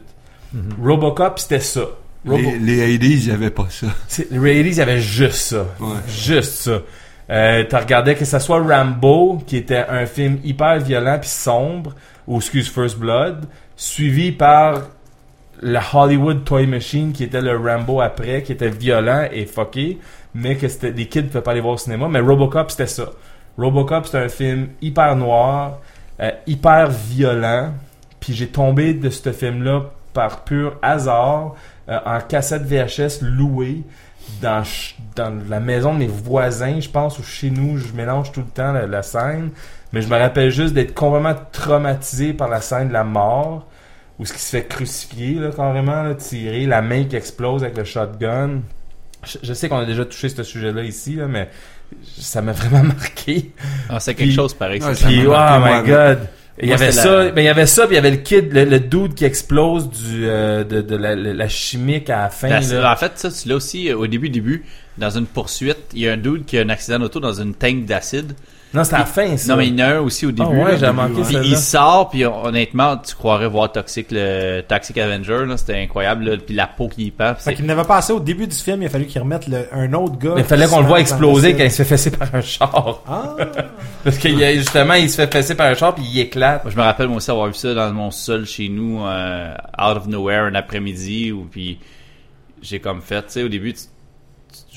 S3: Robocop, c'était ça. Robo-
S4: Les, les Hades, ils avaient pas ça.
S3: c'est- Les Raiders, il y avait juste ça.
S4: Ouais.
S3: Juste ça. Euh, t'as regardé que ça soit Rambo, qui était un film hyper violent puis sombre, ou excuse First Blood, suivi par le Hollywood Toy Machine, qui était le Rambo après, qui était violent et fucké, mais que c'était les kids ne pouvaient pas aller voir au cinéma. Mais Robocop, c'était ça. Robocop, c'était un film hyper noir, euh, hyper violent. Puis j'ai tombé de ce film-là par pur hasard euh, en cassette VHS louée dans, ch- dans la maison de mes voisins, je pense, ou chez nous, je mélange tout le temps la, la scène. Mais je me rappelle juste d'être complètement traumatisé par la scène de la mort, où ce qui se fait crucifier, là, carrément, là, tirer, la main qui explose avec le shotgun. Je, je sais qu'on a déjà touché ce sujet-là ici, là, mais ça m'a *laughs* vraiment marqué.
S1: Ah, c'est
S3: Puis-
S1: quelque chose pareil.
S4: Ouais,
S1: ça.
S4: ça
S3: Puis,
S4: m'a marqué,
S3: oh
S4: moi,
S3: my
S4: avec.
S3: god. Il y
S1: Moi,
S3: avait
S1: c'est
S3: ça,
S1: la-
S3: ben, il y avait ça, puis il y avait le kid, le, le dude qui explose du, euh, de, de la, la- la chimique à la fin.
S1: La-
S3: là.
S1: Ben, en fait, ça, tu l'as aussi euh, au début, début, dans une poursuite, il y a un dude qui a un accident d'auto dans une tank d'acide.
S3: Non, c'est à la fin, ça. Ah
S1: Non, mais il y en a un aussi au début.
S3: ouais,
S1: là,
S3: j'avais
S1: début,
S3: manqué
S1: ouais.
S3: celle-là.
S1: Puis il sort, puis hon- honnêtement, tu croirais voir Toxic, le Toxic Avenger, là, c'était incroyable, là, puis la peau qui y pend. puis
S2: Fait
S1: c'est-
S2: qu'il n'avait pas assez au début du film, il a fallu qu'il remette le- un autre gars.
S3: Mais il fallait
S2: qui
S3: qu'on le
S2: se
S3: voit
S2: lance dans
S3: exploser
S2: le
S3: quand il se fait fesser par un char.
S2: Ah,
S3: Parce qu'il y a- justement, il se fait fesser par un char puis il éclate.
S1: Moi, je me rappelle moi aussi avoir vu ça dans mon sol chez nous, euh, out of nowhere, un après-midi, où puis j'ai comme fait, tu sais, au début, tu- tu-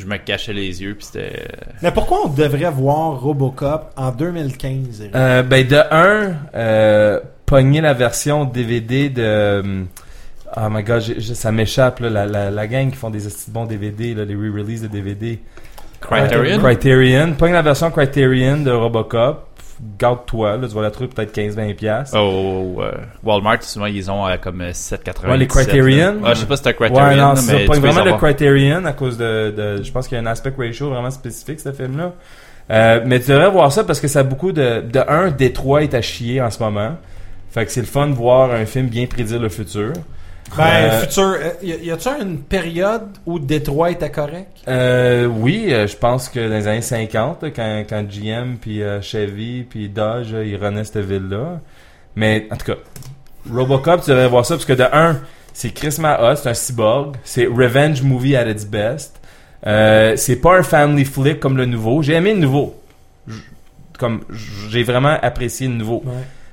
S1: je me cachais les yeux, puis c'était... euh,
S2: Mais pourquoi on devrait voir Robocop en 2015 Eric?
S3: Euh, ben, de un, euh, pogner la version DVD de... hum, Oh my god, j'ai- j'ai- ça m'échappe, là, la, la, la gang qui font des esti de bons DVD, là, les re-releases de DVD.
S1: Criterion?
S3: Euh, Criterion. Pogne la version Criterion de Robocop. Garde-toi, là, tu vas la trouver peut-être 15-20$. piastres.
S1: Oh, oh, euh, Walmart, souvent, ils ont euh, comme euh, 7,97.
S3: Ouais, les Criterion.
S1: là. Ah, je sais pas si c'est un Criterion,
S3: Ouais, non,
S1: mais
S3: c'est
S1: tu
S3: pas
S1: peux
S3: vraiment
S1: les
S3: le
S1: avoir.
S3: Criterion à cause de, de- je pense qu'il y a un aspect ratio vraiment spécifique ce film là. Euh, mais tu devrais voir ça parce que ça a beaucoup de de un Détroit est à chier en ce moment. Fait que c'est le fun de voir un film bien prédire le futur.
S2: Ben,
S3: euh,
S2: futur, euh, y y a-tu une période où Détroit était correct
S3: Euh, oui, euh, je pense que dans les années 50, là, quand, quand GM, puis euh, Chevy, puis Dodge, euh, ils renaient cette ville-là. Mais en tout cas, Robocop, tu devrais voir ça, parce que de un, c'est Chris Hot, c'est un cyborg, c'est Revenge Movie at its best. Euh, c'est pas un family flick comme le nouveau. J'ai aimé le nouveau. J- Comme j'ai vraiment apprécié le nouveau.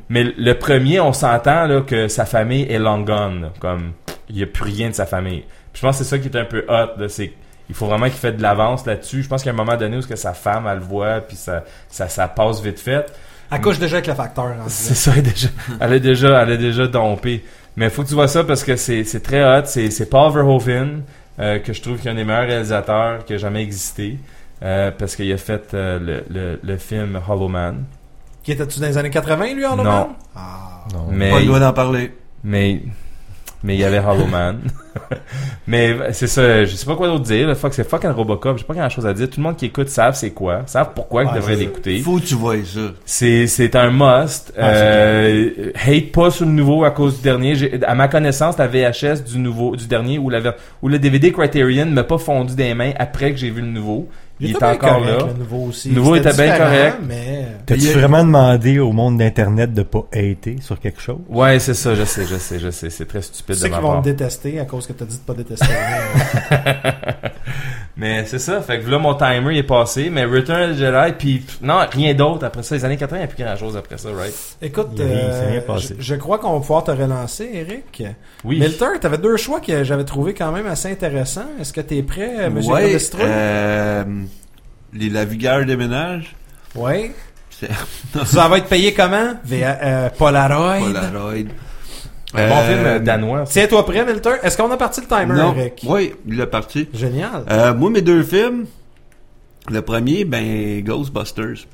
S3: Mais le premier, on s'entend là, que sa famille est long gone. là. Comme, il n'y a plus rien de sa famille. Puis je pense que c'est ça qui est un peu hot. Là, c'est, il faut vraiment qu'il fasse de l'avance là-dessus. Je pense qu'à un moment donné où ce que sa femme, elle le voit, puis ça, ça, ça passe vite fait.
S2: Elle couche déjà avec le facteur. en
S3: C'est ça, elle est déjà, elle est déjà, elle est déjà dompée. Mais faut que tu vois ça parce que c'est, c'est très hot. C'est, c'est Paul Verhoeven, euh, que je trouve qu'il est un des meilleurs réalisateurs qui a jamais existé. euh, parce qu'il a fait euh, le, le, le film Hollow Man.
S2: Qui était-tu dans les années 80, lui, en
S3: Non.
S2: Hollande? Ah.
S5: Non.
S3: Mais-
S4: Pas le
S3: il-
S4: droit d'en parler.
S3: Mais mais il y avait Hollow Man. *laughs* mais c'est ça, je sais pas quoi d'autre dire. là. Fuck, c'est fucking Robocop. J'ai pas grand chose à dire. Tout le monde qui écoute savent c'est quoi, savent pourquoi ils
S2: Ouais,
S3: devraient
S2: c'est ça.
S3: l'écouter.
S4: Faut que tu vois ça.
S3: C'est c'est un must.
S2: Ah, c'est
S3: Euh, hate pas sur le nouveau à cause du dernier. J'ai- À ma connaissance, la VHS du nouveau, du dernier ou la ver- ou le DVD Criterion m'a pas fondu des mains après que j'ai vu le nouveau. Il, est
S2: était bien
S3: encore
S2: correct,
S3: là.
S2: Le nouveau aussi.
S3: Le nouveau
S2: C'était
S3: était bien
S2: différent,
S3: correct.
S2: Mais
S5: T'as-tu
S4: Il y a-
S5: vraiment demandé au monde d'Internet de pas hater sur quelque chose?
S3: Ouais, c'est ça. Je sais, je sais, je sais. C'est très
S2: tu
S3: stupide de
S2: sais
S3: ma
S2: qu'ils vont
S3: part.
S2: me détester à cause que t'as dit de pas détester. euh,
S3: *laughs* Mais c'est ça, fait que là mon timer il est passé, mais Return of the Jedi, puis pff, non, rien d'autre après ça. Les années 80, il n'y a plus grand chose après ça, right?
S2: Écoute,
S5: Il rit,
S2: euh,
S5: c'est rien passé.
S2: je, je crois qu'on va pouvoir te relancer, Eric.
S3: Oui.
S2: Milton, t'avais deux choix que j'avais trouvé quand même assez intéressants. Est-ce que t'es
S3: Eh,
S2: prêt, Monsieur
S4: Ouais,
S2: Codestro?
S4: euh, les la vigueur des ménages.
S2: Oui.
S3: *laughs*
S4: C'est-
S2: Ça va être payé comment? VA- euh, Polaroid.
S4: Polaroid.
S3: Un bon
S4: Euh,
S3: film euh, danois. ça.
S2: Tiens-toi prêt, Milton. Est-ce qu'on a parti le timer,
S4: Non.
S2: Eric?
S4: Oui, il est parti.
S2: Génial.
S4: Euh, moi, mes deux films. Le premier, ben, Ghostbusters.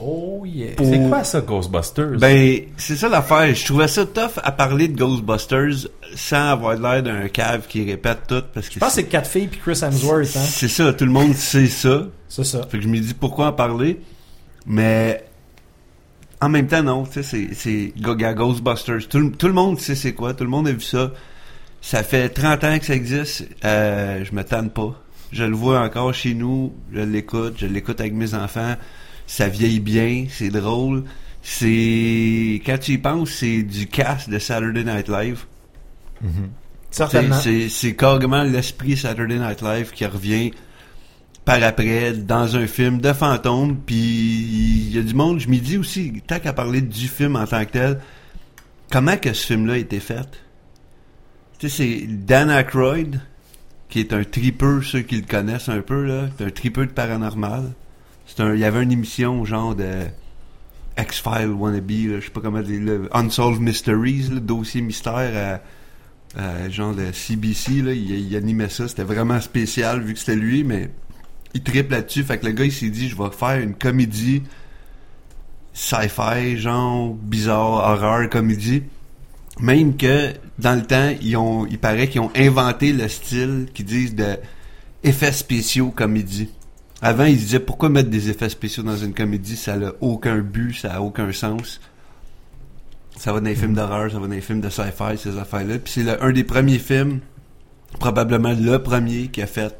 S2: oh yeah.
S4: Pour-
S3: C'est quoi ça, Ghostbusters?
S4: Ben, c'est ça l'affaire. Je trouvais ça tough à parler de Ghostbusters sans avoir l'air d'un cave qui répète tout parce que
S2: Je pense que c'est quatre filles puis Chris Hemsworth, hein?
S4: c'est ça, tout le monde sait ça.
S2: C'est ça.
S4: Fait que je me dis pourquoi en parler, mais en même temps, non, tu sais, c'est- c'est Gaga Ghostbusters. Tout, le- tout le monde sait c'est quoi, tout le monde a vu ça. Ça fait 30 ans que ça existe, euh, je me tanne pas. Je le vois encore chez nous, je l'écoute, je l'écoute avec mes enfants. Ça vieillit bien, c'est drôle. C'est. Quand tu y penses, c'est du cast de Saturday Night Live. T'sais,
S2: Certainement.
S4: C'est c'est carrément l'esprit Saturday Night Live qui revient par après dans un film de fantôme. Puis il y a du monde, je m'y dis aussi, tant qu'à parler du film en tant que tel, comment que ce film-là a été fait? Tu sais, c'est Dan Aykroyd, qui est un tripeux, ceux qui le connaissent un peu, là, c'est un tripeux de paranormal. C'est un, il y avait une émission genre de X-Files wannabe, là, je sais pas comment dire, là, Unsolved Mysteries, là, dossier mystère à, à Euh, genre de CBC, là, il, il animait ça, c'était vraiment spécial vu que c'était lui, mais il triple là-dessus, fait que le gars il s'est dit je vais faire une comédie sci-fi, genre bizarre, horreur, comédie. Même que dans le temps, ils ont, il paraît qu'ils ont inventé le style qu'ils disent de effets spéciaux comédie. Avant, ils se disaient pourquoi mettre des effets spéciaux dans une comédie, ça n'a aucun but, ça n'a aucun sens. Ça va dans les films d'horreur, ça va dans les films de sci-fi, ces affaires-là. Puis c'est le- un des premiers films, probablement le premier, qui a fait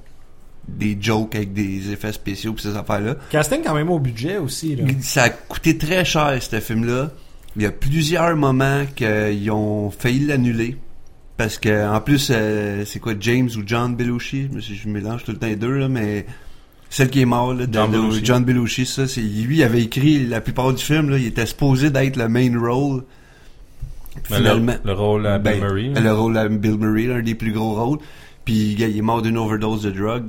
S4: des jokes avec des effets spéciaux puis ces affaires-là.
S2: Casting quand même au budget aussi, là.
S4: Ça a coûté très cher, ce film-là. Il y a plusieurs moments qu'ils ont failli l'annuler. Parce que, en plus, euh, c'est quoi, James ou John Belushi? Je, me suis- je mélange tout le temps les deux, là, mais celle qui est morte, là, de-
S3: John
S4: de-
S3: Belushi.
S4: John Belushi, ça, c'est, lui, il avait écrit la plupart du film, là, il était supposé d'être le main role.
S3: Mais le-
S4: Finalement.
S3: Le, rôle à Bill
S4: Ben,
S3: Murray. hein.
S4: Le rôle à Bill Murray, l'un des plus gros rôles. Puis gars, il est mort d'une overdose de drogue.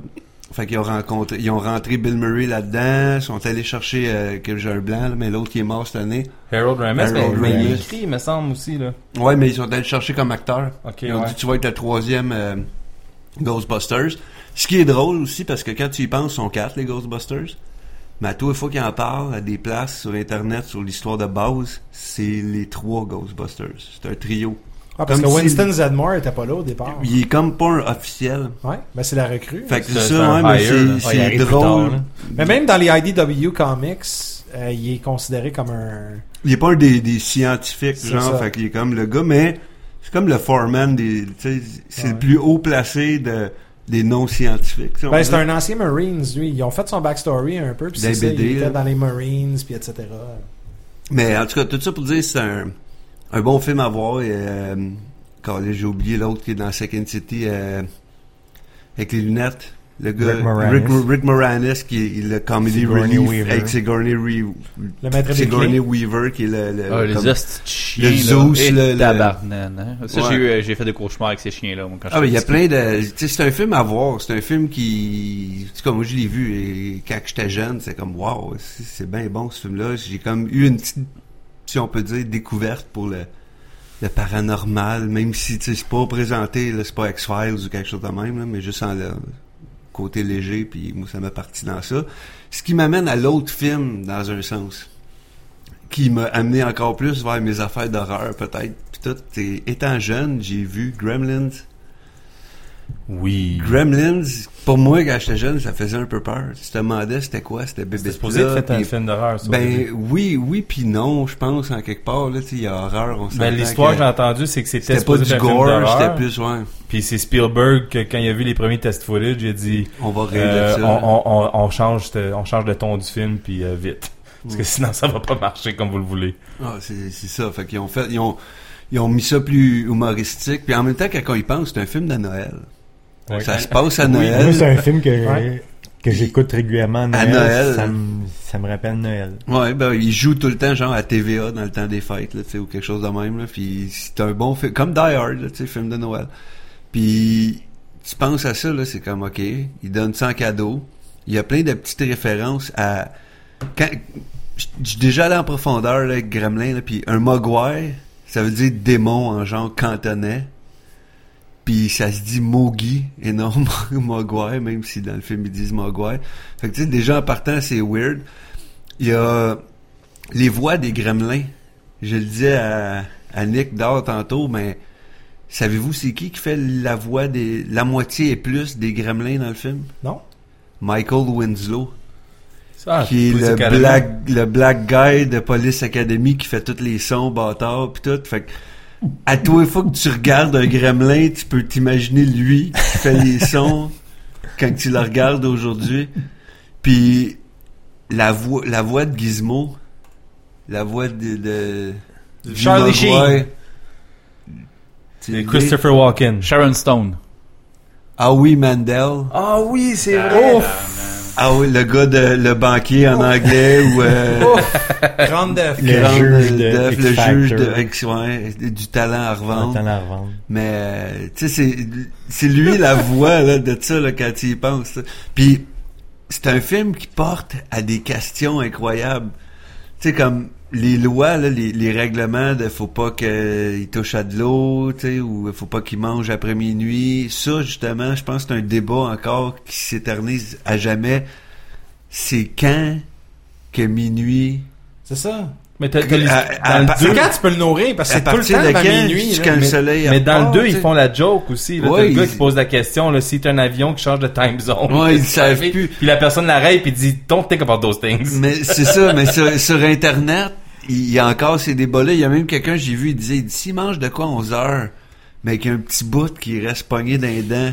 S4: Fait qu'ils ont rencontré, ils ont rentré Bill Murray là-dedans, sont allés chercher euh, que j'ai un blanc, là, mais l'autre qui est mort cette année.
S3: Harold Ramis, mais
S4: Harold
S3: mais il
S4: Ramis.
S3: écrit, il me semble aussi, là.
S4: Ouais, mais ils sont allés le chercher comme acteur.
S3: Ok,
S4: Ils ont
S3: ouais.
S4: dit tu vas être le troisième euh, Ghostbusters. Ce qui est drôle aussi parce que quand tu y penses, ils sont quatre les Ghostbusters. Mais à tous fois qu'ils en parlent à des places sur internet sur l'histoire de base, c'est les trois Ghostbusters. C'est un trio.
S2: Ah, parce que
S4: Comme si-
S2: Winston Zadmore était pas là au
S3: Ah.
S2: départ.
S4: Il est comme pas un officiel.
S2: Ouais, ben c'est la recrue.
S4: Fait que
S3: C'est-
S4: ça,
S3: c'est un
S4: ouais, mais
S3: hire, là.
S4: c'est,
S5: il
S4: c'est
S5: arrive plus
S4: drôle.
S5: tard, là.
S2: Mais même dans les IDW comics, euh, il est considéré comme un.
S4: il est pas un des, des scientifiques,
S2: C'est
S4: genre,
S2: ça.
S4: fait qu'il est comme le gars, mais c'est comme le foreman des, tu sais, c'est
S2: Ouais.
S4: le plus haut placé de, des non-scientifiques. tu sais, on
S2: Ben c'est
S4: dit.
S2: un ancien Marines, lui. Ils ont fait son backstory un peu, puis
S4: Des
S2: c'est ça,
S4: BD,
S2: il
S4: là.
S2: était dans les Marines, puis etc.
S4: Mais en tout cas, tout ça pour dire, c'est un, un bon film à voir. Et, euh, câlisse, j'ai oublié l'autre qui est dans Second City, euh, avec les lunettes. Le gars,
S5: Rick Moranis.
S4: Rick, Rick Moranis, qui est le comedy
S5: Sigourney
S4: relief
S5: Weaver.
S4: avec Sigourney, Re-
S2: Le maître des
S4: Sigourney
S2: clés.
S4: Weaver, qui est le, le-
S1: Ah, les
S4: comme-
S1: hosties de chiens,
S4: le
S1: là.
S4: Zeus,
S1: Et
S4: là, le-
S1: tabarnane, hein. Ça,
S4: Ouais.
S1: j'ai, eu, euh, j'ai fait des cauchemars avec ces chiens-là, moi, quand
S4: Ah, mais il y a
S1: j'étais
S4: plein de. Tu sais, c'est un film à voir. C'est un film qui. En tout cas, moi, je l'ai vu et quand j'étais jeune, c'est comme, waouh, c'est c'est bien bon ce film-là. J'ai comme eu une petite, si on peut dire, découverte pour le, le paranormal, même si, tu sais, c'est pas présenté, là, c'est pas X-Files ou quelque chose de même, là, mais juste en le côté léger, puis moi, ça m'a parti dans ça. Ce qui m'amène à l'autre film, dans un sens, qui m'a amené encore plus vers mes affaires d'horreur, peut-être. Puis tout, et- étant jeune, j'ai vu Gremlins.
S1: Oui.
S4: Gremlins, pour moi, quand j'étais jeune, ça faisait un peu peur. Tu te demandais c'était quoi, c'était bébé
S3: C'était supposé être fait un
S4: puis-
S3: film d'horreur, ça. au
S4: Ben
S3: début.
S4: oui, oui, puis non, je pense, en quelque part. Là, tu sais, il y a horreur, on s'entend
S3: Ben, l'histoire que
S4: que
S3: j'ai entendue, c'est que c'était
S4: C'était pas
S3: supposé
S4: du
S3: être un film
S4: gore,
S3: d'horreur.
S4: c'était plus, ouais,
S3: Puis c'est Spielberg que quand il a vu les premiers test footage, il a dit
S4: on va régler
S3: euh,
S4: ça.
S3: on, on- on- on change de, on change de ton du film puis euh, vite. Parce
S4: Mm.
S3: que sinon ça va pas marcher comme vous le voulez.
S4: Ah, c'est c'est ça. Fait qu'ils ont fait, ils ont, ils ont mis ça plus humoristique. Puis en même temps, quand on y pense, c'est un film de Noël.
S3: Ouais.
S4: Ça se passe à
S5: Moi,
S4: Noël.
S5: c'est un film que,
S2: Ouais.
S5: que j'écoute régulièrement à Noël.
S4: Noël.
S5: Ça, me, ça me rappelle Noël.
S4: Ouais, ben il joue tout le temps genre à TVA dans le temps des fêtes là, tu sais ou quelque chose de même là, puis c'est un bon film comme Die Hard, là, tu sais film de Noël. Puis tu penses à ça là, c'est comme OK, il donne ça en cadeau. Il y a plein de petites références à quand je je suis déjà allé en profondeur là, avec Gremlin là, puis un mogwai, ça veut dire démon en genre cantonais. Puis ça se dit Mogi et non *laughs* Mogwai, même si dans le film ils disent Mogwai. Fait que tu sais, déjà en partant, c'est weird. Il y a les voix des gremlins. Je le disais à, à Nick Dore tantôt, mais savez-vous c'est qui qui fait la voix des la moitié et plus des gremlins dans le film?
S2: Non?
S4: Michael Winslow,
S3: Ça,
S4: qui est
S3: Police
S4: le
S3: Academy.
S4: black, le black guy de Police Academy qui fait tous les sons bâtards pis tout. Fait que, à tous les fois que tu regardes un gremlin, tu peux t'imaginer lui qui fait les sons quand tu le regardes aujourd'hui. Puis la voix, la voix de Gizmo, la voix de, de du
S2: Charlie Sheen.
S4: Mogwai. Tu
S3: C'est
S4: l'es-
S3: Christopher Walken.
S1: Sharon Stone.
S4: Ah oui, Mandel.
S3: Ah oui, c'est
S4: Ah oui, le gars de le banquier en anglais ou euh,
S2: Grande def.
S5: Le
S4: Grand
S5: juge de
S4: Def,
S5: X
S4: le juge de
S5: Factor.
S4: X, ouais, du talent à
S5: On
S4: revendre.
S5: attend la revendre.
S4: Mais euh, tu sais, c'est c'est lui
S2: *laughs*
S4: la voix là, de ça là, quand tu y penses. là. Puis c'est un film qui porte à des questions incroyables. Tu sais comme les lois, là, les, les règlements de faut pas qu'il touche à de l'eau, tu sais, ou faut pas qu'il mange après minuit. Ça justement, je pense que c'est un débat encore qui s'éternise à jamais. C'est quand que minuit
S2: C'est ça.
S3: Mais t'as- t'as
S4: Que-
S3: les-
S4: à- à-
S3: dans le
S4: à-
S2: C'est
S3: deux-
S2: quand tu peux le nourrir parce que
S4: à
S2: c'est tout le
S4: partir
S2: temps
S4: de
S2: à
S4: quand
S2: minuit.
S4: tu-
S2: là.
S4: quand le
S2: Mais-
S4: soleil
S3: Mais dans
S4: repart,
S3: le 2,
S4: tu
S3: ils
S4: sais.
S3: font la joke aussi. Là,
S4: Ouais,
S3: T'as le gars
S4: ils-
S3: qui pose la question, là, si t'es un avion qui change de time zone. qu'est-ce
S4: Ouais, ils
S3: qui *laughs*
S4: savent
S3: arrive?
S4: plus.
S3: Puis la personne l'arrête puis dit, don't think about those things.
S4: Mais c'est ça, mais sur, sur Internet, il y a encore ces débats-là. Il y a même quelqu'un, j'ai vu, il disait, il dit, s'il mange de quoi 11 heures, mais qu'il y a un petit bout qui reste pogné dans les dents,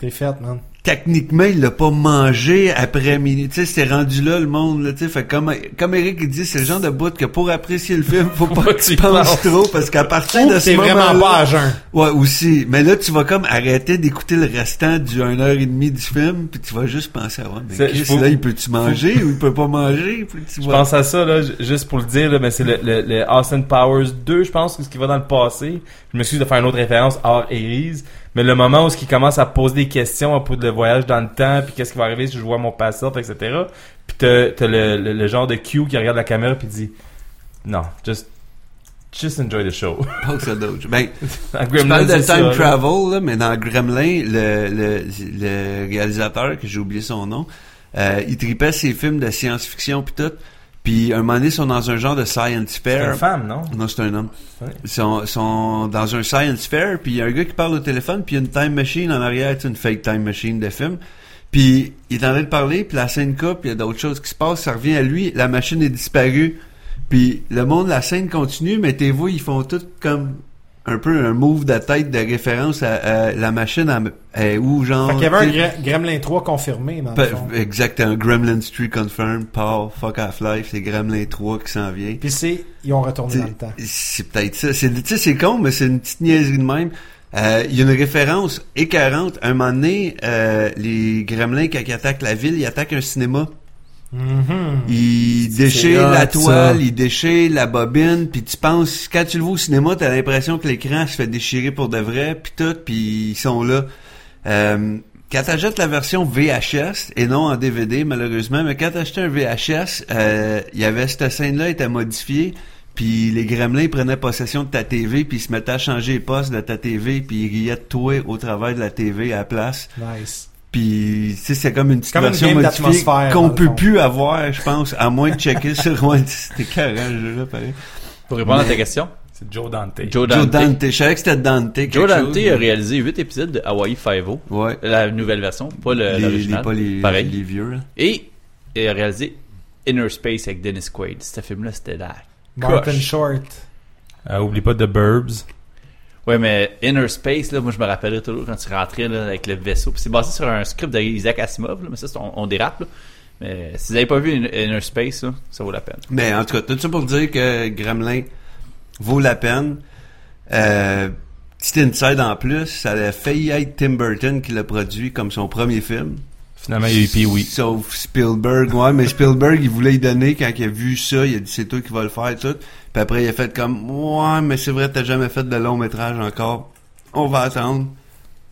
S2: T'es faite, man.
S4: techniquement, il l'a pas mangé après minuit. Tu sais, c'est rendu là, le monde, là, tu sais. Fait que comme, comme Eric, il dit, c'est le genre de bout que pour apprécier le film, faut pas que tu penses trop, parce qu'à partir
S2: Ou
S4: de ce
S2: t'es vraiment
S4: moment-là-
S2: pas à jeun.
S4: Ouais, aussi. Mais là, tu vas comme arrêter d'écouter le restant du 1h30 du film, puis tu vas juste penser à ouais, mais
S3: C'est-
S4: Chris,
S3: faut-
S4: là, il peut-tu manger ou il peut pas manger? Puis tu
S3: Je
S4: vois.
S3: pense à ça, là, ju- juste pour le dire, là, mais c'est le, le, le Austin Powers 2, je pense, ce qui va dans le passé. Je m'excuse de faire une autre référence, hors Aries. Mais le moment où ce qui commence à poser des questions à propos de le voyage dans le temps, puis qu'est-ce qui va arriver si je vois mon passeport, etc. Puis t'as, t'as le, le, le genre de Q qui regarde la caméra puis dit, non, just, just enjoy the show. *laughs*
S4: Pense à d'autres. Ben,
S3: Dans
S4: tu
S3: Gremlins,
S4: parles de time
S3: c'est ça, là.
S4: travel, là, mais dans Gremlin, le, le, le réalisateur, que j'ai oublié son nom, euh, il tripait ses films de science-fiction puis tout. Puis un moment donné, ils sont dans un genre de science
S3: C'est une
S4: fair.
S3: femme, non?
S4: Non, c'est un homme.
S3: Ouais.
S4: Ils sont, sont dans un science fair, puis il y a un gars qui parle au téléphone, puis il y a une time machine en arrière, tu sais, une fake time machine de film. Puis il est en train de parler, puis la scène coupe, il y a d'autres choses qui se passent, ça revient à lui, la machine est disparue. Puis le monde, la scène continue, mais tes vous, ils font tout comme un peu un move de tête de référence à, à la machine à, à- où genre...
S2: Fait qu'il y avait un
S4: tu sais,
S2: Gre- Gremlin 3 confirmé, dans le
S4: pe-
S2: fond.
S4: Exactement, Gremlin Street Confirmed, Paul, Fuck Half Life, c'est Gremlin 3 qui s'en vient.
S2: Puis c'est, ils ont retourné
S4: T'sais,
S2: dans le temps.
S4: C'est peut-être ça. C'est, tu sais, c'est con, mais c'est une petite niaiserie de même. Euh, Il y a une référence écœurante. Un moment donné, euh, les gremlins, quand ils attaquent la ville, ils attaquent un cinéma.
S2: Mhm.
S4: Ils déchirent
S3: Hmm. hot,
S4: la
S3: ça.
S4: toile, ils déchirent la bobine, puis tu penses, quand tu le vois au cinéma, t'as l'impression que l'écran se fait déchirer pour de vrai, puis tout, puis ils sont là. Euh, quand t'achètes la version VHS, et non en DVD malheureusement, mais quand t'achetais un VHS, euh, il y avait cette scène-là, elle était modifiée, puis les gremlins ils prenaient possession de ta TV, puis ils se mettaient à changer les postes de ta TV, puis ils riaient de toi au travers de la TV à la place.
S2: Nice.
S4: Puis, tu sais, c'est comme une petite
S2: Comme une
S4: version
S2: game
S4: modifiée
S2: d'atmosphère, dans
S4: qu'on
S2: le
S4: peut
S2: fond.
S4: plus avoir, je pense, à moins
S2: *laughs*
S4: de checker sur... Ouais, c'était carré, le jeu-là, pareil.
S1: Pour répondre à ta
S4: Mais-
S1: question,
S3: C'est Joe Dante.
S1: Joe Dante.
S4: Joe Dante. Je savais que c'était Dante. quelque
S1: Joe Dante
S4: chose.
S1: a réalisé 8 épisodes de Hawaii Five-O,
S4: Ouais.
S1: la nouvelle version, pas le-
S4: Les, les,
S1: l'original.
S4: pas les,
S1: Pareil.
S4: les vieux, là.
S1: Et il a réalisé Inner Space avec Dennis Quaid. Ce film-là, c'était là.
S2: Martin
S1: Crush.
S2: Short.
S3: Euh, oublie pas The Burbs.
S1: Ouais, mais Inner Space, là, moi, je me rappellerai toujours quand tu rentrais là, avec le vaisseau. Puis C'est basé sur un script d'Isaac Asimov, là, mais ça, c'est- on, on dérape. là. Mais si vous n'avez pas vu In- Inner Space, là, ça vaut la peine.
S4: Mais en tout cas, tout ça pour dire que Gremlin vaut la peine. Euh, petit inside en plus, ça a failli être Tim Burton qui l'a produit comme son premier film.
S3: Finalement, il y a eu Pee Wee.
S4: Sauf Spielberg, ouais, mais Spielberg, il voulait y donner quand il a vu ça, il a dit c'est toi qui vas le faire et tout. Puis après, il a fait comme Ouais, mais c'est vrai, t'as jamais fait de long métrage encore. On va attendre.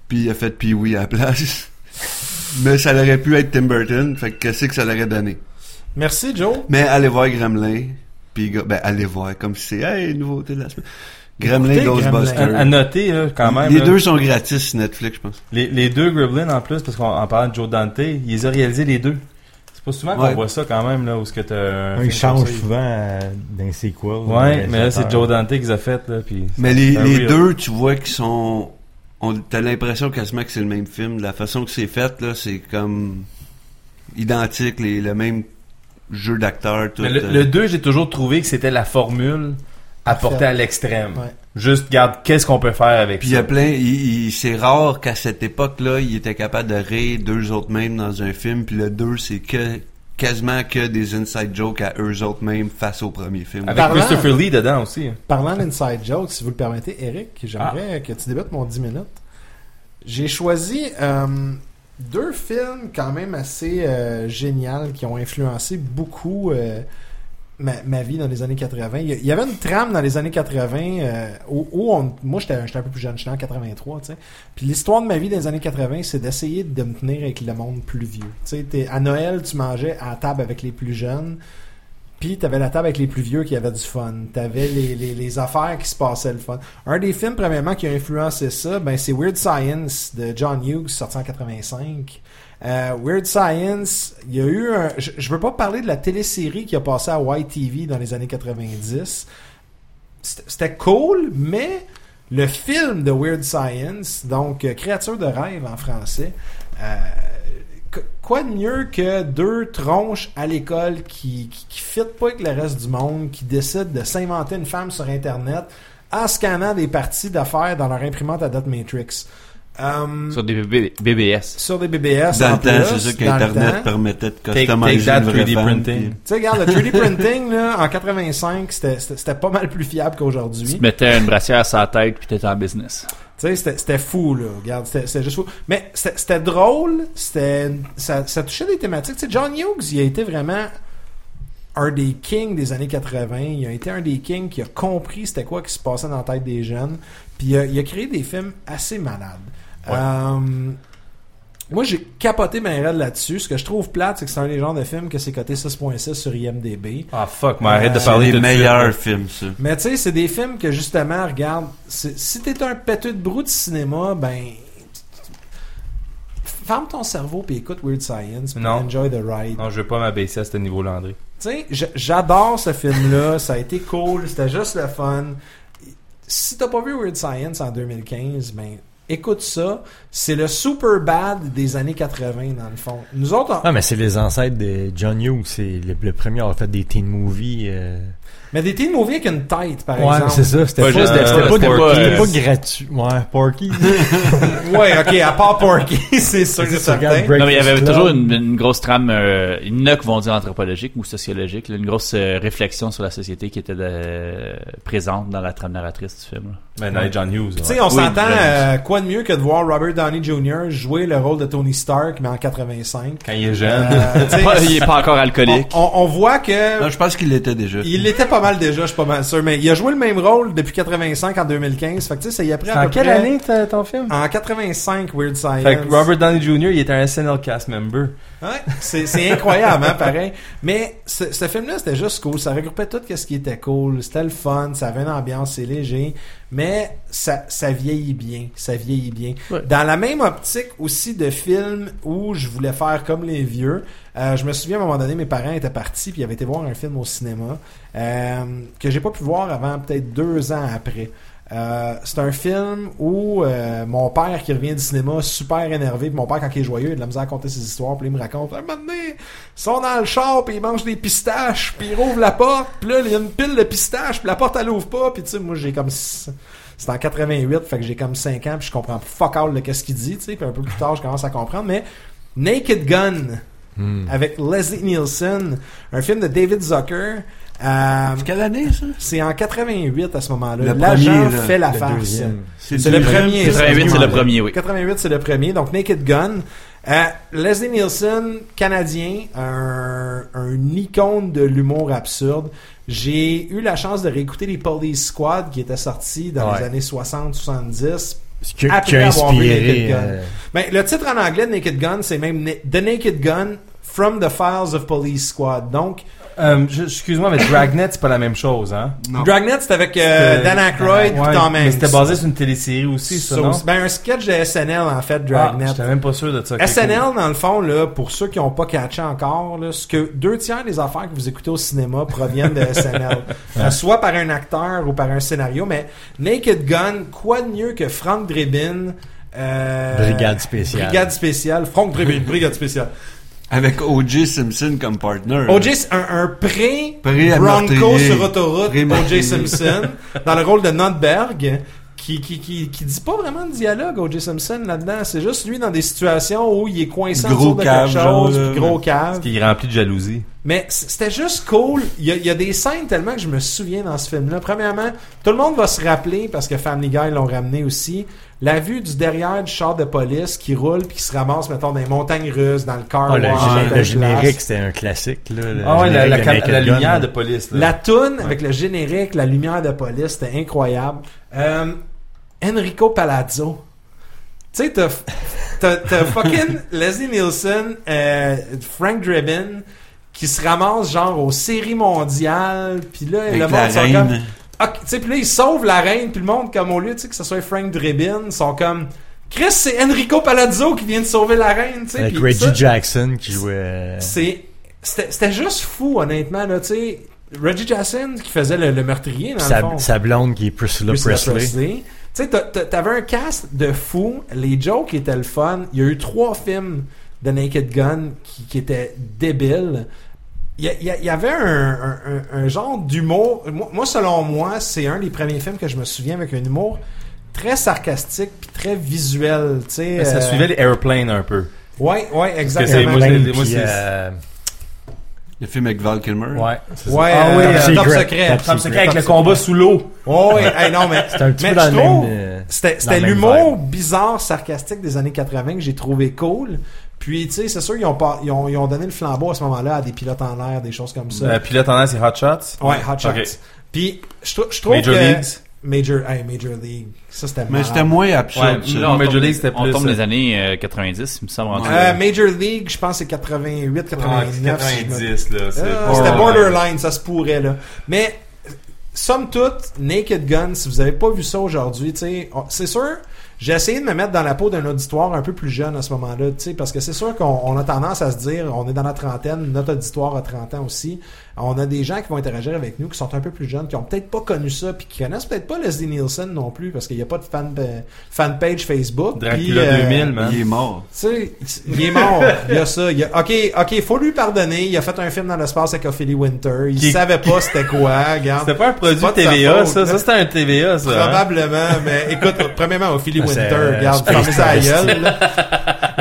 S4: Puis il a fait puis oui à la place. *laughs* mais ça aurait pu être Tim Burton, fait que qu'est-ce que ça l'aurait donné?
S2: Merci, Joe.
S4: Mais allez voir Gremlin. Puis go- ben allez voir comme si c'est hey, nouveauté de la semaine. Gremlin
S2: Écoutez,
S4: Ghostbusters.
S2: Gremlin.
S3: À, à noter, là, quand même.
S4: Les
S3: là,
S4: deux sont gratis sur Netflix, je pense.
S3: Les, les deux Gremlins en plus, parce qu'en en parlant de Joe Dante, il les a réalisés les deux. C'est pas souvent
S4: Ouais.
S3: qu'on voit ça quand même, là, où ce que t'as. un
S5: Il
S3: film
S5: change
S3: comme ça.
S5: souvent euh, dans ses quoi.
S3: Ouais, mais là, c'est Joe Dante qu'ils a fait, là, puis.
S4: Mais les,
S3: c'est un
S4: les
S3: real.
S4: deux, tu vois, qui sont. on- T'as l'impression quasiment que c'est le même film. La façon que c'est fait, là, c'est comme. Identique, les, le même jeu d'acteur, tout.
S3: Mais le,
S4: euh,
S3: le 2, j'ai toujours trouvé que c'était la formule apportée
S2: Parfait.
S3: à l'extrême.
S2: Ouais.
S3: Juste, regarde, qu'est-ce qu'on peut faire avec
S4: Puis il y
S3: ça.
S4: a plein. il- il- c'est rare qu'à cette époque-là, il était capable de rire deux autres mêmes dans un film. Puis le 2, c'est que quasiment que des inside jokes à eux autres mêmes face au premier film.
S3: Avec
S2: Parlant-
S3: Christopher Lee dedans aussi.
S2: Parlant d'inside joke, si vous le permettez, Eric, j'aimerais que tu débutes mon 10 minutes. J'ai choisi euh, deux films quand même assez euh, géniaux qui ont influencé beaucoup euh, ma, ma vie dans les années 80. Il y a- il y avait une trame dans les années 80 euh, où, où on- moi j'étais j'étais un peu plus jeune, j'étais en 83, tu sais. Puis l'histoire de ma vie dans les années 80, c'est d'essayer de me tenir avec le monde plus vieux. Tu sais, t'es- à Noël, tu mangeais à la table avec les plus jeunes. Puis t'avais la table avec les plus vieux qui avaient du fun. T'avais les, les, les affaires qui se passaient le fun. Un des films, premièrement, qui a influencé ça, ben c'est Weird Science de John Hughes, sorti en 85. Euh, Weird Science, il y a eu un... Je, je veux pas parler de la télésérie qui a passé à YTV dans les années 90. C'était c'était cool, mais le film de Weird Science, donc euh, Créature de rêve en français, euh, Qu- quoi de mieux que deux tronches à l'école qui, qui, qui fit pas avec le reste du monde, qui décident de s'inventer une femme sur Internet en scannant des parties d'affaires dans leur imprimante à date Matrix. Hum,
S1: Sur des BB BBS.
S2: sur des BBS,
S4: Dans
S2: en
S4: le temps,
S2: plus, dans
S4: c'est ça
S2: le
S4: qu'Internet
S2: temps.
S4: permettait de
S3: Take, take
S4: customiser
S3: that
S4: une vraie
S3: 3D
S4: femme,
S3: printing.
S4: puis-
S2: Tu sais, regarde, le 3D printing, là, en 85, c'était- c'était c'était pas mal plus fiable qu'aujourd'hui.
S1: Tu te mettais une brassière sur la tête puis t'étais en business.
S2: Tu sais, c'était- c'était fou, là. Regarde, c'était c'était juste fou. Mais c'était c'était drôle, c'était ça, ça touchait des thématiques. Tu sais, John Hughes, il a été vraiment un des kings des années 80. Il a été un des kings qui a compris c'était quoi qui se passait dans la tête des jeunes. Puis euh, il a, il a créé des films assez malades. Euh, moi, j'ai capoté ma raide là-dessus. Ce que je trouve plate, c'est que c'est un des genres de films que c'est coté 6.6 sur IMDB.
S3: Ah fuck, mais arrête de
S2: Euh,
S4: C'est
S3: parler
S4: les
S3: de
S4: meilleurs films, ça.
S2: Mais tu sais, c'est des films que justement, regarde, c'est- si t'es un péteux de brou de cinéma, ben. Ferme ton cerveau puis écoute Weird Science puis
S3: Non.
S2: enjoy the ride.
S3: Non, je veux pas m'abaisser à ce niveau-là, André.
S2: Tu sais, j- j'adore ce film-là, ça a été cool, c'était juste le fun. Si t'as pas vu Weird Science en 2015, ben écoute ça. C'est le super bad des années 80 dans le fond. Nous autres, on-
S5: Ah, mais c'est les ancêtres de John Hughes. C'est le, le premier à avoir fait des teen movies. euh.
S2: mais des teen movies avec une tête par
S5: Ouais, mais
S2: exemple.
S5: c'est ça. C'était
S1: Pas
S5: pas,
S1: juste
S5: euh,
S1: des-
S5: c'était pas,
S1: c'était
S5: des-
S1: pas,
S5: c'était
S1: euh,
S5: pas gratuit. Ouais, Porky.
S2: ouais, ok, à part Porky, *laughs* c'est sûr, c'est
S5: Tu regardes
S2: certain.
S5: Breakfast
S1: non, mais il y avait
S5: Club.
S1: toujours une, une grosse trame, euh, il y en a qui vont dire anthropologique ou sociologique, là, une grosse euh, réflexion sur la société qui était euh, présente dans la trame narratrice du film. là.
S3: Mais non, John Hughes.
S2: Tu sais, on s'entend, euh, quoi de mieux que de voir Robert Downey Jr. jouer le rôle de Tony Stark, mais en 85.
S3: Quand il est jeune.
S2: Euh, tu sais,
S1: Pas- il est pas encore
S2: on,
S1: alcoolique.
S2: on- on voit que...
S4: Non, je pense qu'il l'était déjà.
S2: Il l'était pas mal déjà, je suis pas mal sûr, mais il a joué le même rôle depuis 85 en 2015. Fait que tu sais, ça y a pris à peu près-
S3: t'as- ton film?
S2: En 85, Weird Science.
S3: Fait que Robert Downey Jr., il était un SNL cast member.
S2: Ouais, c'est c'est incroyable, hein, pareil. Mais ce, ce film-là, c'était juste cool. Ça regroupait tout ce qui était cool. C'était le fun, ça avait une ambiance, c'est léger. mais ça, ça vieillit bien. Ça vieillit bien.
S1: Ouais.
S2: Dans la même optique aussi de films où je voulais faire comme les vieux, euh, je me souviens à un moment donné, mes parents étaient partis puis ils avaient été voir un film au cinéma euh, que j'ai pas pu voir avant peut-être deux ans après. Euh, c'est un film où euh, mon père qui revient du cinéma super énervé, puis mon père quand il est joyeux, il a de la misère à raconter ses histoires, puis il me raconte un moment donné, ils sont dans le char, puis ils mangent des pistaches, puis ils rouvrent la porte, puis là il y a une pile de pistaches, puis la porte elle ouvre pas, puis tu sais moi j'ai comme s- c'est en 88, fait que j'ai comme 5 ans, puis je comprends fuck all de qu'est-ce qu'il dit, tu sais, puis un peu plus tard je commence à comprendre, mais Naked Gun avec Leslie Nielsen, un film de David Zucker. euh,
S4: Quelle année, ça?
S2: c'est en 88 à ce moment-là.
S4: Le
S2: L'agent
S4: premier, là,
S2: fait la
S5: le
S2: farce.
S5: deuxième.
S2: C'est le premier.
S1: 88, c'est le premier, oui.
S2: 88, c'est le premier. Donc, Naked Gun. Euh, Leslie Nielsen, Canadien, un, un icône de l'humour absurde. J'ai eu la chance de réécouter les Police Squad qui étaient sortis dans les
S5: Ouais.
S2: années 60-70.
S5: Ce qui,
S2: Après
S5: qui a
S2: avoir vu Naked
S5: inspiré.
S2: Gun.
S5: euh,
S2: Ben, le titre en anglais de Naked Gun, c'est même Na- The Naked Gun from the Files of Police Squad. Donc,
S3: Euh, je- Excuse-moi, mais Dragnet, c'est pas la même chose, hein?
S4: Non.
S2: Dragnet, c'est avec euh,
S3: C'était-
S2: Dan Aykroyd
S3: Ouais,
S2: et Tom
S3: mais
S2: Hanks.
S3: C'était basé sur une télésérie aussi, ça,
S2: Ça
S3: non?
S2: aussi. Ben, un sketch de SNL, en fait,
S3: Ah,
S2: Dragnet.
S3: J'étais même pas sûr de ça. Ok, cool.
S2: SNL, dans le fond, là, pour ceux qui n'ont pas catché encore, là, ce que deux tiers des affaires que vous écoutez au cinéma proviennent de
S3: *laughs*
S2: SNL. Euh, soit par un acteur ou par un scénario, mais Naked Gun, quoi de mieux que Frank Drebin euh,
S5: Brigade spéciale.
S2: Brigade spéciale. Frank Drebin, Brigade spéciale.
S4: Avec O.J. Simpson comme partner.
S2: O.J. c'est un, un pré,
S4: Pré à
S2: Bronco
S4: meurtrier.
S2: sur autoroute
S4: Pré
S2: O.J.
S4: meurtrier. *laughs*
S2: Simpson dans le rôle de Nordberg qui, qui, qui, qui dit pas vraiment de dialogue O.J. Simpson là-dedans c'est juste lui dans des situations où il est coincé
S4: Gros
S2: autour de
S4: cave,
S2: quelque
S4: genre,
S2: chose
S4: là.
S2: puis gros cave
S3: Qui est rempli de jalousie.
S2: mais c- c'était juste cool. Il y, a, il y a des scènes tellement que je me souviens dans ce film-là. Premièrement, tout le monde va se rappeler, parce que Family Guy l'ont ramené aussi, la vue du derrière du char de police qui roule puis qui se ramasse, mettons, dans les montagnes russes, dans le car
S5: ah, le,
S2: wash,
S5: gé-
S2: dans
S5: le
S2: la
S5: générique,
S2: glace.
S5: c'était un classique. Là, le
S3: Ah ouais, la, la,
S5: générique de
S3: cam-
S5: Naked
S3: la
S5: Gun,
S3: lumière
S5: là.
S3: de police. Là.
S2: La toune avec le générique, la lumière de police, c'était incroyable. Euh, Enrico Palazzo. Tu sais, t'as, t'as,
S4: *laughs*
S2: t'as fucking Leslie Nielsen, euh, Frank Drebin, qui se ramasse genre aux séries mondiales, puis là,
S4: Avec
S2: le
S4: la
S2: monde sont comme...
S4: reine.
S2: Ah, tu sais, puis là, ils sauvent la reine, puis le monde, comme au lieu tu sais, que ce soit Frank Drebin, ils sont comme... Chris, c'est Enrico Palazzo qui vient de sauver la reine, tu sais.
S5: Avec
S2: puis
S5: Reggie
S2: ça-
S5: Jackson qui jouait. euh,
S2: c'est c'était c'était juste fou honnêtement là tu sais Reggie Jackson qui faisait le, le meurtrier dans le
S5: sa,
S2: fond
S5: sa blonde qui est Priscilla
S2: Priscilla
S5: Presley.
S2: Presley. tu sais t'a- t'a- t'avais un cast de fou les jokes étaient le fun il y a eu trois films de Naked Gun qui, qui étaient débiles il y, a- il y a- il y avait un, un- un- un genre d'humour moi, moi, selon moi c'est un des premiers films que je me souviens avec un humour très sarcastique puis très visuel tu sais
S3: Mais Ben, ça
S2: euh,
S3: suivait les airplanes un peu.
S2: ouais ouais
S3: que c'est-
S2: exactement
S3: moi,
S5: Blaine,
S3: c'est- moi,
S5: puis,
S3: c'est-
S5: euh,
S4: Le film avec Val Kilmer.
S5: ouais, c'est ça.
S2: ouais
S3: Ah oui,
S2: euh,
S3: euh,
S2: Top
S5: Secret.
S2: Secret
S5: Top
S3: Top secret avec
S2: Top
S3: le
S2: secret.
S3: combat sous l'eau.
S2: Oh, ouais, hey, non, mais.
S5: *laughs* C'est un petit
S2: mais
S5: peu dans
S2: je
S5: le même,
S2: trouve-
S5: euh,
S2: C'était,
S5: dans
S2: c'était
S5: le même
S2: l'humour
S5: vibe.
S2: bizarre, sarcastique des années 80 que j'ai trouvé cool. Puis, tu sais, c'est sûr, ils ont, pas- ils, ont, ils ont donné le flambeau à ce moment-là à des pilotes en l'air, des choses comme ça.
S3: Euh, puis là, t'en as, c'est Hot Shots.
S2: ouais, Hot Shots.
S3: Ok.
S2: Puis, je, trou- je trouve
S3: Major
S2: que.
S3: Leagues.
S2: Major, hey, Major League. Ça, c'était
S4: Mais
S2: malade.
S4: c'était moins absurde,
S3: Ouais,
S4: ça.
S3: non. Major
S1: tombe-
S3: League, c'était
S1: On
S3: plus,
S1: tombe
S3: euh,
S1: les années euh, 90, il me semble. en tout
S2: Euh,
S1: cas.
S2: Major League, je pense, que c'est 88, 89. si je me-
S3: 90, Ah, là. c'est-
S2: Ah, C'était borderline, ça se pourrait là. Mais euh, somme toute, Naked Gun, si vous avez pas vu ça aujourd'hui, tu sais, on- c'est sûr. J'ai essayé de me mettre dans la peau d'un auditoire un peu plus jeune à ce moment-là, tu sais, parce que c'est sûr qu'on on a tendance à se dire, on est dans la trentaine, notre auditoire a 30 ans aussi. On a des gens qui vont interagir avec nous, qui sont un peu plus jeunes, qui ont peut-être pas connu ça, puis qui connaissent peut-être pas Leslie Nielsen non plus, parce qu'il n'y a pas de fan, euh, fanpage Facebook.
S3: Dracula
S2: puis, euh,
S3: 2000, man.
S4: Il est mort.
S2: tu sais, il est mort. Il y a ça. Il y a... Ok, ok, faut lui pardonner. Il a fait un film dans l'espace avec Ophélie Winter. Il
S3: Qui-
S2: savait pas c'était quoi. Regarde.
S3: C'était pas un produit
S2: C'est pas de sa
S3: TVA,
S2: faute,
S3: ça.
S2: là.
S3: Ça, c'était un TVA, ça. hein?
S2: Probablement, mais écoute, premièrement, Ophélie
S5: Ah, c'est,
S2: Winter,
S5: euh,
S2: regarde,
S5: Space
S2: fermez sa
S5: Travesty.
S2: gueule. là.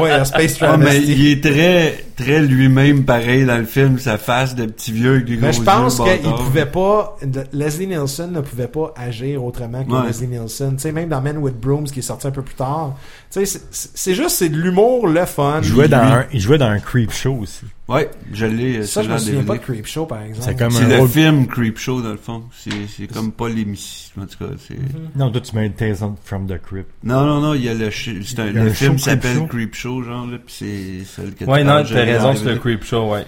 S2: Ouais, un Space
S4: Ah, mais
S2: Travesty.
S4: il est très, très lui-même pareil dans le film, sa face de petit vieux avec des gros
S2: Mais je pense
S4: yeux,
S2: qu'il
S4: bâtard.
S2: pouvait pas. de- Leslie Nielsen ne pouvait pas agir autrement que
S4: Ouais.
S2: Leslie Nielsen. Tu sais, même dans Men with Brooms qui est sorti un peu plus tard. Tu sais, c'est- c'est c'est juste c'est de l'humour, le fun.
S5: Il jouait, dans
S4: lui.
S5: un, il jouait dans un creep show aussi.
S4: Ouais, je l'ai.
S2: Ça,
S4: euh,
S2: je
S4: celui-là
S2: me
S4: en
S2: souviens pas
S4: DVD.
S2: de Creepshow, par exemple.
S5: C'est comme
S4: C'est
S5: un
S4: le
S5: rôle.
S4: film Creepshow, dans le fond. C'est, c'est comme pas l'émission, en tout cas. C'est...
S5: Non, toi, tu mets Tales from the Crypt.
S4: Non, non, non, il y a le, ch- c'est un-
S5: Il y a
S4: le
S5: un
S4: film
S5: show
S4: s'appelle
S5: Creepshow.
S4: Creepshow, genre, là, pis c'est celle que
S3: Ouais,
S4: tu
S3: non,
S4: parles,
S3: t'as
S4: je l'ai
S3: raison,
S4: en
S3: c'est le
S4: DVD.
S3: creep show, ouais.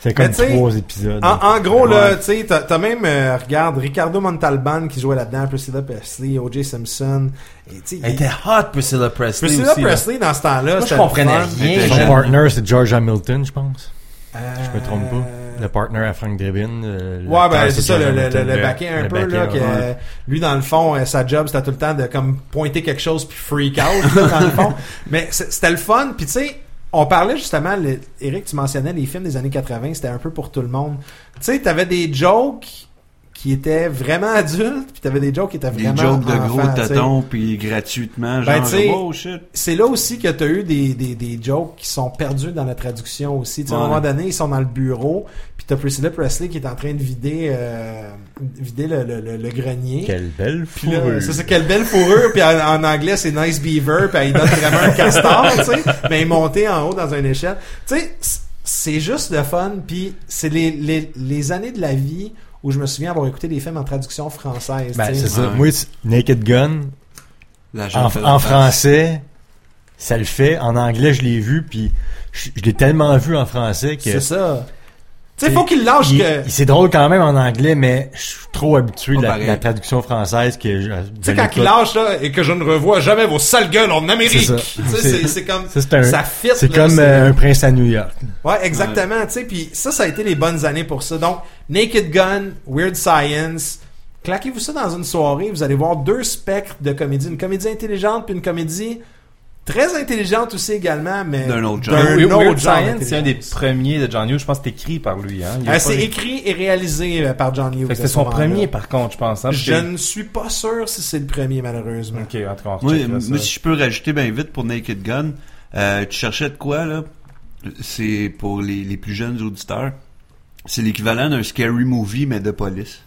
S5: C'est comme
S2: Mais tu sais,
S5: trois épisodes.
S2: En, Ah, en gros, là, tu sais, t'as t'as même, euh, regarde, Ricardo Montalban qui jouait là-dedans, Priscilla Presley, O.J. Simpson. Et, tu sais,
S3: Elle
S2: il-
S3: était hot, Priscilla Presley.
S2: Priscilla
S3: aussi, là.
S2: Presley, dans ce temps-là,
S3: Moi, je
S2: c'était
S3: comprenais
S2: le fun.
S3: rien.
S5: Son
S3: J'aime-
S5: partner, c'est George Hamilton, je pense. Je me trompe pas.
S2: Euh,
S5: Le partner à Frank Drebin. euh, le
S2: Ouais,
S5: acteur,
S2: ben c'est ça, le,
S5: George
S2: le, le,
S5: Hamilton.
S2: le baquet un
S5: Le
S2: peu, là,
S5: baquet,
S2: que,
S5: ouais.
S2: euh, lui, dans le fond, euh, sa job, c'était tout le temps de, comme, pointer quelque chose puis freak out, là, dans le
S5: *laughs*
S2: fond. Mais c'est- c'était le fun, puis tu sais, on parlait justement, le- Eric, tu mentionnais les films des années 80, c'était un peu pour tout le monde. Tu sais, t'avais des jokes qui étaient vraiment adultes, puis t'avais des jokes qui étaient
S4: Des
S2: vraiment
S4: jokes de gros
S2: enfants, tu sais.
S4: tatons, puis gratuitement,
S2: Ben,
S4: genre,
S2: tu sais,
S4: oh shit.
S2: C'est là aussi que tu as eu des, des, des jokes qui sont perdus dans la traduction aussi. Tu sais, À un
S4: Ouais.
S2: moment donné, ils sont dans le bureau, puis tu as Priscilla Presley qui est en train de vider, euh, vider le, le, le, le grenier.
S5: Quelle belle
S2: Puis là,
S5: fourrure.
S2: c'est ça, quelle belle fourrure. Puis en, en anglais, c'est nice beaver. Puis il donne vraiment un castor, tu sais. Mais monté en haut dans une échelle. Tu sais, c- c'est juste le fun. Puis c'est les, les, les années de la vie où je me souviens avoir écouté des films en traduction française.
S5: Ben,
S2: tu sais.
S5: c'est ça.
S4: Ouais.
S5: Moi, c'est- Naked Gun,
S4: La
S5: en,
S4: jambe fait
S5: en
S4: la face.
S5: français, ça le fait. En anglais, je l'ai vu, puis je, je l'ai tellement vu en français que...
S2: C'est ça. Tu sais, faut qu'il lâche
S5: Il-
S2: que...
S5: il- C'est drôle quand même en anglais, mais je suis trop habitué
S4: Pas
S5: de la,
S4: pareil.
S5: la traduction française que je...
S2: Tu
S3: Ben,
S2: sais, quand il lâche, là, et que je ne revois jamais vos sales gueules en Amérique.
S5: C'est ça.
S2: Tu sais, c'est-
S5: C'est-
S2: c'est comme,
S5: Ça, c'est un-
S2: ça fit.
S5: C'est
S2: là,
S5: comme euh, un prince à New York.
S2: Ouais, exactement, tu sais, puis ça, ça a été les bonnes années pour ça. Donc, Naked Gun, Weird Science, claquez-vous ça dans une soirée, vous allez voir deux spectres de comédie. Une comédie intelligente, puis une comédie très intelligente aussi également, mais
S4: D'un autre genre.
S2: d'un
S3: Oui,
S2: autre
S3: Weird
S2: genre
S3: Science, c'est un des
S2: d'intelligence.
S3: premiers de John Hughes. Je pense que c'est écrit par lui. Hein? Il y a
S2: Euh,
S3: pas
S2: c'est
S3: des-
S2: écrit et réalisé euh, par John Hughes.
S3: Fait que
S2: à
S3: C'était
S2: ce
S3: son
S2: moment-là.
S3: premier, par contre, je pense. Hein?
S2: Je
S3: Puis-
S2: ne suis pas sûr si c'est le premier, malheureusement.
S3: Ok, en tout cas, on
S4: Moi,
S3: recheckera ça.
S4: moi, si je peux rajouter bien vite pour Naked Gun, euh, tu cherchais de quoi, là? C'est pour les, les plus jeunes auditeurs. C'est l'équivalent d'un scary movie, mais de police.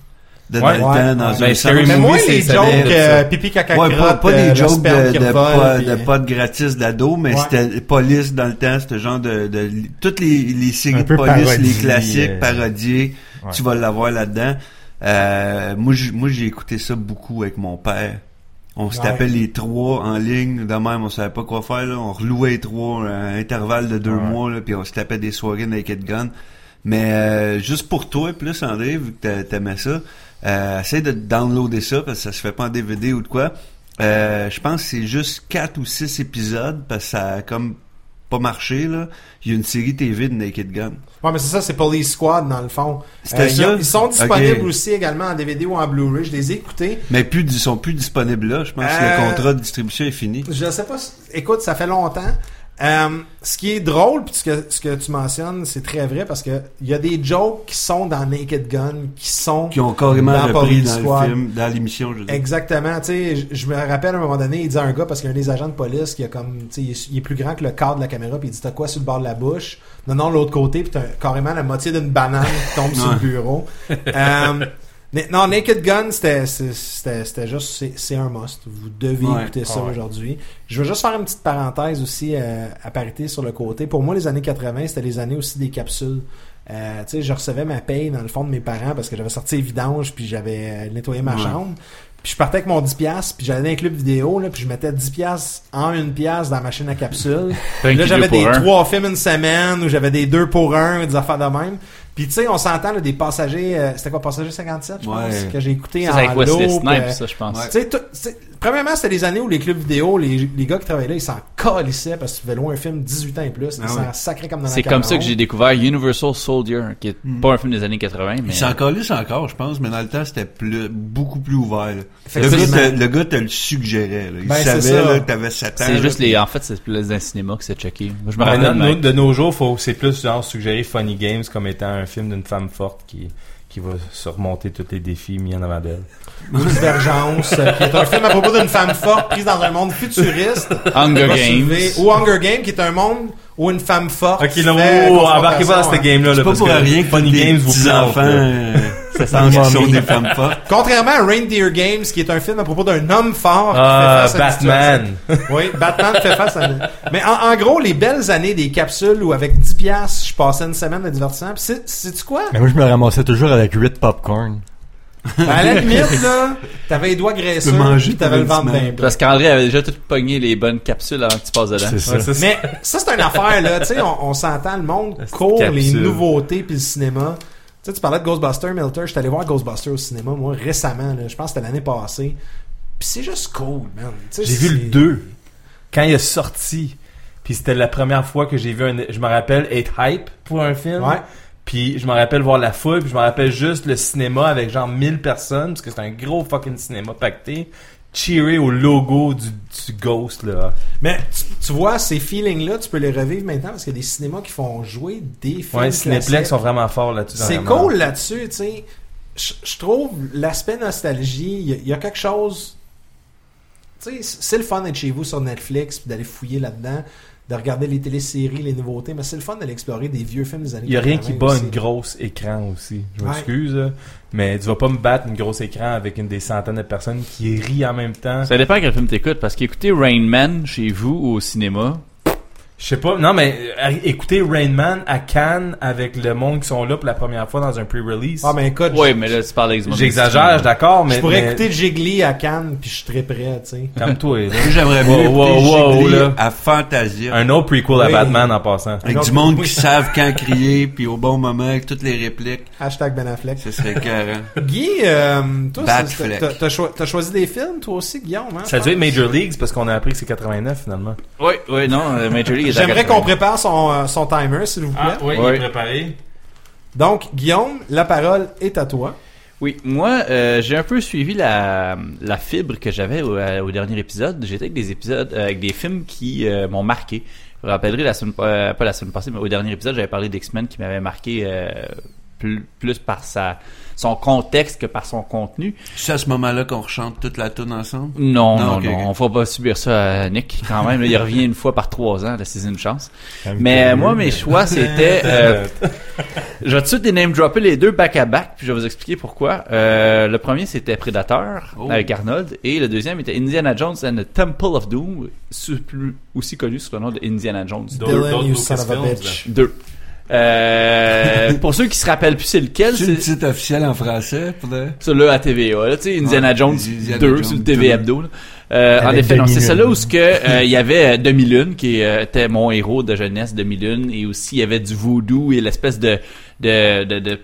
S4: De
S3: Ouais,
S4: dans
S2: ouais,
S4: le temps, dans
S2: ouais.
S4: une
S3: Ben,
S4: sorte-
S3: Scary
S2: Mais moi,
S3: Movie,
S2: les
S3: c'est- ça
S2: jokes
S3: vient de
S2: euh,
S3: ça.
S2: pipi caca
S4: Ouais, pas, pas
S2: euh,
S4: des
S2: le
S4: jokes
S2: sperme
S4: de,
S2: qui
S4: de,
S2: revole,
S4: pas,
S2: puis-
S4: de pas de gratis d'ado, mais
S2: Ouais.
S4: c'était police dans le temps, ce genre de, de toutes les, les séries de
S5: Un peu
S4: police, les
S5: parodie,
S4: classiques,
S5: euh,
S4: parodiés,
S5: ouais.
S4: tu vas l'avoir là-dedans. Euh, moi, j'ai- moi, j'ai écouté ça beaucoup avec mon père. On se
S2: Ouais.
S4: tapait les trois en ligne, de même, on savait pas quoi faire, là. on relouait les trois euh, à un intervalle de deux
S5: Ouais.
S4: mois, là, puis on se tapait des soirées naked gun. Mais euh, juste pour toi, plus André, vu que t'a- t'aimais ça, euh, essaye de downloader ça parce que ça se fait pas en DVD ou de quoi. Euh, je pense que c'est juste quatre ou six épisodes parce que ça a comme pas marché là. Il y a une série TV de Naked Gun.
S2: Ouais, mais c'est ça, c'est Police Squad, dans le fond.
S4: C'était
S2: Euh, ils,
S4: ça?
S2: ont- ils sont disponibles
S4: Ok.
S2: aussi également en DVD ou en Blu-ray. Je les ai écoutés.
S4: Mais plus ils sont plus disponibles là. Je pense que
S2: Euh,
S4: le contrat de distribution est fini.
S2: Je sais pas. si- Écoute, ça fait longtemps. Euh, ce qui est drôle, puis ce que, ce que tu mentionnes, c'est très vrai parce que il y a des jokes qui sont dans Naked Gun, qui sont
S4: Qui ont carrément
S2: Dans
S4: repris
S2: Police
S4: dans
S2: Squad.
S4: le film, dans l'émission. Je veux dire.
S2: Exactement, tu sais, je- je me rappelle à un moment donné, il dit à un gars parce qu'il y a un des agents de police qui a comme, tu sais, il est- il est plus grand que le quart de la caméra, puis il dit t'as quoi sur le bord de la bouche Non, non, l'autre côté, puis t'as carrément la moitié d'une banane qui tombe sur le
S4: *laughs*
S2: bureau. Euh, mais non, Naked Gun, c'était, c'est- c'était, c'était juste, c'est, c'est un must. Vous devez
S4: Ouais.
S2: écouter ça
S3: Ah ouais.
S2: aujourd'hui. Je veux juste faire une petite parenthèse aussi euh, à parité sur le côté. Pour moi, les années 80, c'était les années aussi des capsules. Euh, tu sais, je recevais ma paye dans le fond de mes parents parce que j'avais sorti les vidanges puis j'avais euh, nettoyé ma
S4: Ouais.
S2: chambre. Puis je partais avec mon 10 pièces, puis j'allais dans un club vidéo là, puis je mettais 10 pièces en une pièce dans la machine
S1: *laughs*
S2: à capsule.
S1: Fait
S2: là,
S1: qu'il
S2: j'avais
S1: deux
S2: des
S1: pour un.
S2: trois films une semaine, ou j'avais des deux pour un, des affaires de même. Puis tu sais, on s'entend là, des passagers, euh, c'était quoi passager 57, je pense,
S4: Ouais.
S2: que j'ai écouté
S1: Ça,
S2: en
S1: c'est avec Wesley
S2: loop,
S1: Snipes,
S2: euh,
S1: ça, je pense.
S4: ouais.
S2: tu sais, tout- c'est- premièrement, c'était les années où les clubs vidéo, les, les gars qui travaillaient là, ils s'en calissaient parce que tu pouvais louer un film 18 ans et plus. Ils
S4: Ah
S2: s'en
S4: ouais.
S2: sacraient comme dans la
S1: C'est comme ça que
S2: Cameroun.
S1: j'ai découvert Universal Soldier, qui est
S2: Mm.
S1: pas un film des années 80, mais...
S4: Ils s'en calissent encore, je pense, mais dans le temps, c'était plus, beaucoup plus ouvert. là. Le
S2: Effectivement.
S4: gars, te, le gars te le suggérait. là. Il
S2: Ben, c'est
S4: savait
S2: ça.
S4: là, que t'avais 7 ans.
S1: C'est
S4: là,
S1: juste
S4: puis-
S1: les. En fait, c'est plus dans le cinéma que c'est checké. Moi, je me
S3: Mais
S1: rappelle.
S3: Ah, non,
S1: même-
S3: nous, Ben, de nos jours, faut, c'est plus genre suggérer Funny Games comme étant un film d'une femme forte qui, qui va surmonter tous les défis mis en avant d'elle.
S2: Ou Divergence, euh, qui est un film à propos d'une femme forte prise dans un monde futuriste.
S1: *laughs* Hunger
S2: Pas
S1: Games.
S2: soulevé. Ou Hunger Game, qui est un monde où une femme forte.
S3: Ok, là,
S2: fait
S3: oh,
S2: confrontation,
S3: embarquez pas dans cette
S2: hein.
S3: game-là.
S4: C'est
S3: là,
S4: pas
S3: parce
S4: pour
S3: que
S4: rien que
S3: Funny
S4: les
S3: Games vous
S4: petits
S3: plante,
S4: enfants
S3: là.
S4: euh, pensent qu'ils sont des femmes fortes.
S2: Contrairement à Reindeer Games, qui est un film à propos d'un homme fort. qui
S3: Ah,
S2: fait face à une
S3: Batman.
S2: Oui, Batman fait face à... Mais en, en gros, les belles années des capsules où avec 10 piastres, je passais une semaine de divertissement. Puis c'est- c'est-tu quoi?
S5: Mais moi, je me ramassais toujours avec 8 popcorn.
S2: Ben, à la limite, là, t'avais les doigts graisseux,
S4: Tu peux manger
S2: puis t'avais le ventre
S4: complètement.
S2: bien plat.
S1: Parce qu'André avait déjà tout pogné les bonnes capsules avant que tu passes dedans.
S3: C'est ça. *laughs*
S2: Ouais, Mais ça, c'est une affaire, là. Tu sais, on, on s'entend, le monde court les
S3: capsule.
S2: nouveautés puis le cinéma. Tu sais, tu parlais de Ghostbusters, Milter. Je allé voir Ghostbusters au cinéma, moi, récemment, là. Je pense que c'était l'année passée. Puis c'est juste cool, man. Tu sais,
S3: J'ai vu
S2: c'est-
S3: le 2 quand il est sorti. Puis c'était la première fois que j'ai vu un. Je me rappelle être hype pour un film.
S2: Ouais.
S3: Puis je me rappelle voir la foule. Puis je me rappelle juste le cinéma avec genre 1000 personnes. Parce que c'était un gros fucking cinéma pacté. Cheerer au logo du, du Ghost là.
S2: Mais tu, tu vois, ces feelings-là, tu peux les revivre maintenant parce qu'il y a des cinémas qui font jouer des films.
S3: Ouais, les
S2: classiques.
S3: Cinéplex sont vraiment forts là-dessus.
S2: C'est
S3: dernièrement.
S2: cool là-dessus, tu sais. Je je trouve l'aspect nostalgie, il y a- il y, a quelque chose. Tu sais, c- c'est le fun d'être chez vous sur Netflix, puis d'aller fouiller là-dedans, de regarder les téléséries, les nouveautés, mais c'est le fun d'aller explorer des vieux films des années
S3: Il y a rien qui
S2: 80
S3: bat
S2: Ah aussi.
S3: une grosse écran aussi. Je
S2: Ouais.
S3: m'excuse, là, mais tu vas pas me battre une grosse écran avec une des centaines de personnes qui rient en même temps.
S1: Ça dépend quel film t'écoutes, parce qu'écouter Rain Man chez vous ou au cinéma,
S3: Je sais pas, non mais euh, écoutez Rain Man à Cannes avec le monde qui sont là pour la première fois dans un pre-release.
S2: Ah, mais écoute,
S1: ouais, mais là, tu parles avec du monde
S3: J'exagère,
S1: du cinéma.
S3: d'accord,
S2: je,
S3: mais
S2: je pourrais
S3: mais-
S2: écouter Jiggly à Cannes, puis je suis très prêt, tu sais.
S3: calme-toi.
S2: *laughs*
S3: là.
S4: J'aimerais bien
S3: Wow, wow,
S4: écouter
S3: wow,
S4: Jiggly
S3: là.
S4: à Fantasia.
S3: un autre prequel à
S2: Oui.
S3: Batman en passant.
S4: Avec
S2: Non,
S4: du monde
S2: oui.
S4: qui savent quand
S2: *laughs*
S4: crier, puis au bon moment, avec toutes les répliques.
S2: Hashtag Ben Affleck.
S3: *laughs*
S4: Ce serait écœurant.
S2: Guy, euh, toi, c'est-
S4: Batfleck.
S2: t'as- t'as choi- t'as choisi des films, toi aussi, Guillaume, hein,
S3: Ça a
S2: je
S3: dû être
S2: pense?
S3: Major Leagues parce qu'on a appris que c'est 89 finalement.
S1: Oui, oui, non, euh, Major League est à
S2: J'aimerais
S1: 80.
S2: qu'on prépare son, euh, son timer, s'il vous plaît.
S3: Ah, oui,
S1: il est
S3: préparé.
S2: Donc, Guillaume, la parole est à toi.
S1: Oui, moi, euh, j'ai un peu suivi la, la fibre que j'avais au, à- au dernier épisode. J'étais avec des épisodes, euh, avec des films qui euh, m'ont marqué. Vous vous rappellerez, la semaine, euh, pas la semaine passée, mais au dernier épisode, j'avais parlé d'X-Men qui m'avait marqué euh, plus, plus par sa, son contexte que par son contenu.
S4: C'est à ce moment-là qu'on rechante toute la toune ensemble?
S1: Non, non,
S4: Non,
S1: non,
S4: ok, ok.
S1: on va pas subir ça à Nick quand même. Il revient une fois par trois ans, là, c'est une chance.
S5: Quand même
S1: Mais euh,
S5: curieux.
S1: moi, mes choix, c'était... euh, je vais tout de suite les name-dropper les deux back-à-back, puis je vais vous expliquer pourquoi. Euh, le premier, c'était Predator,
S4: Oh.
S1: avec Arnold, et le deuxième était Indiana Jones and the Temple of Doom, sous- plus- aussi connu sous le nom de Indiana Jones
S3: Don't- don't
S2: you
S3: look
S2: son
S3: at
S2: of a
S3: films,
S2: bitch.
S1: 2. Euh, pour ceux qui se rappellent plus c'est lequel,
S4: C'est le
S1: c'est
S4: titre officiel en français, pour le...
S1: celui-là à TVA, là, tu sais, Indiana
S4: Ouais,
S1: Jones
S4: Indiana
S1: 2,
S4: Jones
S1: sur le
S4: 2.
S1: TV Hebdo, là. Euh, en
S5: Avec
S1: effet, non, c'est
S5: Demi-Lune.
S1: celui-là où ce que, euh, il y avait euh, Demi-Lune, qui euh, était mon héros de jeunesse, Demi-Lune, et aussi il y avait du voodoo et l'espèce de, de, de, de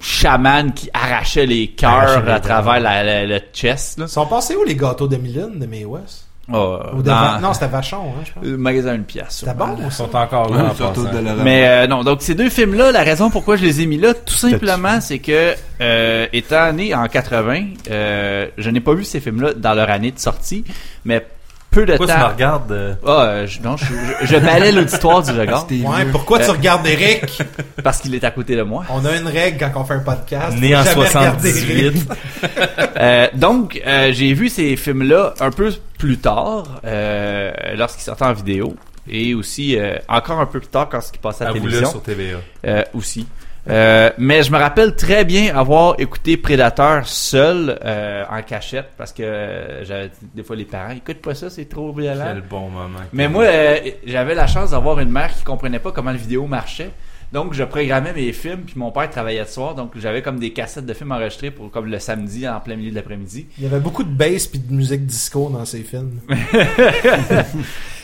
S1: chaman qui arrachait les
S5: Arrachait
S1: cœurs
S5: les
S1: à
S5: cœurs.
S1: travers la, la- le chest, là.
S2: Ils sont passés où les gâteaux de Milune de May West
S1: Oh,
S2: Ou de Va-
S1: dans
S2: Non, c'était Vachon, hein, je pense.
S1: le magasin Une Pièce.
S2: C'était
S1: sûrement.
S2: bon
S3: Ils
S2: aussi.
S3: sont encore là en
S4: surtout
S3: passant.
S4: de la
S1: Mais euh, non, donc ces deux films-là, la raison pourquoi je les ai mis là, tout simplement, c'est que euh, étant né en 80, euh, je n'ai pas vu ces films-là dans leur année de sortie, mais peu de
S3: Pourquoi tu me
S1: temps.
S3: regardes euh,
S1: Ah, euh, je, non, je, je, je balais l'auditoire du regard
S4: C'était
S2: Ouais,
S4: vieux.
S2: pourquoi tu
S1: Euh, *laughs*
S2: regardes Eric
S1: parce qu'il est à côté de moi.
S2: On a une règle quand on fait un podcast.
S3: né en
S2: Faut Ah, jamais regarder Eric. *laughs*
S3: 78?
S1: Euh, donc, euh, j'ai vu ces films-là un peu plus tard, euh, lorsqu'ils sortaient en vidéo, et aussi euh, encore un peu plus tard quand ils passaient à la
S3: Avoue-le
S1: télévision.
S3: sur TVA.
S1: euh, aussi. Euh, mais je me rappelle très bien avoir écouté Predator seul euh, en cachette parce que euh, j'avais des fois les parents écoute pas ça c'est trop violent.
S3: Quel bon moment.
S1: Mais moi euh, j'avais la chance d'avoir une mère qui comprenait pas comment le vidéo marchait. Donc je programmais mes films puis mon père travaillait le soir donc j'avais comme des cassettes de films enregistrés pour comme le samedi en plein milieu de l'après-midi.
S2: Il y avait beaucoup de bass puis de musique disco dans
S1: *laughs*
S2: ces films.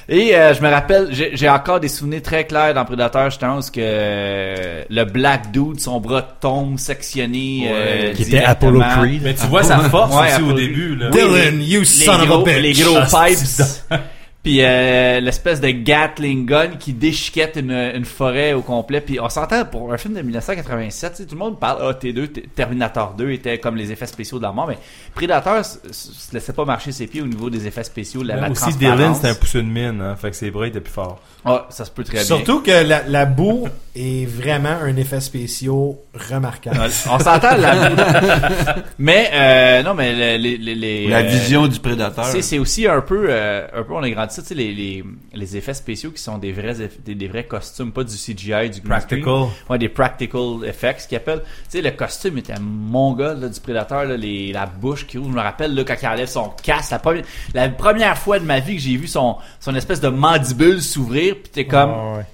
S1: Et euh, je me rappelle, j'ai j'ai encore des souvenirs très clairs dans Predator, je pense que euh, le Black Dude, son bras tombe sectionné.
S3: Ouais.
S1: euh,
S5: Qui était Apollo
S1: directement.
S5: Creed.
S3: Mais tu vois sa force
S1: Ouais,
S3: aussi au
S1: Apollo.
S3: début là.
S1: Oui,
S2: Dylan,
S1: les-
S2: you
S1: les
S2: son of a
S1: gros-
S2: bitch.
S1: Les gros
S3: Ah,
S1: pipes. *laughs* Puis euh, l'espèce de Gatling gun qui déchiquette une, une forêt au complet. Puis on s'entend pour un film de 1987, tu sais, tout le monde parle ah T2, T- Terminator 2 était comme les effets spéciaux de la mort, mais Predator s- s- se laissait pas marcher ses pieds au niveau des effets spéciaux, la, la
S3: aussi Dylan
S1: transparence.
S3: c'était un pousseux de mine, hein, fait que ses bras étaient plus forts.
S1: Ah, ça se peut très bien.
S2: Surtout que la, la boue est vraiment un effet spécial remarquable.
S1: On s'entend là.
S2: *laughs*
S1: *laughs* mais euh, non, mais le- les, les, les-
S4: La
S1: euh,
S4: vision du prédateur.
S1: C'est, c'est aussi un peu, euh, un peu on a grandi ça, tu sais, les, les, les effets spéciaux qui sont des vrais, eff- des, des vrais costumes, pas du CGI, du green screen.
S3: Practical.
S1: Ouais, des practical effects qu'ils appellent. Tu sais, le costume était mongol là, du prédateur, là, les, la bouche qui ouvre. Je me rappelle là, quand il enlève son casque, la première, la première fois de ma vie que j'ai vu son, son espèce de mandibule s'ouvrir, puis t'es comme,
S5: Ah, ouais.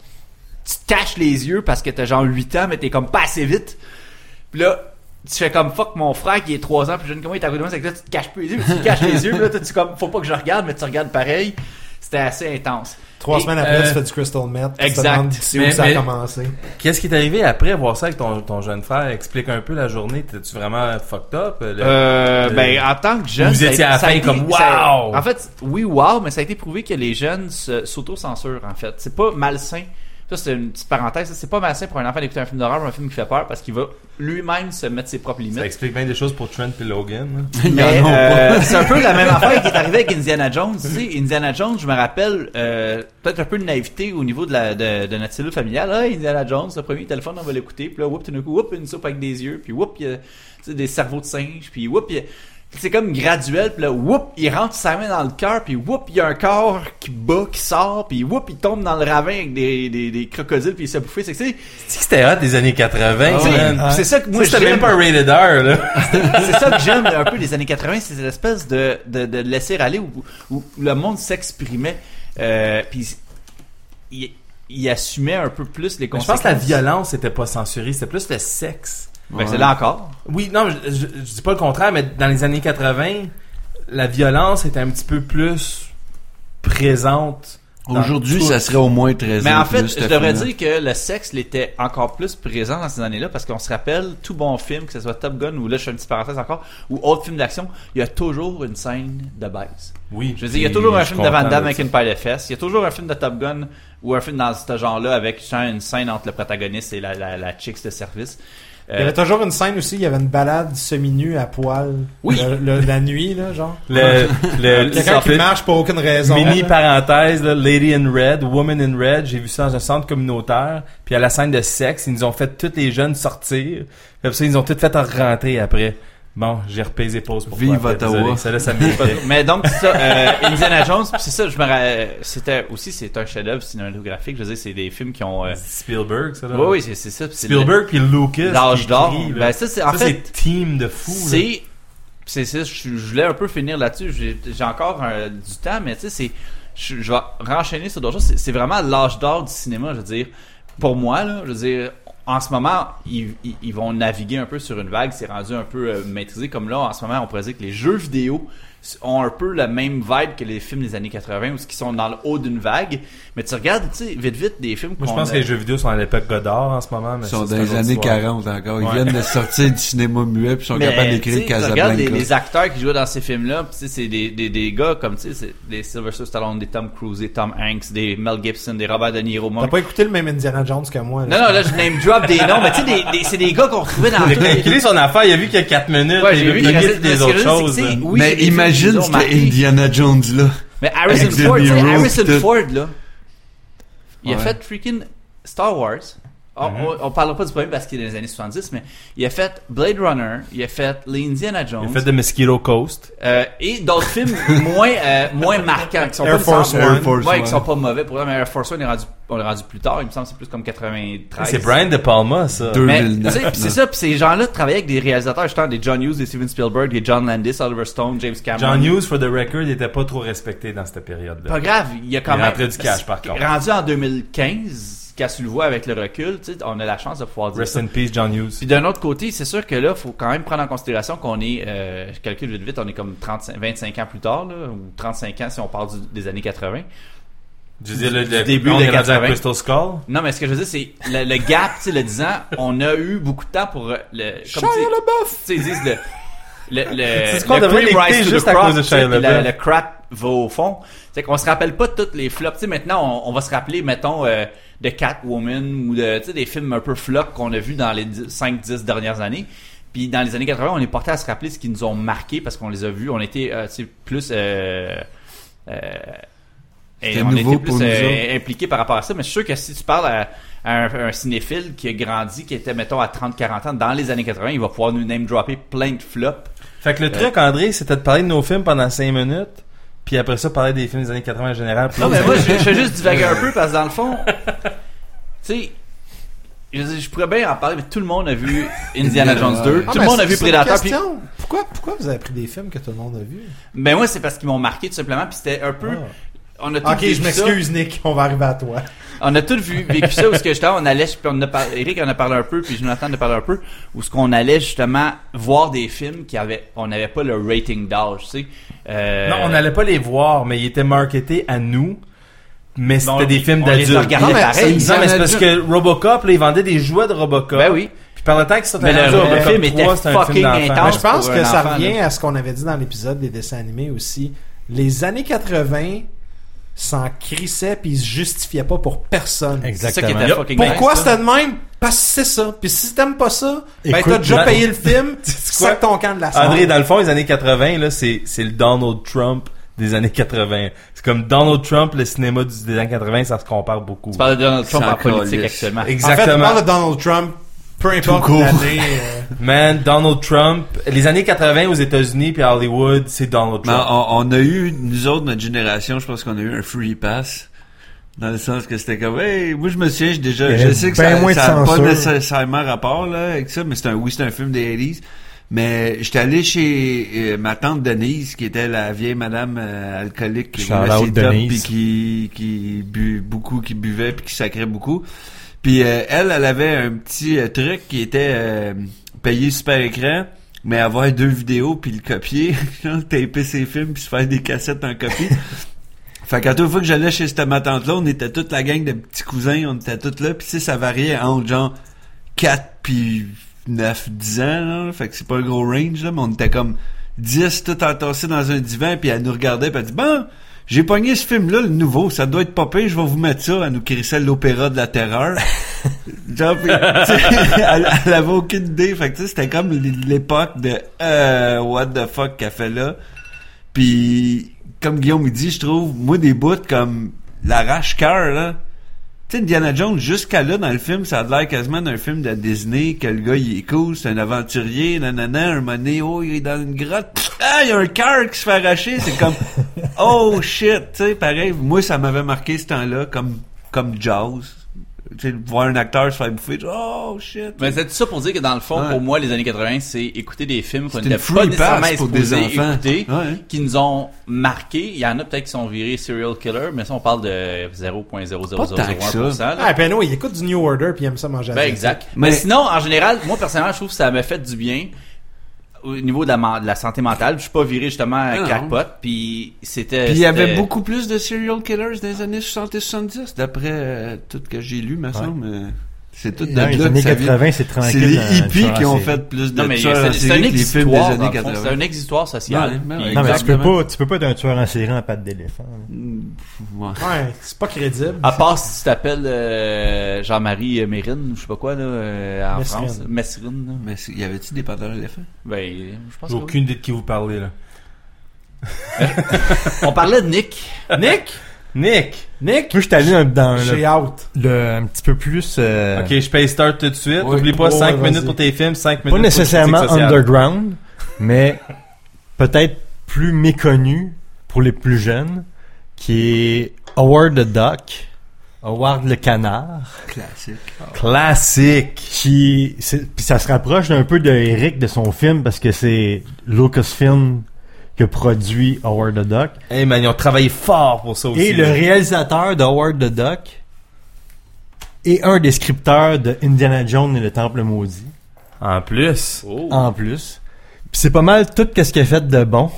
S1: tu te caches les yeux parce que t'as genre 8 ans, mais t'es comme pas assez vite. Puis là, tu fais comme fuck mon frère qui est 3 ans plus jeune que moi, il est à côté de moi, c'est que là tu te caches plus les yeux, mais tu te caches les yeux, puis là toi, tu comme faut pas que je regarde, mais tu regardes pareil. C'était assez intense.
S2: Trois
S1: Et,
S2: semaines après, tu
S3: euh,
S2: fais du crystal meth. puis
S1: exact. Euh.
S2: Tu te demandes c'est où
S3: Mais-
S2: ça a
S3: mais-
S2: commencé.
S3: Qu'est-ce qui est arrivé après avoir ça avec ton, ton jeune frère? Explique un peu la journée. T'es-tu vraiment fucked up? Le-
S1: Euh,
S3: le-
S1: ben, en tant que jeune,
S3: Vous
S1: ça a
S3: étiez à la
S1: été- ça a
S3: fin
S1: été-
S3: comme,
S1: ça a-
S3: wow!
S1: En fait, oui, wow, mais ça a été prouvé que les jeunes se- s'auto-censurent, en fait. C'est pas malsain. Ça, c'est une petite parenthèse. ça, C'est pas malsain pour un enfant d'écouter un film d'horreur ou un film qui fait peur parce qu'il va lui-même se mettre ses propres
S3: Ça
S1: limites.
S3: explique bien des choses pour Trent et *laughs* Logan. là.
S1: Mais, euh, c'est un peu la même affaire qui est arrivée avec Indiana Jones. Tu sais, Indiana Jones, je me rappelle euh, peut-être un peu de naïveté au niveau de, la, de, de notre cellule familiale. Ah, Indiana Jones, le premier téléphone, on va l'écouter. Puis là, whoop, tout d'un coup, whoop, une soupe avec des yeux. Puis whoop, il y a, tu sais, des cerveaux de singe. Puis whoop, il y a- c'est comme graduel. Puis là, whoop, il rentre sa main dans le cœur. Puis whoop, il y a un corps qui bat, qui sort. Puis whoop, il tombe dans le ravin avec des, des, des crocodiles. Puis il se bouffé. C'est que, tu sais,
S3: C'est-tu que c'était hot des années 80,
S1: Ah tu sais,
S3: man?
S1: c'est ça que moi,
S3: Ah Moi, c'était
S1: j'aime.
S3: même pas un rated R, là.
S1: c'est ça que j'aime un peu des années 80, c'est cette espèce de, de, de laisser aller où, où le monde s'exprimait. Euh, puis il, il assumait un peu plus les
S3: Je
S1: conséquences.
S3: pense que la violence était pas censurée. C'était plus le sexe.
S1: Ben, c'est là encore.
S3: Oui, non, je, je- je dis pas le contraire, mais dans les années 80, la violence était un petit peu plus présente. dans
S4: Aujourd'hui,
S3: tout.
S4: ça serait au moins 13
S1: Mais
S4: ans
S1: en
S4: de
S1: fait,
S4: plus,
S1: je
S4: cette
S1: devrais
S3: hein.
S4: fille-là.
S1: dire que le sexe l'était encore plus présent dans ces années-là parce qu'on se rappelle tout bon film, que ce soit Top Gun ou là je fais une petite parenthèse encore, ou autre film d'action, il y a toujours une scène de baise.
S3: Oui.
S1: Je veux dire, il y a
S3: puis
S1: toujours un
S3: je
S1: film
S3: suis
S1: de Van
S3: content
S1: Damme avec
S3: ça.
S1: une paire de fesses. Il y a toujours un film de Top Gun ou un film dans ce genre-là avec genre, une scène entre le protagoniste et la, la, la chicks de service. Euh,
S2: Il y avait toujours une scène aussi, il y avait une balade semi-nue à poil.
S1: Oui. Euh,
S2: Le- le- la nuit, là, genre.
S3: Le,
S1: *laughs*
S3: le,
S2: Quelqu'un qui
S3: le-
S2: marche pour aucune raison.
S3: Mini
S2: là.
S3: parenthèse, là, Lady in Red, Woman in Red, j'ai vu ça dans un centre communautaire, puis à la scène de sexe, ils nous ont fait toutes les jeunes sortir, comme ça ils nous ont toutes fait rentrer après. Bon, j'ai repaisé pause pour
S4: Vive
S3: toi, après,
S4: Ottawa.
S3: désolé, ça, là,
S1: *laughs*
S3: ça m'étonne.
S1: mais donc c'est ça euh, Indiana Jones pis c'est ça je me ra- c'était aussi c'est un chef-d'œuvre cinématographique je veux dire c'est des films qui ont euh,
S3: Spielberg, ça là.
S1: oui oui c'est c'est ça pis c'est
S3: Spielberg puis Lucas.
S1: l'âge
S3: qui
S1: d'or
S3: écrit, là.
S1: ben ça c'est en
S3: ça,
S1: fait
S3: c'est team de fou. là.
S1: C'est. C'est ça, je, je voulais un peu finir là-dessus. J'ai j'ai encore euh, du temps, mais tu sais, c'est. Je, je vais renchaîner sur d'autres choses. C'est- C'est vraiment l'âge d'or du cinéma, je veux dire. Pour moi, là, je veux dire, en ce moment, ils, ils- ils vont naviguer un peu sur une vague. C'est rendu un peu euh, maîtrisé. Comme là, en ce moment, on pourrait dire que les jeux vidéo ont un peu la même vibe que les films des années 80 ou ce qui sont dans le haut d'une vague. Mais tu regardes, tu sais, vite, vite, des films
S3: Moi je
S1: qu'on
S3: pense
S1: a-
S3: que les jeux vidéo sont à l'époque Godard en ce moment, mais
S4: Ils
S3: ça,
S4: sont
S3: c'est
S4: dans
S3: un
S4: les
S3: autre
S4: années
S3: soir.
S4: 40 encore. Ils
S3: Ouais.
S4: viennent de sortir du cinéma muet puis ils sont
S1: Mais,
S4: capables
S1: tu
S4: d'écrire
S1: sais, tu regardes les,
S4: Casablanca.
S1: les acteurs qui jouaient dans ces films-là, pis tu sais, c'est des, des, des gars comme tu sais, c'est des Sylvester Stallone, des Tom Cruise, des Tom Hanks, des Mel Gibson, des Robert De Niro.
S2: T'as
S1: Moi-
S2: pas écouté le même Indiana Jones que moi.
S1: Non,
S2: Là.
S1: non, là je name drop des noms, mais tu sais, des, des- c'est des gars qu'on retrouvait dans
S3: *laughs* Il a
S1: tous les-
S3: calculé son affaire, il a vu qu'il y a 4 minutes,
S1: Ouais,
S3: il
S1: j'ai
S3: a
S1: vu.
S3: bloqué
S1: j'ai-
S3: toutes
S1: ce
S3: les
S1: que
S3: autres
S1: je veux dire,
S3: choses.
S1: c'est que,
S3: là.
S1: c'est- oui,
S4: mais
S1: il y a des films qui
S4: imagine
S1: nous ont
S4: c'était
S1: marqués.
S4: Indiana Jones là.
S1: Mais Harrison
S4: Avec Del
S1: Ford, tu sais,
S4: Niro,
S1: Harrison
S4: tout.
S1: Ford, là, il a
S4: Ouais.
S1: fait freaking Star Wars. On,
S3: Mm-hmm.
S1: on, on parlera pas du premier parce qu'il est dans les années 70, mais il a fait Blade Runner, il a fait les Indiana Jones,
S3: Il a fait de Mosquito Coast.
S1: euh, et d'autres films moins, euh, moins marquants. Qui sont
S2: Air
S1: pas
S2: Force
S1: nécessairement-
S4: One. Force
S1: ouais,
S4: One.
S1: qui sont pas mauvais pour eux, mais Air Force One, est rendu, on l'a rendu plus tard. Il me semble que c'est plus comme 93.
S3: C'est Brian De Palma, ça.
S4: Deux.
S1: Mais,
S4: 2009,
S1: tu sais, pis c'est
S4: non.
S1: ça, pis ces gens-là travaillaient avec des réalisateurs, justement, des John Hughes, des Steven Spielberg, des John Landis, Oliver Stone, James Cameron.
S3: John Hughes, for the record, il était pas trop respecté dans cette période-là.
S1: Pas grave, il y a quand
S3: Il
S1: même.
S3: rentrait du cash, par contre.
S1: Rendu en 2015, quand tu le vois avec le recul, tu sais, on a la chance de pouvoir dire
S3: Rest
S1: ça.
S3: in peace, John Hughes.
S1: Puis d'un autre côté, c'est sûr que là, faut quand même prendre en considération qu'on est, euh, je calcule vite vite, on est comme 35, 25 ans plus tard, là, ou 35 ans si on parle du- des années 80.
S3: Je veux dire, le,
S1: Du
S3: le-
S1: début
S3: on
S1: des
S3: est rendu à
S1: 80.
S3: Crystal Skull.
S1: Non, mais ce que je veux dire, c'est le, le gap, tu sais, le 10 ans, on a eu beaucoup de temps pour euh, le. Comme tu sais- tu sais, ils disent le. Le,
S3: C'est
S1: le,
S3: ce qu'on
S1: le
S3: devrait
S1: cream
S3: l'écouter
S1: to the
S3: juste à
S1: crop,
S3: cause de
S1: tu sais,
S3: Shia
S1: puis la-
S3: LaBeouf.
S1: Le crap va au fond. C'est qu'on se rappelle pas toutes les flops. Tu sais, maintenant, on, on va se rappeler, mettons, euh, de Catwoman ou de, tu sais, des films un peu flops qu'on a vus dans les 5-10 dernières années. Puis dans les années 80, on est porté à se rappeler ce qui nous ont marqué parce qu'on les a vus. On était, euh, tu sais, plus... euh, euh, et
S4: C'était
S1: on
S4: nouveau
S1: était
S4: pour
S1: plus
S4: nous
S1: euh, impliqués par rapport à ça, mais je suis sûr que si tu parles à, à un, un cinéphile qui a grandi, qui était, mettons, à 30-40 ans dans les années 80, il va pouvoir nous name-dropper plein de flops.
S3: Fait que le truc, André, c'était de parler de nos films pendant 5 minutes, puis après ça, parler des films des années 80 en général. puis-
S1: Non, mais moi, je, je vais juste divaguer un peu parce que dans le fond, tu sais, je, veux dire, je pourrais bien en parler, mais tout le monde a vu Indiana Jones 2,
S2: Ah,
S1: tout
S2: mais
S1: le monde a
S2: c'est-
S1: vu
S2: c'est une
S1: Predator, puis
S2: question. Pourquoi, pourquoi vous avez pris des films que tout le monde a vus?
S1: Ben moi c'est parce qu'ils m'ont marqué tout simplement puis c'était un peu on a tous
S2: Ah. Ok, je
S1: vécu ça.
S2: m'excuse, Nick, on va arriver à toi.
S1: On a tous vu, vécu ça où ce que justement on allait, puis on a par- Eric en a parlé un peu, puis Jonathan en a parlé un peu, où ce qu'on allait justement voir des films qui avaient, on n'avait pas le rating d'âge, tu sais. Euh,
S3: Non, on n'allait pas les voir, mais ils étaient marketés à nous. Mais
S1: on-
S3: c'était des films
S1: on les
S3: d'adultes.
S1: regardait
S3: Non, mais-
S1: pareil.
S3: Non, mais c'est parce que Robocop, là, ils vendaient des jouets de Robocop.
S1: Ben oui.
S3: Puis par le temps qu'ils sont
S1: Mais le-
S3: rendus à
S1: le
S3: Robocop
S1: film était
S3: 3, c'était un film
S1: fucking
S3: d'enfant.
S1: intense.
S2: Mais je pense
S1: Ah, pour
S2: que
S1: un
S2: ça
S1: enfant,
S2: revient
S1: là.
S2: à ce qu'on avait dit dans l'épisode des dessins animés aussi. Les années 80 s'en crissaient puis ils se justifiaient pas pour personne.
S1: C'est ça qui était
S5: Exactement.
S1: fucking
S2: Pourquoi
S1: nice, ça.
S2: c'était de même? Parce que c'est ça. Puis si t'aimes pas ça, ben
S5: Écoute,
S2: t'as déjà
S3: ben-
S1: *laughs*
S2: payé le film,
S3: Tu sais
S2: sac
S3: quoi?
S2: ton camp de la salle.
S3: André, dans le fond, les années 80, là, c'est, c'est le Donald Trump des années 80. C'est comme Donald Trump, le cinéma du- des années 80, ça se compare beaucoup.
S1: Tu parles de Donald Trump
S4: C'est
S1: en politique
S4: encore lisse.
S1: actuellement.
S2: En fait, on
S3: Exactement.
S2: parle de Donald Trump, peu importe
S4: court.
S2: l'année. euh, *laughs*
S3: Man, Donald Trump, les années 80 aux États-Unis puis à Hollywood, c'est Donald
S4: Mais
S3: Trump.
S4: on, on a eu, nous autres, notre génération, je pense qu'on a eu un free pass. Dans le sens que c'était comme, hey, moi je me souviens, j'ai déjà,
S5: Il y
S4: je
S5: avait
S4: sais que
S5: ben
S4: ça
S5: moins de
S4: n'a pas
S5: censure.
S4: nécessairement rapport là, avec ça, mais c'est un, oui, c'est un film des 80s. Mais j'étais allé chez euh, ma tante Denise, qui était la vieille madame euh, alcoolique qui
S5: Shout
S4: roulait ses
S5: out
S4: tops,
S5: Denise.
S4: puis qui, qui bu beaucoup, qui buvait, puis qui sacrait beaucoup. Puis euh, elle, elle avait un petit euh, truc qui était euh, payer super écran, mais avoir deux vidéos puis le copier, *laughs* genre taper ses films puis se faire des cassettes en copie. *laughs* Fait qu'à toute fois que j'allais chez cette ma tante là, on était toute la gang de petits cousins, on était toutes là, puis tu sais, ça variait entre genre 4 puis 9, 10 ans, là. Fait que c'est pas un gros range, là, mais on était comme 10 tout entassés dans un divan, puis elle nous regardait, puis elle dit « Bon, j'ai pogné ce film-là, le nouveau, ça doit être popé, je vais vous mettre ça. » Elle nous crissait l'opéra de la terreur. Genre, puis, tu sais, *laughs* elle, elle avait aucune idée. Fait que tu sais, c'était comme l- l'époque de euh, What the fuck qu'elle fait là. Puis, comme Guillaume il dit, je trouve, moi, des bouts comme l'arrache-cœur, là. Tu sais, Indiana Jones, jusqu'à là, dans le film, ça a l'air quasiment d'un film de Disney, que le gars, il est cool, c'est un aventurier, nanana, un moment donné, oh, il est dans une grotte, pff, ah, il y a un cœur qui se fait arracher, c'est comme, oh shit, tu sais, pareil, moi, ça m'avait marqué ce temps-là, comme, comme Jaws. Tu sais, voir un acteur se faire bouffer, tu- oh shit.
S1: Mais c'est tout ça pour dire que dans le fond,
S4: Ouais.
S1: pour moi, les années 80, c'est écouter des films qu'on
S4: C'est une
S1: n'était
S4: free
S1: pas nécessairement
S4: pass pour des
S1: exposés,
S4: enfants.
S1: écouter,
S4: Ouais.
S1: qui nous ont marqué. Il y en a peut-être qui sont virés serial killer, mais ça, on parle de 0.00001%. là.
S2: Ah, ben non, il écoute du New Order puis il aime ça manger à
S1: Ben
S2: la
S1: exact. Mais,
S4: Mais-
S1: sinon, en général, moi personnellement, je trouve que ça m'a fait du bien au niveau de la, man- de la santé mentale. Je suis pas viré justement à
S4: Ah non.
S1: crackpot, puis c'était.
S4: Puis il y avait
S1: c'était-
S4: beaucoup plus de serial killers dans les années 60 et 70, d'après euh, tout ce que j'ai lu, me semble. euh, C'est tout de
S5: Dans
S4: là
S5: les
S4: que
S5: années
S4: ça vient.
S5: 80, c'est
S4: C'est
S5: tranquille. euh,
S4: les
S5: dans-
S4: hippies
S5: dans
S4: qui
S5: la
S4: ont
S5: série.
S4: fait plus de
S1: Non mais
S4: tueurs en
S1: c'est c'est un
S4: série que les films des
S1: exutoire, dans
S4: années
S1: le fond. c'est
S4: 80.
S1: un exutoire social.
S4: Ouais, mais
S1: Puis
S4: ouais.
S5: Non, mais tu peux,
S1: exactement.
S5: pas, tu peux pas être un tueur en série en hein. patte d'éléphant. là.
S4: Mm, ouais.
S2: Ouais, c'est pas crédible.
S4: Ah,
S1: À part si tu t'appelles euh, Jean-Marie Mérine ou je sais pas quoi là euh, en
S2: Messrine.
S1: France, Messrine. là.
S4: Mais c'est- y avait-tu des pantalons d'éléphant?
S1: Ben, je pense
S3: J'ai aucune idée de qui vous parlez, là.
S1: que... On parlait de Nick.
S2: *laughs* Nick,
S3: Nick!
S2: Nick,
S5: Moi, je suis allé dans, dans le,
S2: j'ai out.
S5: le- un petit peu plus... euh,
S3: Ok, je paye start tout de suite.
S2: Ouais.
S3: Oublie pas
S2: Ouais,
S3: 5
S2: vas-y.
S3: minutes pour tes films, 5 minutes
S5: Pas
S3: pour
S5: nécessairement
S3: tes critiques sociales.
S5: underground, mais peut-être plus méconnu pour les plus jeunes, qui est Howard the Duck, Howard le Canard,
S4: Classique.
S3: Classique!
S5: qui... c'est- Puis ça se rapproche un peu de Eric, de son film, parce que c'est Lucasfilm qui a produit Howard the Duck.
S3: Hey man, ils ont travaillé fort pour ça aussi.
S5: Et le
S3: là.
S5: réalisateur de Howard the Duck est un des scripteurs de Indiana Jones et le Temple Maudit,
S3: En plus.
S2: Oh.
S5: en plus. Puis c'est pas mal tout ce qu'il a fait de bon.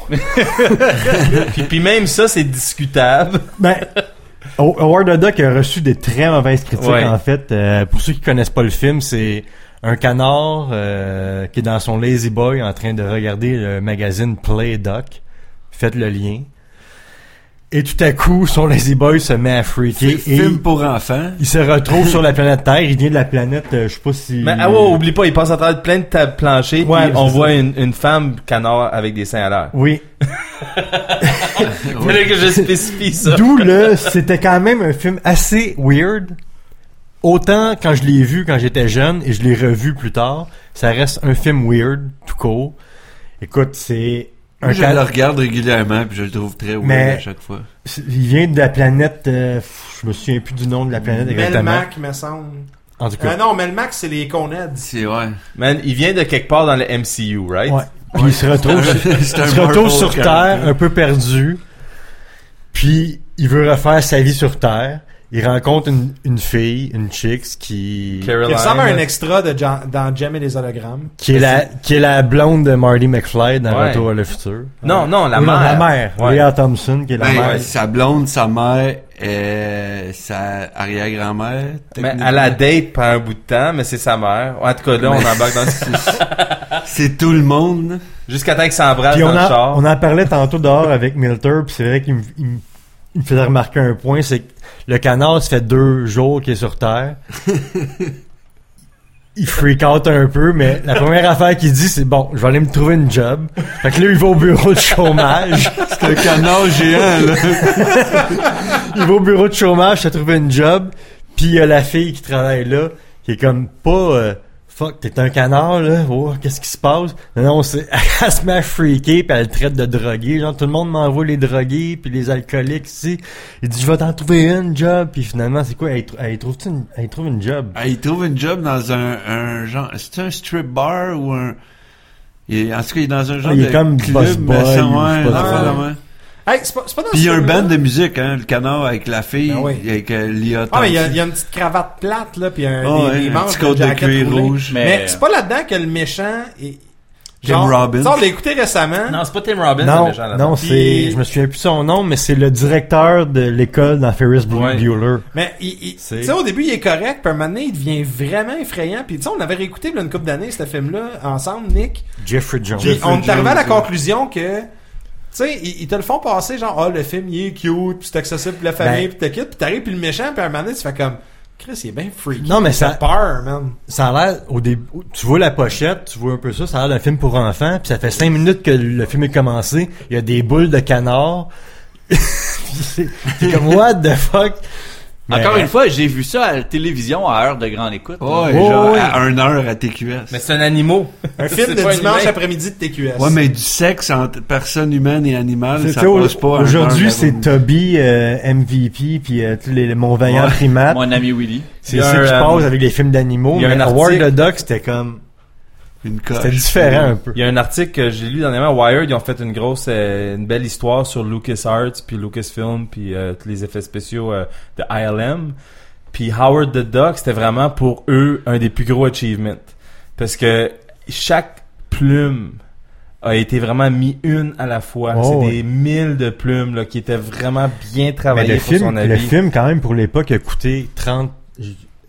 S3: puis, puis même ça, c'est discutable.
S5: Ben, *laughs* Ho- Howard the Duck a reçu des très mauvaises critiques,
S3: Ouais.
S5: en fait. Euh, pour ceux qui connaissent pas le film, c'est un canard euh, qui est dans son lazy boy en train de regarder le magazine Play Duck. Faites le lien. Et tout à coup, son lazy boy se met à freaker et
S4: Film pour
S5: *laughs*
S4: enfants.
S5: il se retrouve sur la planète Terre. Il vient de la planète, euh, je sais pas si...
S3: Mais ah ouais, oublie pas, ils passent à travers plein de tables planchées,
S5: Ouais,
S3: puis on
S5: c'est
S3: voit
S5: ça.
S3: une, une femme canard avec des seins à
S5: *laughs*
S3: l'air.
S5: Oui.
S3: Fallait que je spécifie *laughs* ça.
S5: D'où le, c'était quand même un film assez weird. Autant quand je l'ai vu quand j'étais jeune et je l'ai revu plus tard, ça reste un film weird tout court. Écoute, c'est un
S4: Moi, je
S5: can-
S4: le regarde régulièrement puis je le trouve très weird
S5: Mais-
S4: à chaque fois.
S5: c'est- il vient de la planète, euh, pff, je me souviens plus du nom de la planète exactement.
S2: Melmac, me semble.
S5: En tout
S2: Euh,
S5: cas,
S2: non, Melmac, c'est les Coneds.
S4: C'est ouais.
S3: Man, il vient de quelque part dans le MCU, right?
S5: ouais. Puis il se retrouve,
S4: *laughs* C'est un
S5: il se retrouve
S4: Marvel
S5: sur euh,
S4: character.
S5: Terre un peu perdu. Puis il veut refaire sa vie sur Terre. Il rencontre une, une fille, une chicks qui
S3: Caroline.
S2: Il ressemble à un extra de Jean- dans Gem et les hologrammes.
S5: qui est la qui est la blonde de Marty McFly dans
S3: Ouais.
S5: Retour à le futur.
S3: Non, non, la
S5: Ou non,
S3: mère.
S5: la mère.
S3: Ouais.
S5: Leah Thompson qui est la
S4: Ben,
S5: mère.
S4: sa blonde, sa mère, euh, sa arrière-grand-mère.
S3: Mais
S4: techniquement.
S3: elle la date pendant un bout de temps, mais c'est sa mère. En tout cas, là, on
S4: Mais-
S3: embarque
S5: *laughs*
S3: dans le... *laughs*
S4: C'est tout le monde. là.
S3: Jusqu'à temps qu'il s'embrasse
S5: Puis
S3: dans
S5: on,
S3: le
S5: en,
S3: char.
S5: on en parlait tantôt dehors avec Milter, puis c'est vrai qu'il me, il me- il me faisait remarquer un point, c'est que le canard, ça fait deux jours qu'il est sur Terre. il freak out un peu, mais la première affaire qu'il dit, c'est « Bon, je vais aller me trouver une job. » Fait que là, il va au bureau de chômage.
S4: C'est un canard géant, là.
S5: il va au bureau de chômage, il trouvé une job, puis il y a la fille qui travaille là, qui est comme pas... euh, Fuck, t'es un canard, là. Oh, qu'est-ce qui se passe? Non, non, c'est, *laughs* elle se met à freaker pis elle le traite de drogué. Genre, tout le monde m'envoie les drogués puis les alcooliques ici. Il dit, je vais t'en trouver une job. Puis finalement, c'est quoi? Elle, trou- elle trouve une, elle trouve une job.
S4: Ah, il trouve une job dans un, un genre. C'est un strip bar ou un. il est- en tout cas, il est dans un genre
S5: Ah, il est
S4: de
S5: comme
S4: club,
S5: boss
S4: mais
S5: boy
S4: ça,
S5: ou je sais
S4: ouais,
S5: pas
S4: un
S2: trop.
S4: affaire de même.
S2: Hey, c'est pas, c'est pas dans
S4: Puis il y a un
S2: film-là.
S4: band de musique, hein, le canard avec la fille,
S5: Ah
S2: Ben oui.
S4: avec euh, Lia
S2: Ah, mais il y, a, il
S4: Thompson.
S2: y a une petite cravate plate, là, puis un,
S4: Ah,
S2: des,
S4: ouais,
S2: des
S4: un
S2: manches
S4: petit coat de
S2: jacket
S4: cuir
S2: roulé.
S4: rouge.
S1: Mais-
S2: Mais c'est pas là-dedans que le méchant est.
S4: Tim Robbins.
S2: Ça, on l'a écouté récemment.
S3: Non, ben, c'est pas Tim Robbins, le
S5: Non,
S3: méchant, là-dedans.
S5: non,
S2: Puis-
S5: c'est, je me souviens plus son nom, mais c'est le directeur de l'école dans Ferris
S3: Ouais.
S5: Bueller.
S2: Mais il- il- tu
S5: C'est-
S2: sais, au début, il est correct, puis à un moment donné, il devient vraiment effrayant. Puis tu sais, on avait réécouté là, une couple d'années ce film-là ensemble, Nick.
S5: Jeffrey Jones.
S2: Puis on est
S4: Jeffrey
S2: arrivé à la
S4: Jones, ouais.
S2: conclusion que. Tu sais, ils, ils te le font passer genre, ah, le film, il est cute, puis c'est accessible
S3: Ben,
S2: pour la famille, puis t'es cute, puis t'arrives, puis le méchant, puis à un moment donné, tu fais comme, Chris, il est bien freaky.
S5: Non, mais ça-
S2: T'as peur, man.
S5: ça a l'air au début tu vois la pochette tu vois un peu ça ça a l'air d'un film pour enfants puis ça fait cinq minutes que le film est commencé il y a des boules de canard *laughs* Puis c'est c'est comme what the fuck
S1: Encore
S5: Mais-
S1: une fois, j'ai vu ça à la télévision à heure de grande écoute.
S4: Ouais,
S5: Oh,
S4: genre
S5: oui.
S4: à 1 heure à TQS.
S3: Mais c'est un animal.
S2: Un
S3: C'est
S2: film
S3: pas
S2: de
S3: un
S2: dimanche
S3: humain.
S2: après-midi de TQS.
S4: Ouais, mais du sexe entre personne humaine et animal,
S5: C'est-
S4: ça
S5: tu sais, au-
S4: passe pas. à un
S5: aujourd'hui
S4: heure
S5: c'est
S4: d'avant.
S5: Toby euh, MVP puis euh, tous les mon vaillant
S4: Ouais.
S5: primate
S1: Mon ami Willy.
S3: Il
S5: c'est
S3: y a
S5: ça
S3: un,
S5: qui
S3: euh,
S5: passe avec les films d'animaux
S3: il y a
S5: mais
S3: un
S5: Howard
S3: article- Ah,
S5: the Duck c'était comme
S4: Une coche.
S5: c'était différent un peu
S3: Il y a un article que j'ai lu dernièrement, Wired, ils ont fait une grosse, euh, une belle histoire sur LucasArts, puis Lucasfilm, puis euh, tous les effets spéciaux euh, de ILM. Puis Howard the Duck, c'était vraiment pour eux un des plus gros achievements. Parce que chaque plume a été vraiment mis une à la fois.
S5: Oh,
S3: C'est
S5: ouais.
S3: des mille de plumes là, qui étaient vraiment bien
S5: mais
S3: travaillées
S5: le
S3: pour son
S5: film
S3: avis.
S5: le film quand même pour l'époque a coûté 30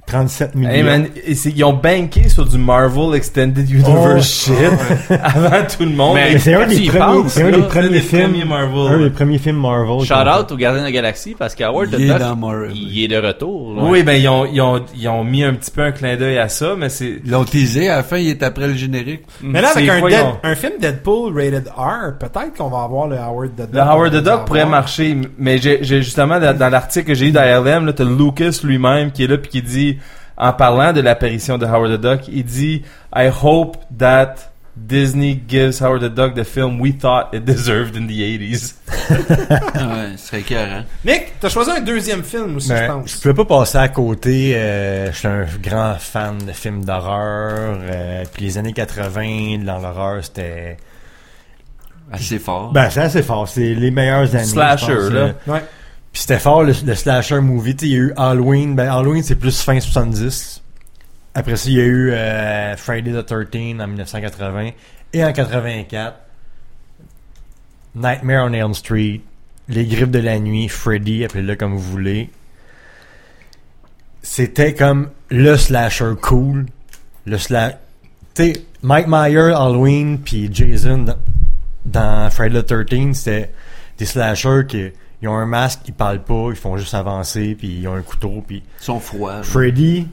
S5: 37 millions
S3: Hey man, et c'est- ils ont banké sur du Marvel Extended
S5: Oh,
S3: Universe shit *laughs* avant tout le monde.
S1: Mais
S5: Mais c'est un
S1: Quand tu
S5: des
S1: y
S5: premiers,
S1: penses,
S5: c'est un
S3: là,
S5: des
S3: c'est
S5: premiers
S3: des
S5: films,
S3: premiers Marvel,
S5: un
S3: ouais.
S5: des premiers films Marvel.
S1: Shout out au Gardien de la Galaxie parce qu'Howard the
S4: Il est
S1: Duck,
S4: dans Marvel.
S1: il est de retour. là.
S3: Oui, ben ils ont, ils, ont, ils ont mis un petit peu un clin d'œil à ça, mais c'est...
S4: Ils l'ont teasé, à la fin, il est après le générique.
S2: Mais là, avec
S3: c'est-
S2: un,
S3: voyons.
S2: Dead- un film Deadpool rated R, peut-être qu'on va avoir le Howard the Duck.
S3: Le Howard the
S2: On va
S3: Duck pourrait
S2: avoir.
S3: marcher, mais j'ai j'ai justement dans, dans l'article que j'ai eu d'IRM, là, t'as Lucas lui-même qui est là puis qui dit, en parlant de l'apparition de Howard the Duck, il dit « I hope that Disney gives Howard the Duck the film we thought it deserved in the 80s.
S4: Ah ouais, ce serait carré.
S2: Nick, t'as choisi un deuxième film aussi, je
S5: Ben, je
S2: pense.
S5: pouvais pas passer à côté. euh, je suis un grand fan de films d'horreur. euh, puis les années 80, dans l'horreur, c'était...
S4: Assez fort.
S5: Ben, c'est assez fort. C'est les meilleures années. je
S3: Slasher,
S5: pense,
S3: là.
S5: euh.
S2: Ouais.
S5: Puis c'était fort, le, le slasher movie. Tu sais, il y a eu Halloween. Ben, Halloween, c'est plus fin 70. Après ça, il y a eu euh, Friday the 13 en 1980. Et en 84, Nightmare on Elm Street, Les Griffes de la Nuit, Freddy, appelez-le comme vous voulez. C'était comme le slasher cool. Le slasher... Tu sais, Mike Myers, Halloween, puis Jason dans, dans Friday the 13, c'était des slashers qui ils ont un masque, ils parlent pas, ils font juste avancer, puis ils ont un couteau, puis
S4: Ils sont froids.
S5: Freddy,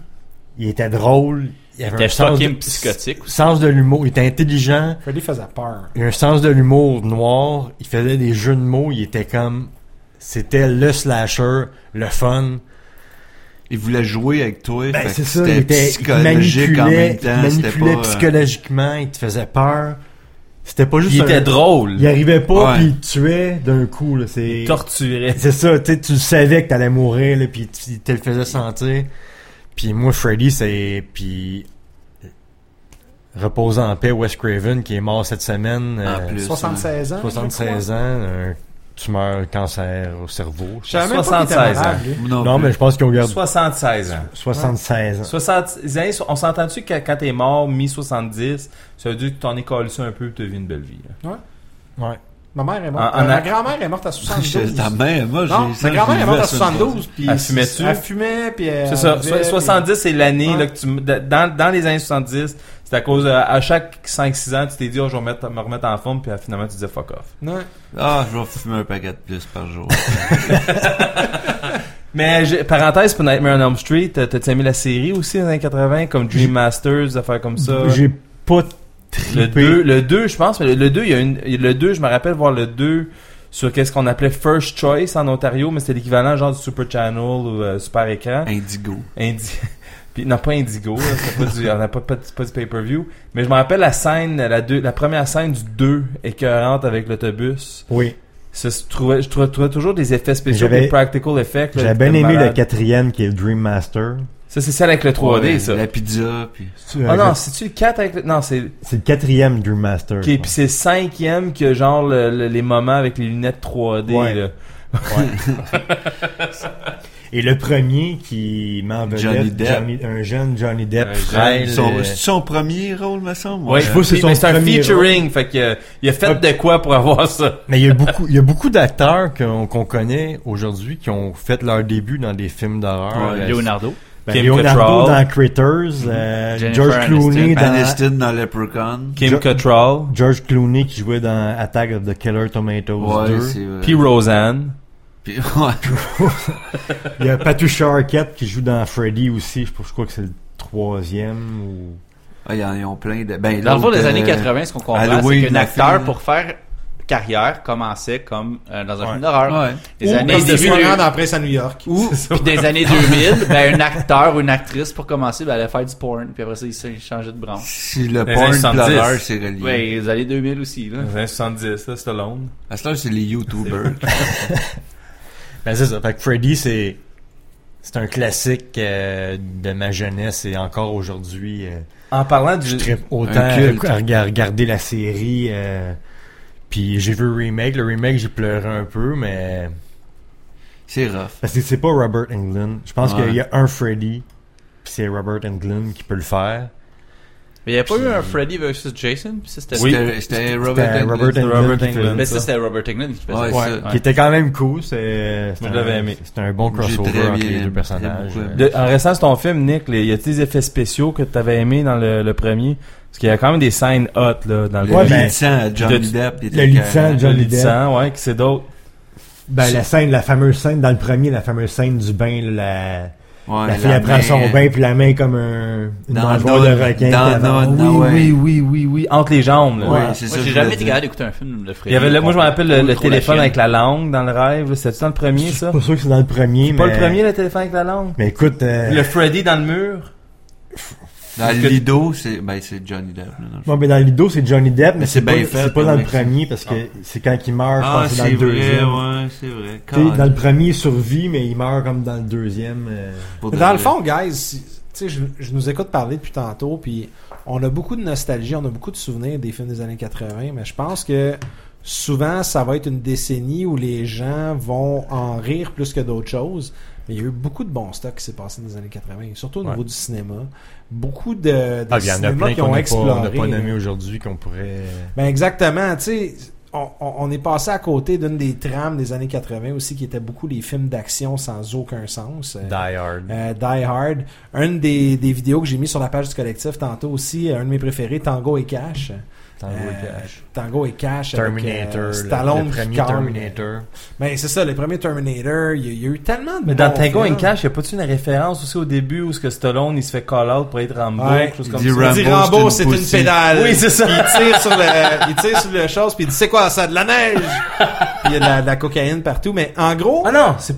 S5: il était drôle, il avait
S1: T'es
S5: un sens
S1: fucking
S5: de,
S1: psychotique aussi.
S5: sens de l'humour, il était intelligent,
S2: Freddy faisait peur.
S5: il a un sens de l'humour noir, il faisait des jeux de mots, il était comme c'était le slasher, le fun.
S4: Ils voulaient jouer avec toi.
S5: Ben,
S4: fait
S5: c'est
S4: que
S5: ça, il
S4: c'était
S5: était il
S4: psychologique en même
S5: manipulait, il
S4: temps. C'était
S5: manipulait
S4: pas, euh,
S5: psychologiquement, il te faisait peur. C'était pas juste
S3: Il
S5: un-
S3: était drôle.
S5: Il arrivait pas
S4: Ouais.
S5: puis il te tuait d'un coup là, c'est
S3: Il torturait.
S5: C'est ça, tu sais, tu le savais que t'allais mourir, là, puis tu- il te le faisait sentir. Puis moi, Freddy, c'est... Puis... Repose en paix, Wes Craven, qui est mort cette semaine.
S4: En
S5: euh,
S4: plus,
S2: 76 ans.
S5: 76 ans, un tumeur, cancer au cerveau.
S2: Je savais même pas qu'il était
S3: 76 ans.
S2: malade, lui.
S4: Non,
S5: Non,
S4: plus.
S5: mais je pense qu'ils ont gardé
S3: 76 ans.
S5: 76 ans.
S3: 76 ans, on s'entend-tu que quand t'es mort, mi-70, ça veut dire que t'en es collé ça un peu et t'as vu une belle vie. là?
S5: Ouais.
S2: Ma mère est morte.
S3: En- en-
S2: ma grand-mère est morte à
S4: Je-
S2: 72.
S4: Ta mère, moi, *laughs* j'ai
S2: Non,
S4: ça,
S2: ma
S4: je
S2: grand-mère est
S4: l'ai
S2: morte
S4: vu
S2: à
S4: la semaine
S2: 72. puis
S3: Elle fumait-tu?
S2: Elle fumait, puis elle
S3: C'est ça.
S2: buvait,
S3: so- 70, c'est l'année
S2: Ouais.
S3: là, que tu, m- de- dans, dans les années 70, c'est à cause, euh, à chaque 5-6 ans, tu t'es dit, oh, je vais remettre- me remettre en forme, puis euh, finalement, tu disais fuck off.
S2: puis- Ouais.
S4: passée. Ah, je vais fumer un paquet de plus par jour.
S5: *laughs*
S3: Mais, j'ai- parenthèse, pour Nightmare on Elm Street, euh, t'as-tu aimé la série aussi dans les années 80, comme Dream Masters, des affaires comme ça?
S5: J'ai pas
S3: Le
S5: trippé.
S3: 2, le 2, je pense, mais le- le 2, il y a une, le 2, je me rappelle voir le 2 sur qu'est-ce qu'on appelait First Choice en Ontario, mais c'était l'équivalent genre du Super Channel ou euh, Super Écran.
S4: Indigo.
S3: Indi... *laughs* Puis, non, pas Indigo, là, c'est pas du, on n'a pas, pas, du- pas du pay-per-view. Mais je me rappelle la scène, la, deux, la première scène du 2 écœurante avec l'autobus.
S5: Oui.
S3: Ça, je, trouvais, je trouvais- trouvais toujours des effets spéciaux,
S5: J'avais-
S3: des practical effects. là,
S5: J'avais bien
S3: c'était
S5: aimé le
S3: malade.
S5: quatrième qui est le Dream Master.
S3: Ça, c'est celle avec le 3D,
S4: Ouais,
S3: ça.
S4: La pizza, puis...
S3: Ah non, c'est-tu le 4 avec le... Non, c'est...
S5: c'est le quatrième Dream Master.
S3: Ok, puis c'est le cinquième que genre le- le- les moments avec les lunettes 3D.
S5: Ouais.
S3: Là.
S5: Et le premier qui m'en venait,
S4: Johnny Depp.
S5: un jeune Johnny Depp.
S3: Un
S5: frêle,
S3: jeune,
S4: Son,
S5: euh,
S4: c'est son premier rôle, me semble. Euh,
S3: Ouais,
S5: je vois, c'est
S3: puis-
S5: son
S3: mais c'est un
S5: premier
S3: featuring, fait que euh, il a fait de quoi pour avoir ça.
S5: Mais il y a beaucoup, il y a beaucoup d'acteurs qu'on qu'on connaît aujourd'hui qui ont fait leur début dans des films d'horreur.
S1: Ouais,
S5: Euh,
S1: Leonardo.
S5: ben,
S3: Kim
S5: Leonardo
S3: Cattrall.
S5: dans Critters, euh,
S1: Jennifer
S5: George Clooney dans
S4: Aniston dans Leprechaun.
S3: Kim
S5: Jo-
S3: Cattrall,
S5: George Clooney qui jouait dans Attack of the Killer Tomatoes
S4: Ouais,
S5: 2.
S4: c'est vrai.
S3: puis Roseanne.
S4: Puis- *laughs* ouais.
S5: Il y a Patricia Arquette qui joue dans Freddy aussi. Je je crois que c'est le troisième ou
S4: Ah, ils en ils ont plein de... Ben,
S1: Dans le fond,
S4: l'autre,
S1: les
S4: euh,
S1: années 80, ce qu'on comprend, c'est
S4: Halloween,
S1: qu'un
S4: la
S1: acteur,
S4: film.
S1: pour faire carrière, commençait comme euh, dans un
S5: Ouais.
S1: film d'horreur.
S4: Ouais.
S1: Les
S2: Ou
S1: années
S2: comme des
S1: début, *laughs*
S2: soignants dans la presse à New York.
S1: ou puis des années 2000, ben, un acteur ou une actrice, pour commencer, ben, allait faire du porn, puis après ça, il s'est il changeait de branche.
S4: Si le
S3: Les
S4: porn
S3: années
S4: et
S3: 70.
S4: l'horreur, c'est relié.
S1: Ouais, les années 2000 aussi, là.
S3: Dans les années 70, là, Stallone.
S4: À cette heure, c'est les YouTubers.
S5: Ben c'est ça. Fait que Freddy, c'est c'est un classique euh, de ma jeunesse et encore aujourd'hui. euh,
S3: En parlant
S5: je
S3: du
S5: trippe autant
S4: Un
S5: à,
S4: culte.
S5: à rega- regarder la série. euh, puis j'ai vu le remake. Le remake, j'ai pleuré un peu, mais
S4: c'est rough.
S5: parce que c'est pas Robert Englund. Je pense
S4: Ouais.
S5: qu'il y a un Freddy, puis c'est Robert Englund qui peut le faire.
S1: Mais il n'y a pas
S5: Puis-
S1: eu un Freddy versus Jason, puis ça, c'était...
S3: Oui.
S4: C'était- C'était
S5: C'était
S4: Robert
S5: Robert
S4: Englund.
S5: Englund,
S3: Robert
S5: qui fait-
S3: Englund.
S1: Mais ça, c'était Robert Englund qui faisait
S4: Ouais,
S1: ça.
S5: Ouais,
S4: ça.
S5: qui était quand même cool. C'est
S3: Moi,
S5: c'est
S3: je l'avais
S5: un-
S3: aimé.
S5: C'est un bon
S4: J'ai très
S5: crossover entre
S4: bien
S5: les deux
S4: aimé.
S5: personnages.
S4: J'ai beaucoup aimé.
S3: De- en restant sur ton film, Nick, il y a des effets spéciaux que t'avais aimé dans le, le premier? Parce qu'il y a quand même des scènes hot là, dans le
S4: Le
S5: Ouais,
S4: lit
S5: ben,
S4: de sang à Johnny
S3: de-
S4: Depp. il
S5: le
S4: était
S5: lit de
S4: carré.
S5: sang, Johnny
S3: Le lit de
S5: Depp.
S3: sang, ouais, que c'est d'autres.
S5: Ben, la scène, la fameuse scène dans le premier, la fameuse scène du bain, là, la,
S4: Ouais,
S5: la fille elle prend
S4: main,
S5: son
S4: euh,
S5: bain puis la main comme un une
S4: Dans
S5: mangeoire
S4: le-
S5: de requin.
S4: dans
S5: qu'elle avance.
S4: le-
S5: Oui,
S4: Ah ouais.
S3: oui, oui, oui, oui, entre les jambes. Là.
S4: Ouais,
S5: Ouais.
S4: c'est
S1: Moi,
S4: ça.
S1: j'ai
S4: je
S1: jamais
S4: voulais
S1: été
S4: dire.
S1: capable d'écouter un film de
S3: Il
S1: Freddy.
S3: y avait le- moi je me rappelle le,
S1: Ou
S3: le
S1: trop la
S3: téléphone
S1: chaîne.
S3: avec la langue dans le rêve. là. C'était-tu dans le premier
S5: Je
S3: ça?
S5: suis pas sûr que c'est dans le premier,
S3: C'est
S5: mais
S3: pas le premier le téléphone avec la langue?
S5: Mais écoute, euh,
S3: Le Freddy dans le mur?
S4: Dans
S3: que-
S4: le Lido, c'est ben, c'est Johnny Depp. là, dans le fond.
S5: bon, ben, dans Lido c'est Johnny Depp, mais,
S4: Mais
S5: c'est
S4: c'est
S5: pas,
S4: bien fait,
S5: c'est pas dans le
S4: mec.
S5: premier parce que c'est quand il meurt, je
S4: Ah,
S5: pense que c'est dans
S4: c'est
S5: le
S4: vrai,
S5: deuxième.
S4: ouais, c'est vrai.
S5: Tu sais,
S4: Calme.
S5: dans le premier, il survit, mais il meurt comme dans le deuxième. euh.
S4: Pour de
S2: Dans le
S4: vrai.
S2: fond, guys, si- tu sais, je, je nous écoute parler depuis tantôt, puis on a beaucoup de nostalgie, on a beaucoup de souvenirs des films des années 80, mais je pense que souvent, ça va être une décennie où les gens vont en rire plus que d'autres choses. Mais il y a eu beaucoup de bons stocks qui s'est passé dans les années 80, surtout au niveau
S5: Ouais.
S2: du cinéma. Beaucoup de, de
S5: Ah, puis il y en a
S2: cinémas
S5: plein
S2: qui ont
S5: qu'on n'a pas, on
S2: exploré.
S5: a pas nommé aujourd'hui qu'on pourrait. euh,
S2: Ben exactement, tu sais, on, on- on est passé à côté d'une des trames des années 80 aussi qui étaient beaucoup les films d'action sans aucun sens. Euh,
S5: Die Hard.
S2: euh, Die Hard. Une des, des vidéos que j'ai mis sur la page du collectif tantôt aussi, euh, un de mes préférés, Tango et Cash.
S5: Tango et
S2: Euh,
S5: Cash.
S2: Tango et Cash. avec, euh,
S5: Terminator. le-
S2: Stallone
S5: le
S2: qui
S5: premier
S2: calme.
S5: Terminator.
S2: Ben, c'est ça, le premier Terminator. Il y, a- il y a eu tellement de.
S3: Mais dans
S2: bons
S3: Tango and
S2: films.
S3: Cash, y a pas-tu une référence aussi au début où ce que Stallone il se fait call out pour être Rambo,
S2: Ouais.
S3: quelque chose
S4: Il
S3: comme
S4: dit
S3: ça?
S2: Il dit
S4: Rambo,
S2: Rambo, c'est
S4: c'est
S2: une,
S4: une pussy.
S2: pédale.
S3: Oui, c'est ça.
S2: Puis il tire sur le, il tire sur le chose, puis il dit c'est quoi ça, de la neige. Puis il y a de la, de la cocaïne partout, mais en gros,
S3: Ah non, c'est.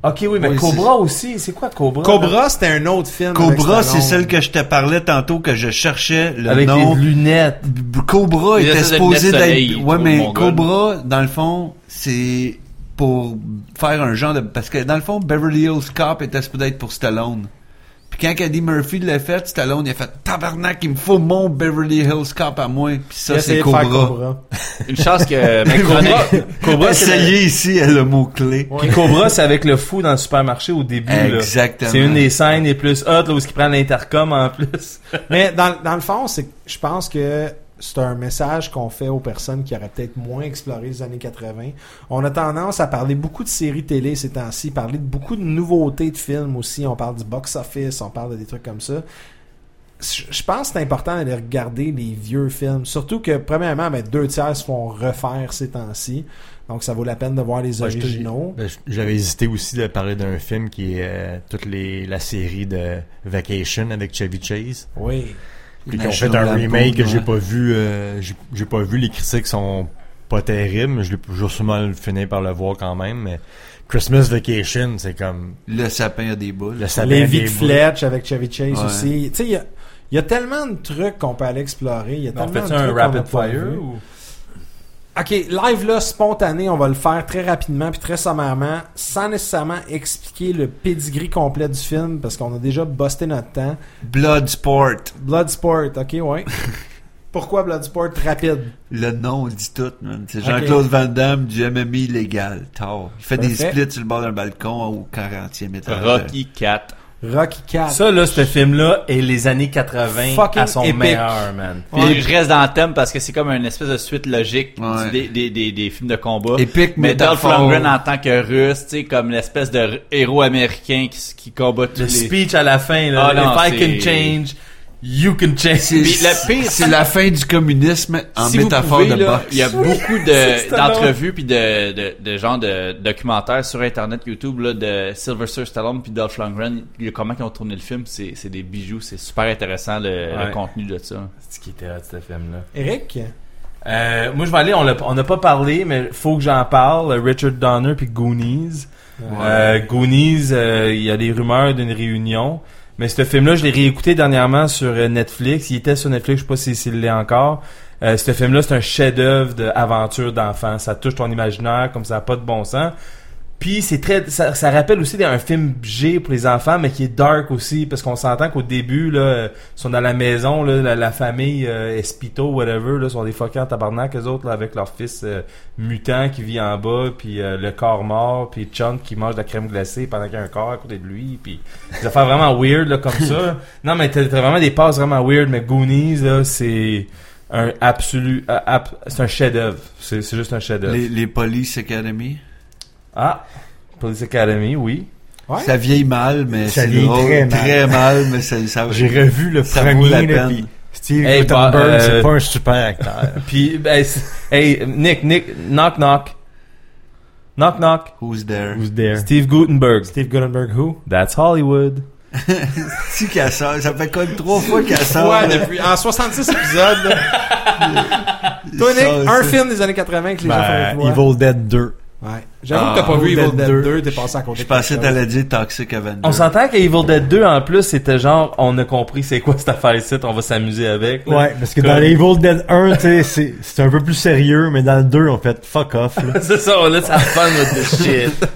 S3: Ok, oui, mais
S4: Oui,
S3: Cobra aussi, c'est quoi Cobra? là?
S2: Cobra, c'était un autre film. avec
S4: Cobra, c'est
S2: Stallone.
S4: celle que je te parlais tantôt que je cherchais le
S3: Avec
S4: nom.
S3: les lunettes.
S4: B- Cobra
S1: Il y a
S4: était
S1: ça, le
S4: supposé
S1: net soleil,
S4: d'être. Ouais,
S1: tout
S4: mais
S1: mongol.
S4: Cobra, dans le fond, c'est pour faire un genre de. Parce que dans le fond, Beverly Hills Cop était supposé être pour Stallone. Puis Puis quand Eddie Murphy l'a fait, Stallone, il a fait tabarnak, il me faut mon Beverly Hills Cop à moi. Puis ça, c'est Cobra.
S1: Une chance que
S3: Mais Cobra,
S1: McConaughey-
S3: Cobra, c'est
S4: Essayez ici le mot-clé.
S3: Puis Cobra, c'est avec le fou dans le supermarché au début. là.
S4: Exactement.
S3: C'est une des scènes les plus hot, là, où il prend l'intercom en plus.
S2: Mais dans, dans le fond, c'est que je pense que c'est un message qu'on fait aux personnes qui auraient peut-être moins exploré les années 80. On a tendance à parler beaucoup de séries télé ces temps-ci, parler de beaucoup de nouveautés de films aussi. On parle du box-office, on parle de des trucs comme ça. Je je pense que c'est important d'aller regarder les vieux films. Surtout que, premièrement, ben, deux tiers se font refaire ces temps-ci. Donc, ça vaut la peine de voir les
S5: Ouais, je te-
S2: originaux.
S5: Ben, j- J'avais hésité aussi de parler d'un film qui est euh, toute les, la série de Vacation avec Chevy Chase.
S2: Oui.
S5: Puis qu'on fait
S4: National
S5: un
S4: Lampoon,
S5: remake que j'ai
S4: ouais.
S5: pas vu. euh, j'ai j'ai pas vu. Les critiques sont pas terribles. mais Je l'ai toujours sûrement le fini par le voir quand même. Mais Christmas Vacation, c'est comme
S4: Le sapin a des boules.
S5: le sapin à
S2: Lévi
S5: des
S2: de
S5: boules.
S2: Fletch avec Chevy Chase
S4: Ouais.
S2: aussi. Tu sais, il y a, il y a tellement de trucs qu'on peut aller explorer. Il y a
S3: On
S2: tellement de
S3: fait un
S2: trucs qu'on a
S3: rapid
S2: pas
S3: fire
S2: vus.
S3: ou...
S2: OK, live là, spontané, on va le faire très rapidement puis très sommairement, sans nécessairement expliquer le pedigree complet du film, parce qu'on a déjà busté notre temps.
S4: Bloodsport.
S2: Bloodsport, OK, ouais. Pourquoi Bloodsport rapide?
S4: Le nom on dit tout, man. C'est
S2: Ok.
S4: Jean-Claude Van Damme du MMI légal. Tard. Il fait des
S2: Parfait.
S4: splits sur le bord d'un balcon au 40e étage.
S1: Rocky 4.
S2: Rocky 4.
S3: Ça, là, ce film-là est les années 80
S2: Fucking
S3: à son
S2: épique.
S3: meilleur, man.
S1: Puis
S2: Ouais.
S1: je reste dans le thème parce que c'est comme une espèce de suite logique du-
S4: Ouais.
S1: des, des, des, des films de combat.
S4: Épique
S1: mais Dolph
S4: métaphore.
S1: Lundgren en tant que russe, tu sais, comme l'espèce de r- héros américain qui, s- qui combat tous
S3: Le
S1: les...
S3: speech à la fin, là.
S1: Ah, non,
S3: If I
S1: c'est-
S3: can change, you can change.
S4: C'est,
S1: Puis le pire-
S4: c'est la fin du communisme en
S1: Si vous
S4: métaphore
S1: pouvez,
S4: de
S1: là,
S4: boxe.
S1: Il y a beaucoup
S3: c'est
S1: de,
S3: Stallone.
S1: d'entrevues puis de, de, de genre de documentaires sur Internet, YouTube, là, de Sylvester Stallone puis Dolph Lundgren. Le- Comment ils ont tourné le film, c'est, c'est des bijoux. C'est super intéressant, le, le
S3: Ouais.
S1: contenu de ça.
S3: C'est ce qui était hot, ce film-là.
S2: Eric?
S3: Euh, moi, je vais aller, on l'a- on n'a pas parlé, mais faut que j'en parle. Richard Donner puis Goonies. Euh, Goonies, euh, il y a des rumeurs d'une réunion. Mais ce film-là, je l'ai réécouté dernièrement sur euh, Netflix. Il était sur Netflix, je sais pas si- s'il l'est encore. Euh, ce film-là, c'est un chef-d'œuvre d'aventure d'enfant. Ça touche ton imaginaire comme ça n'a pas de bon sens. Puis c'est très, ça, ça rappelle aussi un film G pour les enfants, mais qui est dark aussi parce qu'on s'entend qu'au début là, euh, ils sont dans la maison là, la, la famille euh, Espito, whatever, là, sont des fuckers en tabarnak eux autres là, avec leur fils euh, mutant qui vit en bas, puis euh, le corps mort, puis Chunk qui mange de la crème glacée pendant qu'il y a un corps à côté de lui, puis des affaires vraiment weird là, comme ça. Non mais t'as t'as vraiment des passes vraiment weird, mais Goonies là, c'est un absolu, a- ab- c'est un chef-d'œuvre. C'est c'est juste un chef-d'œuvre.
S4: les, les Police Academy.
S3: Ah, Police Academy, oui.
S2: Ouais.
S4: Ça vieille mal, mais
S5: Ça
S4: c'est
S5: vieillit
S4: drôle.
S5: très mal.
S4: mal, mais ça,
S5: *laughs*
S4: ça,
S5: J'ai revu le
S4: ça vaut la
S5: premier. là,
S4: peine.
S5: puis Steve
S3: Hey,
S5: Guttenberg,
S3: bah, euh,
S5: c'est pas un super acteur.
S3: Puis, ben, c'est- hey, Nick, Nick, knock, knock. Knock, knock.
S4: Who's there?
S5: *laughs* Who's there?
S3: Steve Gutenberg.
S2: Steve Guttenberg, who?
S3: That's Hollywood.
S4: Si qu'elle sort, ça fait comme trois fois qu'elle sort.
S2: Toi,
S4: là.
S2: depuis, en *laughs* 66 épisodes, là. toi, Nick,
S4: Ça,
S2: un
S4: ça.
S2: film des années 80 que les gens font
S5: Ben,
S2: avec toi.
S5: Evil Dead 2.
S2: Ouais. J'avoue que t'as
S4: Ah,
S2: pas vu
S5: Evil
S2: Evil
S5: Dead
S2: Dead
S5: 2,
S2: 2, t'es passé à côté.
S4: Je
S2: de
S4: pensais que
S2: quelque chose.
S4: t'allais dire Toxic Avenger.
S3: On s'entend qu'Evil Dead 2, en plus, c'était genre, on a compris c'est quoi cette affaire-ci, on va s'amuser avec. là.
S5: Ouais, parce que
S3: Comme-
S5: dans Evil Dead 1, tu sais, c'est- c'est un peu plus sérieux, mais dans le 2, on fait fuck off. là.
S3: *laughs* c'est ça, on laisse la fun with
S2: *laughs*
S3: this shit.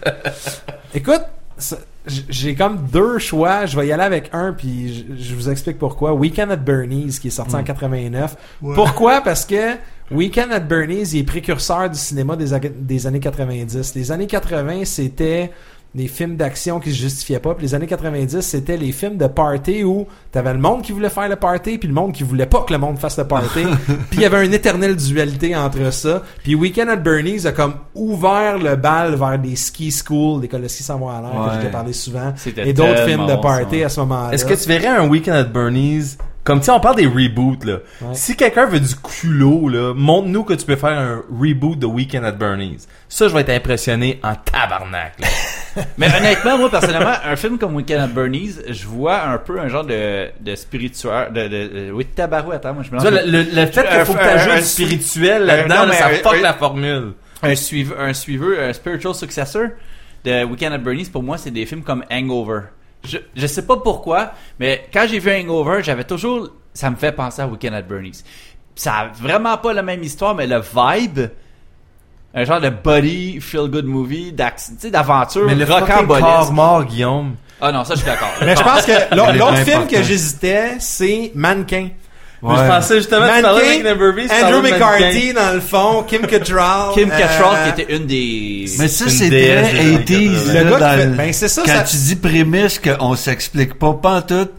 S2: Écoute, ça- j- j'ai comme deux choix. Je vais y aller avec un, puis j- je vous explique pourquoi. Weekend at Bernie's, qui est sorti en 89. Pourquoi? Parce que Weekend at Bernie's, il est précurseur du cinéma des, aga- des années 90. Les années 80, c'était des films d'action qui se justifiaient pas. Puis les années 90, c'était les films de party où t'avais le monde qui voulait faire le party, puis le monde qui voulait pas que le monde fasse
S1: *laughs*
S2: le party. puis il y avait une éternelle dualité entre ça. Puis Weekend at Bernie's a comme ouvert le bal vers des ski schools, des écoles de ski sans voix à l'air, que
S4: Ouais.
S2: j'ai déjà parlé souvent,
S1: C'était
S2: et d'autres
S1: tellement
S2: films de
S1: bon,
S2: party
S1: ça.
S2: à ce moment-là.
S3: Est-ce que tu verrais un Weekend at Bernie's? Comme, tu sais, on parle des reboots, là.
S2: Ouais.
S3: Si quelqu'un veut du culot, là, montre-nous que tu peux faire un reboot de Weekend at Bernie's. Ça, je vais être impressionné en tabarnak,
S2: *laughs*
S3: là.
S1: Mais honnêtement, moi, personnellement, un film comme Weekend at Bernie's, je vois un peu un genre de, de spirituel, de, de, de- oui, de tabarou, attends, moi, je me
S3: Tu vois, le, le- le fait qu'il faut que
S1: Un-
S3: t'ajoutes
S1: un-
S3: du spirituel
S1: non,
S3: là-dedans, là,
S1: mais
S3: ça
S1: un-
S3: fuck
S1: un-
S3: la formule.
S1: un suiveur, un suiveur, un spiritual successor de Weekend at Bernie's, pour moi, c'est des films comme Hangover. Je, je sais pas pourquoi, mais quand j'ai vu Hangover, j'avais toujours, ça me fait penser à Weekend at Bernie's. Ça a vraiment pas la même histoire, mais le vibe, un genre de buddy, feel good movie, d'ac- tu sais, d'aventure,
S3: Mais le
S1: rock
S3: fucking
S1: en
S3: corps mort, Guillaume.
S1: Ah non, ça, je suis
S3: *laughs*
S1: d'accord.
S2: Mais je pense que
S4: Il
S2: l'autre
S4: est
S2: l'autre
S4: bien
S2: film
S4: important.
S2: que j'hésitais, c'est Mannequin.
S3: Mais je pensais justement, tu parlais avec
S2: Mannequin,
S3: Never Be, tu
S2: Andrew
S3: parlais de mannequin.
S2: McCarthy dans le fond, Kim Cattrall.
S1: Kim
S2: euh,
S1: Cattrall, qui était une des...
S4: Mais ça,
S3: une
S4: c'était
S3: déesse des
S4: 80s.
S2: Le
S4: là,
S2: gars qui
S4: dans
S2: fait-
S4: le-
S2: ben, c'est ça,
S4: Quand
S2: ça-
S4: tu dis prémisse qu'on s'explique pas pantoute,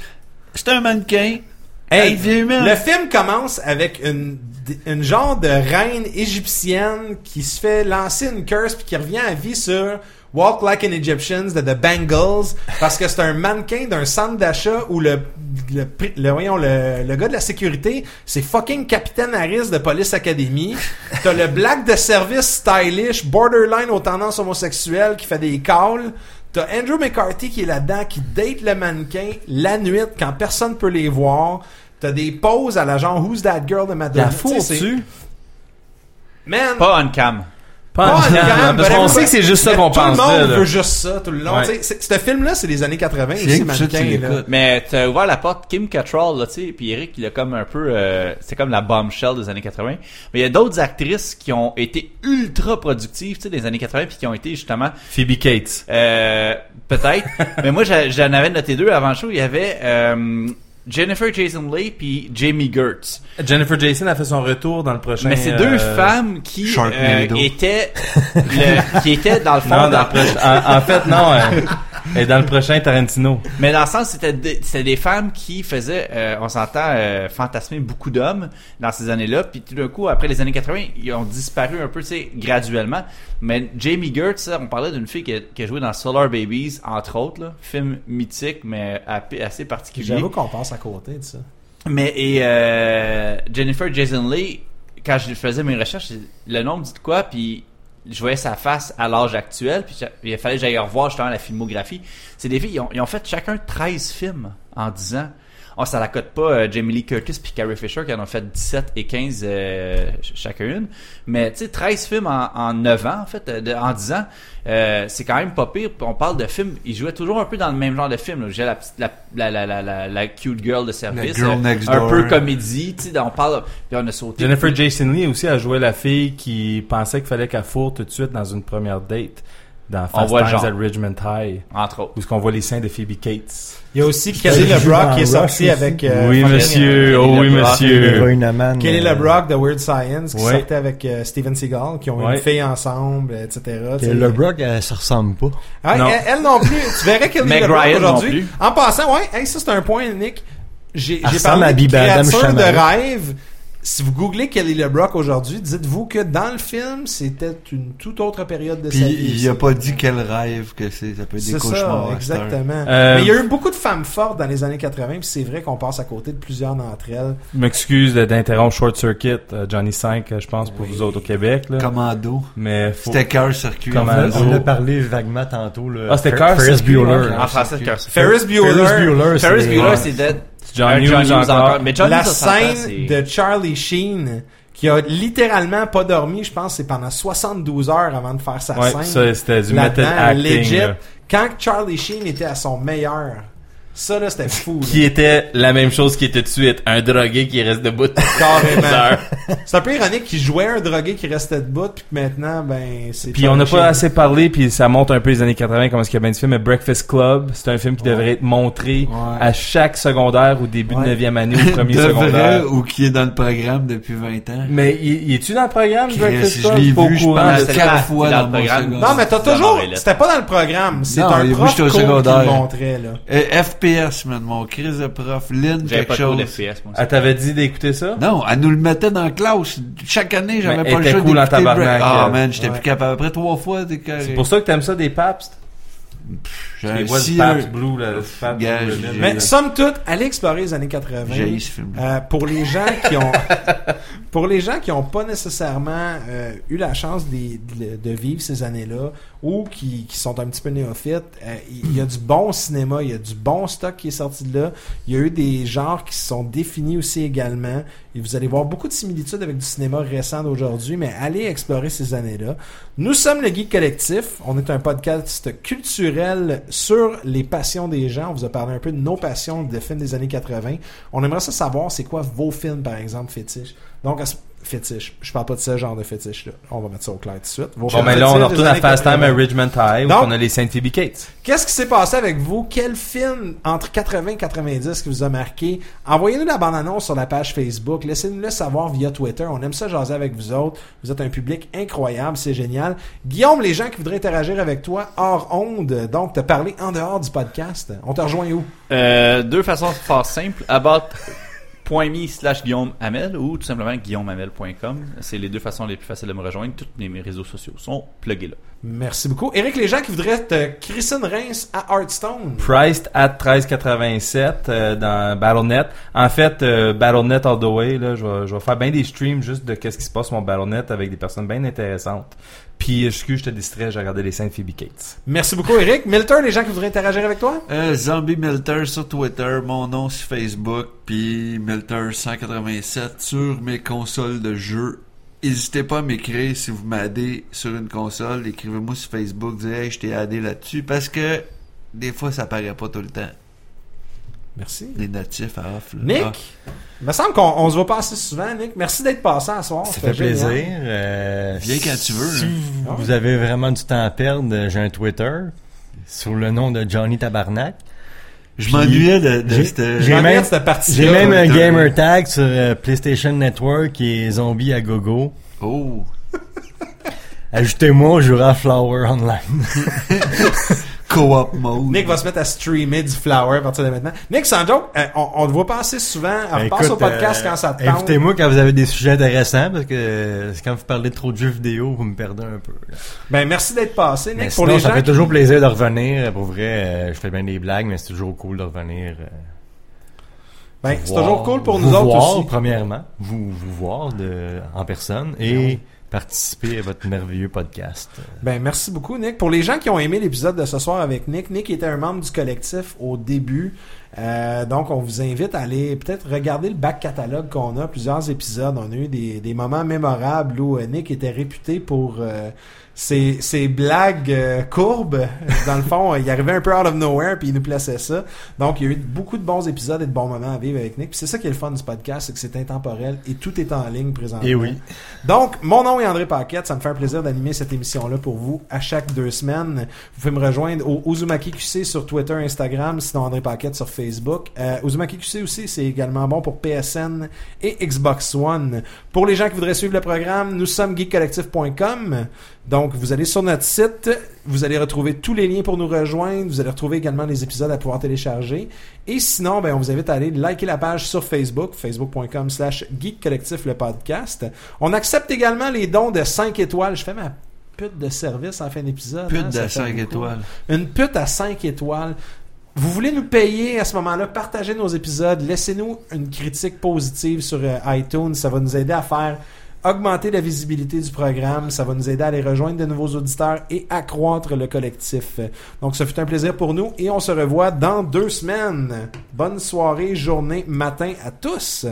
S4: c'est un mannequin.
S2: Hey,
S4: Elle devient humaine.
S2: le film commence avec une, une genre de reine égyptienne qui se fait lancer une curse puis qui revient à vie sur Walk Like an Egyptian de The Bangles parce que c'est un mannequin d'un centre d'achat où le le, pri- le- voyons, le, le gars de la sécurité, c'est fucking Capitaine Harris de Police Academy. T'as le black de service stylish, borderline aux tendances homosexuelles qui fait des calls. T'as Andrew McCarthy qui est là-dedans, qui date le mannequin la nuit quand personne peut les voir. T'as des pauses à la genre Who's That Girl de Madonna.
S3: La fourre
S2: Tu sais, c'est-
S3: dessus.
S2: Man,
S1: Pas on cam.
S2: pas
S3: Pas
S2: en gamme,
S3: en- Parce
S2: but
S3: qu'on
S2: everybody-
S3: sait que c'est juste ça
S2: mais
S3: qu'on
S2: Tout
S3: pense. là,
S2: le monde
S3: là.
S2: veut juste ça tout le long.
S3: Ouais.
S2: Tu sais, c'est- Ce film-là, c'est des années 80
S4: rien
S2: aussi,
S4: que ça, tu
S2: mannequin. là.
S3: Euh.
S4: l'écoutes.
S1: Mais t'as ouvert la porte Kim Cattrall là, tu sais, puis Eric il a comme un peu euh, c'est comme la bombshell des années 80. Mais il y a d'autres actrices qui ont été ultra productives, tu sais, des années 80 puis qui ont été justement
S3: Phoebe Cates.
S1: euh,
S3: *laughs*
S1: peut-être, mais moi j'a- j'en avais noté deux avant le show, il y avait euh, Jennifer Jason Leigh puis Jamie Gertz.
S3: Jennifer Jason a fait son retour dans le prochain.
S1: Mais c'est deux
S3: euh,
S1: femmes qui euh,
S4: Sharknado.
S1: étaient le- qui étaient dans le fond
S3: Non,
S1: de
S3: dans
S1: la-
S3: le prochain- en, en fait, non. Elle, *laughs* elle est dans le prochain Tarantino.
S1: Mais dans le sens, c'était des, c'était des femmes qui faisaient, euh, on s'entend, euh, fantasmer beaucoup d'hommes dans ces années-là. Puis tout d'un coup, après les années 80, ils ont disparu un peu, tu sais, graduellement. Mais Jamie Gertz, on parlait d'une fille qui a, qui a joué dans Solar Babies, entre autres, là, film mythique, mais à- assez particulier.
S2: J'avoue qu'on passe à côté de ça.
S1: Mais et euh, Jennifer Jason Lee, quand je faisais mes recherches, le nom me dit de quoi, puis je voyais sa face à l'âge actuel, puis j'a- il fallait que j'aille revoir justement la filmographie. C'est des filles, ils ont, ils ont fait chacun 13 films en 10 ans. On ça la cote pas euh, Jamie Lee Curtis puis Carrie Fisher qui en ont fait 17 et 15 euh, ch- chacune. Mais tu sais, 13 films en, en 9 ans, en fait, euh, de- en 10 ans, euh, c'est quand même pas pire. Puis on parle de films, ils jouaient toujours un peu dans le même genre de film. là. J'ai la, petite- la, la, la, la, la, la cute girl de service.
S4: girl
S1: euh,
S4: next
S1: un
S4: door.
S1: peu comédie, tu sais, on parle, puis on a sauté.
S3: Jennifer Jason Lee aussi a joué la fille qui pensait qu'il fallait qu'elle fourre tout de suite dans une première date dans
S1: On
S3: Fast
S1: voit le
S3: Times
S1: genre.
S3: at Ridgemont High
S1: Entre autres.
S3: où ce qu'on voit les seins de Phoebe Cates.
S2: Il y a aussi
S5: l'ai
S2: Kelly
S5: vu
S2: LeBrock
S5: dans
S2: qui est
S5: Rush
S2: sorti
S5: aussi.
S2: avec. euh,
S3: oui,
S2: fucking,
S3: monsieur.
S1: euh,
S3: Oh oui,
S1: Kelly LeBrock.
S3: monsieur.
S2: Kelly
S5: euh,
S2: LeBrock de Weird Science qui
S3: Ouais.
S2: sortait avec euh, Steven Seagal, qui ont
S3: Ouais.
S2: une fille ensemble, etc. tu sais.
S5: Le Brock, elle, ça ressemble pas.
S2: Ouais,
S3: Non.
S2: Elle, elle non plus. Tu verrais Kelly
S1: Meg
S2: LeBrock
S1: Ryan non
S2: aujourd'hui.
S1: plus.
S2: En passant, ouais, hey, ça c'est un point, Nick. J'ai
S5: Elle
S2: j'ai
S5: ressemble à
S2: parlé de
S5: Bibi Adam
S2: créature de
S5: Shamara.
S2: rêve. Si vous googlez Kelly LeBrock aujourd'hui, dites-vous que dans le film, c'était une toute autre période de
S4: Puis
S2: sa vie.
S4: il a
S2: aussi.
S4: pas dit quel rêve que c'est. Ça peut être des
S2: C'est ça,
S4: cauchemars. à cette heure.
S2: exactement.
S3: Euh,
S2: Mais il y a eu beaucoup de femmes fortes dans les années 80, puis c'est vrai qu'on passe à côté de plusieurs d'entre elles.
S3: Je m'excuse de- d'interrompre Short Circuit, euh, Johnny 5, euh, je pense, pour vous autres au Québec. Là.
S4: Commando.
S3: Mais faut...
S4: C'était cœur circuit.
S3: Commando.
S5: On en a parlé vaguement tantôt. Là,
S3: Ah, c'était Ah,
S5: Fer-
S3: Cars,
S5: Ferris
S3: c'est-
S5: Bueller.
S1: En français, c'est Curse.
S2: Ferris
S5: Ferris
S2: Bueller.
S5: Bueller, Ah, c'est-
S1: Ferris Bueller,
S5: ouais.
S1: c'est dead.
S3: C'est John
S1: Euh,
S3: Hughes encore.
S1: Mais John
S2: la
S1: Hughes, on s'entend,
S2: scène
S1: c'est-
S2: de Charlie Sheen qui a littéralement pas dormi, je pense, c'est pendant 72 heures avant de faire sa
S3: Ouais,
S2: scène.
S3: ça, c'était du metal
S2: Là-dedans,
S3: acting.
S2: legit,
S3: là.
S2: Quand Charlie Sheen était à son meilleur, ça là c'était fou. là.
S3: Qui était la même chose qui était de suite, un drogué qui reste debout de
S2: *laughs* Carrément. c'est un peu ironique qu'il jouait un drogué qui restait debout puis que maintenant ben c'est.
S3: *laughs* Puis
S2: Charlie
S3: on n'a
S2: Sheen.
S3: pas assez parlé, puis ça monte un peu les années 80, comment est-ce qu'il y a bien du film, mais Breakfast Club, c'est un film qui devrait être montré
S2: Ouais.
S3: à chaque secondaire au début
S2: Ouais.
S3: *laughs* de 9e année ou premier
S4: *laughs* de vrai
S3: secondaire.
S4: ou qui est dans le programme depuis 20 ans.
S2: Mm,
S3: Mais y, y es-tu dans le programme
S4: Chris,
S3: Breakfast
S4: je
S3: Club?
S4: l'ai
S3: Pas au
S4: vu, je
S3: courant
S4: pense,
S3: de-
S1: c'est
S4: quatre
S1: la-
S4: fois
S1: dans
S4: dans,
S1: le
S4: mon
S1: programme.
S4: secondaire.
S2: Non mais t'as
S1: Dans
S2: toujours,
S1: Marvelette.
S2: c'était pas dans le programme, c'est
S4: Non,
S2: un
S4: mais moi,
S2: prof
S4: j'étais au
S2: cool qui le
S4: secondaire.
S2: montrait là.
S4: Euh, FPS, man, mon crise de prof. Lynn,
S1: J'avais
S4: quelque
S1: pas trop
S4: chose.
S1: d'FPS, moi. aussi.
S3: Ah, t'avais dit d'écouter ça?
S4: Non, elle nous le mettait dans la classe. Chaque année,
S3: Mais
S4: j'avais
S3: elle
S4: pas le
S3: était
S4: choix
S3: cool en
S4: d'écouter
S3: tabarnak,
S4: Break- Ah,
S3: elle.
S4: man, j'étais
S2: Ouais.
S4: plus capable. Après trois fois, t'es
S3: C'est
S4: carré.
S3: pour ça que t'aimes ça des Pabst?
S4: J'ai
S3: Les
S4: un
S3: voix du
S4: si-
S3: Pabst Blue, là, Ben, le Pabst
S4: Gars,
S3: Blue,
S4: j'ai-
S3: le-
S2: Mais somme toute, allez explorer les années 80.
S4: J'ai haï ce film.
S2: Euh, pour les gens qui ont pour les gens qui ont pas nécessairement euh, eu la chance de, de- de vivre ces années-là ou qui, qui sont un petit peu néophytes, euh, il y a du bon cinéma, il y a du bon stock qui est sorti de là. Il y a eu des genres qui se sont définis aussi également. Et vous allez voir beaucoup de similitudes avec du cinéma récent d'aujourd'hui, mais allez explorer ces années-là. Nous sommes le Geek Collectif. On est un podcast culturel sur les passions des gens. On vous a parlé un peu de nos passions de films des années 80. On aimerait ça savoir c'est quoi vos films, par exemple, fétiches. Donc, à ce- fétiche. Je parle pas de ce genre de fétiche-là. On va mettre ça au clair tout de suite. Vos
S3: Bon, mais
S2: fétiches
S3: là, on
S2: des
S3: retourne à
S2: années
S3: Fast Time
S2: 80.
S3: à Ridgemont High, où
S2: Non.
S3: on a les Saint Phoebe Cates.
S2: Qu'est-ce qui s'est passé avec vous? Quel film entre 80 et 90 qui vous a marqué? Envoyez-nous la bande-annonce sur la page Facebook. Laissez-nous le savoir via Twitter. On aime ça jaser avec vous autres. Vous êtes un public incroyable. C'est génial. Guillaume, les gens qui voudraient interagir avec toi hors onde, donc te parler en dehors du podcast, on te rejoint où?
S1: Euh, deux façons de faire simple. About.me slash Guillaume Hamel ou tout simplement guillaumehamel.com. C'est les deux façons les plus faciles de me rejoindre. Tous mes mes réseaux sociaux sont pluggés là.
S2: Merci beaucoup. Eric, les gens qui voudraient te Christine Reims à Hearthstone.
S3: Priced at 13,87 euh, dans BattleNet. En fait, euh, BattleNet all the way, là, je vais, je vais faire bien des streams juste de qu'est-ce qui se passe sur mon BattleNet avec des personnes bien intéressantes. Puis, excuse, je te distrais, j'ai regardé les Saint Phoebe Cates.
S2: Merci beaucoup, Eric. Milton, les gens qui voudraient interagir avec toi?
S4: Euh, Zombie Melter sur Twitter, mon nom sur Facebook, puis Melter187 sur mes consoles de jeux. N'hésitez pas à m'écrire si vous m'aidez sur une console. Écrivez-moi sur Facebook, dire hey, je t'ai aidé là-dessus, parce que des fois, ça paraît pas tout le temps.
S2: Merci.
S4: Les natifs à off. là.
S2: Nick?
S4: Ah.
S2: Il me semble qu'on on se voit pas assez souvent, Nick. Merci d'être passé à soir.
S5: Ça
S2: C'était
S5: fait
S2: génial.
S5: plaisir. euh,
S4: Viens quand tu veux,
S5: Si
S4: là.
S5: vous- vous avez vraiment du temps à perdre, euh, j'ai un Twitter sous le nom de Johnny Tabarnak.
S4: Je m'ennuyais de, de
S5: j'ai-
S4: cette-
S5: j'ai-
S2: J'en
S5: même-
S2: regarde cette partie-là.
S5: J'ai même un
S4: Twitter.
S5: gamer tag sur euh, PlayStation Network et Zombie à gogo.
S4: Oh!
S5: Ajoutez-moi au Jura Flower Online.
S4: Co-op mode.
S2: Nick va se mettre à streamer du flower à partir de maintenant. Nick, sans joke, euh, on, on le voit pas assez souvent. On Ah, repasse au
S5: Écoute,
S2: podcast
S5: euh,
S2: quand ça te tente.
S5: Invitez-moi quand vous avez des sujets intéressants parce que euh, quand vous parlez trop de jeux vidéo, vous me perdez un peu. là.
S2: Ben, merci d'être passé, Nick.
S5: Mais
S2: pour
S5: sinon,
S2: les
S5: ça
S2: gens
S5: fait
S2: qui-
S5: toujours plaisir de revenir. Pour vrai, euh, je fais bien des blagues, mais c'est toujours cool de revenir. euh,
S2: Ben, c'est
S5: voir-
S2: toujours cool pour
S5: vous
S2: nous autres
S5: voir,
S2: aussi.
S5: premièrement, vous, vous voir de, en personne et participer à votre merveilleux podcast.
S2: Ben, merci beaucoup, Nick. Pour les gens qui ont aimé l'épisode de ce soir avec Nick, Nick était un membre du collectif au début. Euh, donc, on vous invite à aller peut-être regarder le bac catalogue qu'on a, plusieurs épisodes. On a eu des, des moments mémorables où euh, Nick était réputé pour euh, ses, ses blagues euh, courbes. *laughs* Dans le fond, il arrivait un peu out of nowhere, puis il nous plaçait ça. Donc, il y a eu beaucoup de bons épisodes et de bons moments à vivre avec Nick. Puis c'est ça qui est le fun du podcast, c'est que c'est intemporel et tout est en ligne présentement.
S5: Et oui.
S2: Donc, mon nom est André Paquette. Ça me fait un plaisir d'animer cette émission-là pour vous à chaque deux semaines. Vous pouvez me rejoindre au Uzumaki QC sur Twitter, Instagram, sinon André Paquette sur Facebook. Euh, Uzumaki QC aussi, c'est également bon pour PSN et Xbox One. Pour les gens qui voudraient suivre le programme, nous sommes geekcollectif.com. Donc, vous allez sur notre site, vous allez retrouver tous les liens pour nous rejoindre. Vous allez retrouver également les épisodes à pouvoir télécharger. Et sinon, ben, on vous invite à aller liker la page sur Facebook, facebook.com slash geek collectif le podcast. On accepte également les dons de 5 étoiles. Je fais ma pute de service en fin d'épisode. hein,
S4: Pute
S2: ça
S4: de
S2: fait
S4: 5
S2: beaucoup.
S4: étoiles.
S2: Une pute à 5 étoiles. Vous voulez nous payer à ce moment-là, partagez nos épisodes, laissez-nous une critique positive sur euh, iTunes, ça va nous aider à faire augmenter la visibilité du programme, ça va nous aider à aller rejoindre de nouveaux auditeurs et accroître le collectif. Donc ce fut un plaisir pour nous et on se revoit dans deux semaines. Bonne soirée, journée, matin à tous.